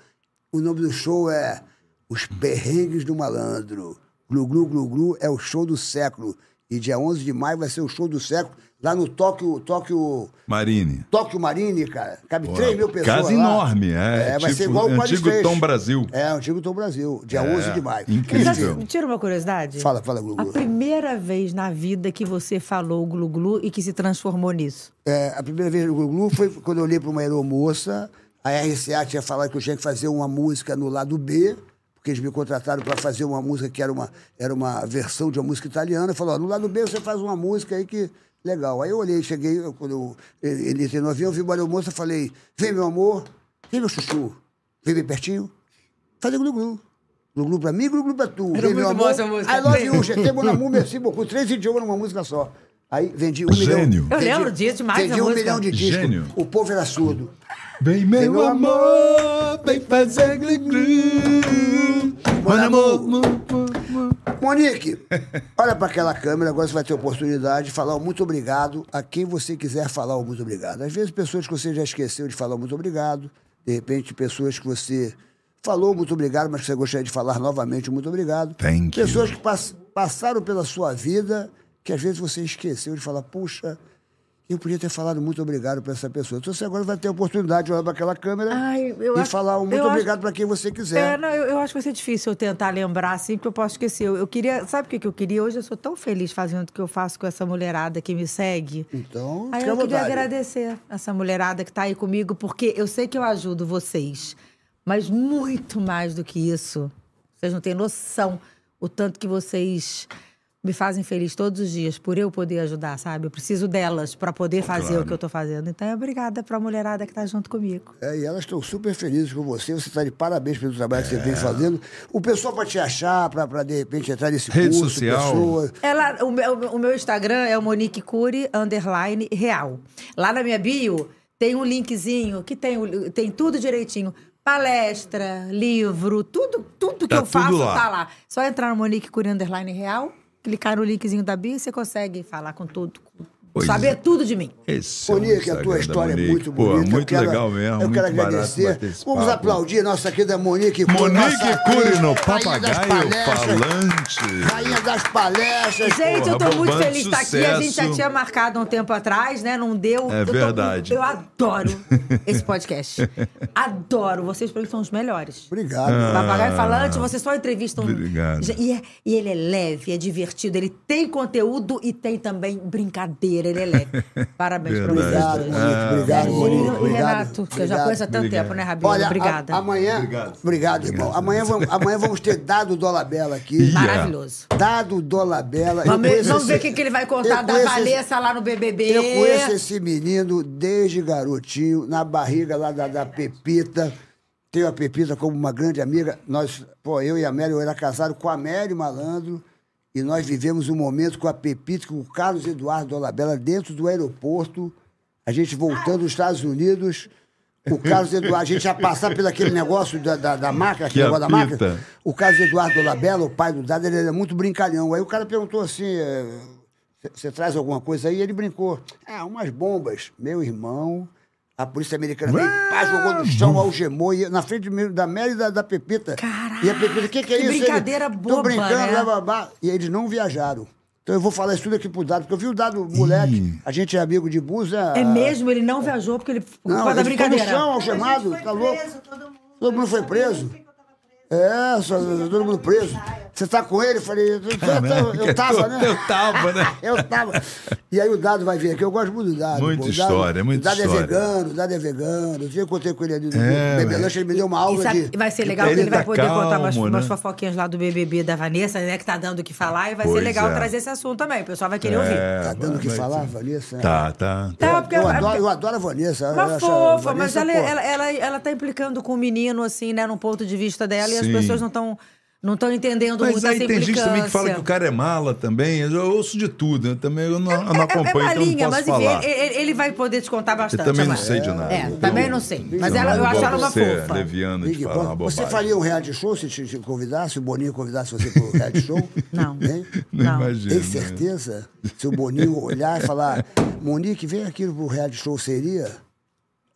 S1: O nome do show é Os Perrengues do Malandro. Glu-glu, glu-glu é o show do século. E dia 11 de maio vai ser o show do século lá no Tóquio, Tóquio
S2: Marine.
S1: Tóquio Marine, cara. Cabe
S2: Pô,
S1: 3 mil pessoas.
S2: casa
S1: lá.
S2: enorme, é,
S1: vai
S2: tipo
S1: ser igual o Paris
S2: antigo
S1: fez.
S2: Tom Brasil.
S1: É, antigo Tom Brasil. Dia
S2: É,
S1: 11 de maio.
S2: incrível.
S1: Quer dizer,
S4: Me Tira uma curiosidade.
S1: Fala, fala, Gugu.
S4: A primeira vez na vida que você falou glu-glu e que se transformou nisso.
S1: É, a primeira vez no Glu-Glu foi quando eu olhei para uma aeromoça. A RCA tinha falado que eu tinha que fazer uma música no lado B, porque eles me contrataram para fazer uma música que era uma, era uma versão de uma música italiana. Falou, ó, no lado B você faz uma música aí que legal. Aí eu olhei, cheguei, eu- quando eu, ele ele entrei no avião, eu vi uma aeromoça, falei, vem meu amor, vem meu chuchu, vem bem pertinho, fazer Glu-Glu. Glu-Glu pra mim, Glu-Glu pra tu. Vem,
S9: muito
S1: meu
S9: boa
S1: amor.
S9: essa música.
S1: I love you, GT, mon amour, merci beaucoup. assim, Três idiomas numa música só. Aí vendi um
S2: Gênio.
S1: milhão.
S4: Eu
S1: Vendi-
S4: lembro disso demais,
S1: Vendi
S4: a
S1: um
S4: música.
S1: milhão de discos.
S2: Gênio.
S1: O povo era surdo.
S2: Vem,
S1: Vem, meu
S2: meu amor, vem fazer glu-glu. Mano, amor. mu- mu- mu-
S1: Monique, olha para aquela câmera, agora você vai ter a oportunidade de falar o muito obrigado a quem você quiser falar o muito obrigado. Às vezes, pessoas que você já esqueceu de falar o muito obrigado, de repente, pessoas que você falou muito obrigado, mas que você gostaria de falar novamente o muito obrigado.
S2: Thank you.
S1: pessoas que pass- passaram pela sua vida, que às vezes você esqueceu de falar, puxa, eu podia ter falado muito obrigado para essa pessoa. Então, você agora vai ter a oportunidade de olhar para aquela câmera
S4: Ai, eu
S1: e
S4: acho-
S1: falar o muito
S4: eu acho-
S1: obrigado para quem você quiser.
S4: É, não, eu, eu acho que vai ser difícil eu tentar lembrar, assim, porque eu posso esquecer. Eu, eu queria. Sabe o que, que eu queria? Hoje eu sou tão feliz fazendo o que eu faço com essa mulherada que me segue.
S1: Então,
S4: Aí
S1: fica à
S4: eu queria
S1: vontade.
S4: agradecer essa mulherada que tá aí comigo, porque eu sei que eu ajudo vocês. Mas muito mais do que isso. Vocês não têm noção o tanto que vocês me fazem feliz todos os dias por eu poder ajudar, sabe? Eu preciso delas para poder fazer o que eu tô fazendo. Então, obrigada pra mulherada que tá junto comigo.
S1: É, e elas estão super felizes com você. Você está de parabéns pelo trabalho que você vem fazendo. O pessoal para te achar, para de repente entrar nesse
S2: Rede
S1: curso,
S2: social.
S1: pessoa.
S4: Ela, o, meu, o meu Instagram é o Monique Cury, underline, real. Lá na minha bio tem um linkzinho que tem, o- tem tudo direitinho. Palestra, livro, tudo, tudo que
S2: Tá
S4: eu faço
S2: tudo lá.
S4: tá lá. Só entrar no Monique Cury, underline, real, clicar no linkzinho da bio e você consegue falar com todo...
S2: Pois
S4: saber
S2: é.
S4: tudo de mim.
S2: Esse é o
S1: Monique, a
S2: Instagram
S1: tua
S2: da
S1: história é
S2: Monique.
S1: muito
S2: Pô,
S1: bonita. Eu
S2: muito
S1: quero-
S2: legal mesmo.
S1: Eu
S2: muito
S1: quero
S2: barato
S1: agradecer.
S2: bater esse
S1: Vamos
S2: papo.
S1: aplaudir a nossa querida Monique Cury. nossa
S2: Monique
S1: atriz,
S2: Cury no
S1: rainha das
S2: Papagaio
S1: palestras,
S2: Falante.
S1: Rainha das palestras.
S4: Gente, eu
S2: É, Porra,
S4: tô muito
S2: bombando,
S4: feliz de estar aqui. A gente já
S2: sucesso.
S4: tinha marcado há um tempo atrás, né? Não deu.
S2: É
S4: Eu tô-
S2: verdade.
S4: eu adoro esse podcast.
S2: <laughs>
S4: adoro. Vocês, pra mim, são os melhores.
S1: Obrigado.
S4: um
S2: Ah.
S4: Papagaio falante, você só entrevista um.
S2: Obrigado.
S4: E, é- e ele é leve, é divertido. Ele tem conteúdo e tem também brincadeira. Ele é
S2: <laughs>
S4: leve. Parabéns pra vocês.
S2: Verdade. Ah,
S1: Obrigado,
S4: dois.
S1: Monique. Obrigado,
S4: Serginho
S1: Monique.
S4: e
S1: Obrigado.
S4: Renato, que eu já
S1: Obrigado.
S4: conheço há tanto tempo, né, Rabino?
S1: Olha, a-
S4: Obrigada.
S1: amanhã. Obrigado. irmão. Amanhã, vamos, amanhã vamos ter Dado Dolabella aqui.
S2: Ih. é.
S4: Maravilhoso.
S1: Dado Dolabella. Eu
S4: Vamos,
S1: conheço
S4: vamos ver o
S1: esse-
S4: que, que ele vai
S1: eu
S4: contar da
S1: conheço esse-
S4: Valessa lá no BBB.
S1: Eu conheço esse menino desde garotinho, na barriga lá da, da Pepita. Tenho a Pepita como uma grande amiga. Nós, pô, eu e a Mary, eu era casado com a Mary Malandro. E nós vivemos um momento com a Pepita, com o Carlos Eduardo Dolabella, dentro do aeroporto. A gente voltando dos Estados Unidos. O Carlos Eduardo, a gente ia passar pelo aquele negócio da, da, da máquina, aquele
S2: Que
S1: negócio da máquina.
S2: apita.
S1: O Carlos Eduardo Labella, o pai do Dado, ele era muito brincalhão. Aí o cara perguntou assim: você traz alguma coisa aí? Ele brincou. Ah, umas bombas. Meu irmão, a polícia americana veio, pá, jogou no chão, algemou, e na frente do- da Mary e da, da Pepita.
S4: Caraca,
S1: E a Pepita, o que, que
S4: que
S1: é isso? Ele,
S4: brincadeira boba,
S1: Tô brincando,
S4: né?"
S1: blá, blá, blá. E eles não viajaram. Então eu vou falar isso tudo aqui pro Dado, porque eu vi o Dado, moleque,
S2: Ih.
S1: a gente é amigo de Busa.
S4: É mesmo? Ele não viajou porque ele por
S1: Não,
S4: causa da
S1: ele ficou no
S4: brincadeira.
S1: chão,
S3: Depois a gente
S1: algemado,
S3: foi
S1: tá louco.
S3: preso, Todo mundo,
S1: Todo mundo foi
S3: Eu sabia,
S1: preso?
S3: eu sei que eu tava presa.
S1: É, só, todo mundo preso. Você tá com ele? Eu falei,
S4: Ah, né?
S1: eu, eu,
S4: <laughs>
S1: eu,
S2: Que
S1: eu tava,
S2: tu-
S1: né?
S2: Eu tava,
S1: <laughs>
S2: né?
S1: Eu tava. E aí o Dado vai vir aqui. Eu gosto muito do Dado.
S2: Muita
S1: pô. O
S2: história,
S1: Dado,
S2: muita
S1: o Dado
S2: história.
S1: é vegano, o Dado é vegano. Eu encontrei com ele ali no
S2: É,
S1: Bebê
S2: velho.
S1: Lanche, ele me deu uma aula
S4: E sabe-
S1: de...
S4: vai ser legal
S2: Ele
S4: porque ele vai
S2: tá
S4: poder contar umas,
S2: calmo,
S4: umas
S2: né?
S4: fofoquinhas lá do BBB da Vanessa, né? Que tá dando o que falar. E vai
S2: Pois
S4: ser legal
S2: é.
S4: trazer esse assunto também. O pessoal vai querer ouvir.
S1: Tá dando o que
S2: vai-
S1: falar, Vanessa?
S2: É, Tá, tá.
S4: Tá,
S1: Eu,
S4: porque
S1: eu
S4: ela-
S1: adoro, eu adoro a Vanessa.
S2: Ah,
S1: eu
S4: Uma
S1: acho a
S4: fofa, mas
S1: Vanessa,
S4: ela, é,
S1: pô,
S4: ela, ela, ela tá implicando com o menino, assim, né? Num ponto de vista dela. E as
S2: Sim.
S4: pessoas não estão não tão entendendo
S2: Mas
S4: muito essa
S2: aí tem
S4: implicância.
S2: gente também que fala que o cara é mala também. Eu ouço de tudo. Eu também eu não, eu não
S4: É- é- é,
S2: acompanho, então eu não
S4: malinha,
S2: posso
S4: mas enfim,
S2: falar.
S4: ele- ele, ele vai poder te contar
S2: Eu
S4: bastante.
S2: também não
S4: Amanda.
S2: sei de nada.
S4: É,
S2: Eu
S4: também
S2: tenho-
S4: não sei.
S2: tenho
S4: Mas ela-
S2: nada
S4: eu acho
S2: igual
S4: ela uma
S2: você,
S4: fofa.
S2: leviano de
S1: Big
S2: falar uma
S1: Brother.
S2: bobagem.
S1: Você faria um reality show se te, te convidasse? Se o Boninho convidasse você para o reality show?
S4: <laughs> Não.
S1: Hein?
S2: <laughs> Não,
S4: Não.
S2: imagino. né?
S1: Tem certeza? Se o Boninho olhar e falar, Monique, vem aqui pro reality show, seria?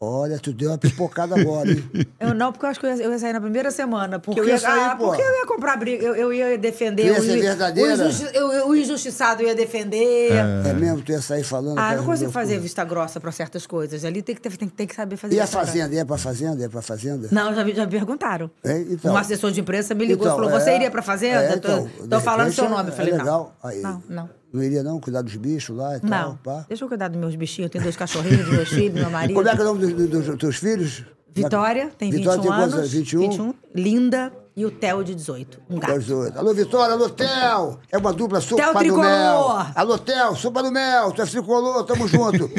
S1: Olha, tu deu uma pipocada agora, hein?
S4: Eu não, porque eu acho que eu ia, eu ia sair na primeira semana. Porque,
S1: Por que
S4: eu ia,
S1: sair,
S4: ah,
S1: pô?
S4: porque eu ia comprar briga, eu, eu ia defender.
S1: Tu ia
S4: o
S1: ser
S4: inju-
S1: verdadeira?
S4: O, injusti- eu- eu- o injustiçado ia defender.
S1: É mesmo, tu ia sair falando.
S4: Ah,
S1: aquelas
S4: não consigo
S1: loucuras.
S4: fazer vista grossa pra certas coisas. Ali tem que, ter- tem, que- tem que saber fazer
S1: E a
S4: vista grossa.
S1: fazenda? Ia pra fazenda? Ia pra fazenda?
S4: Não, já, me- já me perguntaram.
S1: É, então.
S4: um assessor de imprensa me ligou e
S1: Então,
S4: falou:
S1: é,
S4: você iria pra fazenda?
S1: é,
S4: Estou
S1: então, de
S4: falando
S1: repente
S4: seu
S1: é-
S4: nome. Eu
S1: é
S4: falei,
S1: legal.
S4: não.
S1: Aí.
S4: Não, não.
S1: Não iria não cuidar dos bichos lá e
S4: Não.
S1: tal? Pá.
S4: Deixa eu cuidar dos meus bichinhos. Eu tenho dois cachorrinhos, dos
S1: <laughs>
S4: meus filhos, meu marido.
S1: Como é que é o nome dos, dos- dos teus filhos?
S4: Vitória tem 21
S1: Vitória tem
S4: anos.
S1: quantos anos? 21?
S4: 21. Linda. E o Theo de 18. Um gato.
S1: Nós dois. Alô, Vitória, alô, Theo! É uma dupla sopa
S4: Theo
S1: do
S4: Tricolor!
S1: mel. Alô, Theo, sopa do mel, tu é tricolor,
S2: <laughs>
S1: tamo junto.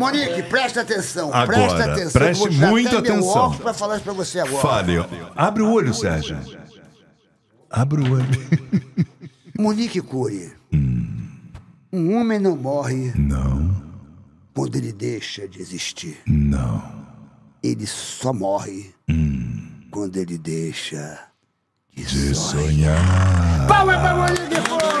S1: Monique, presta atenção,
S2: Agora,
S1: presta atenção.
S2: preste
S1: vou tirar
S2: muita
S1: até meu
S2: atenção.
S1: óculos pra falar isso pra você agora.
S2: Fale. Abre o olho, Sérgio. Abre o olho.
S1: Monique Cury. Um homem não morre
S2: Hum. Não,
S1: quando ele deixa de existir.
S2: não.
S1: Ele só morre quando ele deixa de
S2: De
S1: sonhar.
S2: Hum. sonhar.
S1: Palmas pra Monique Cury!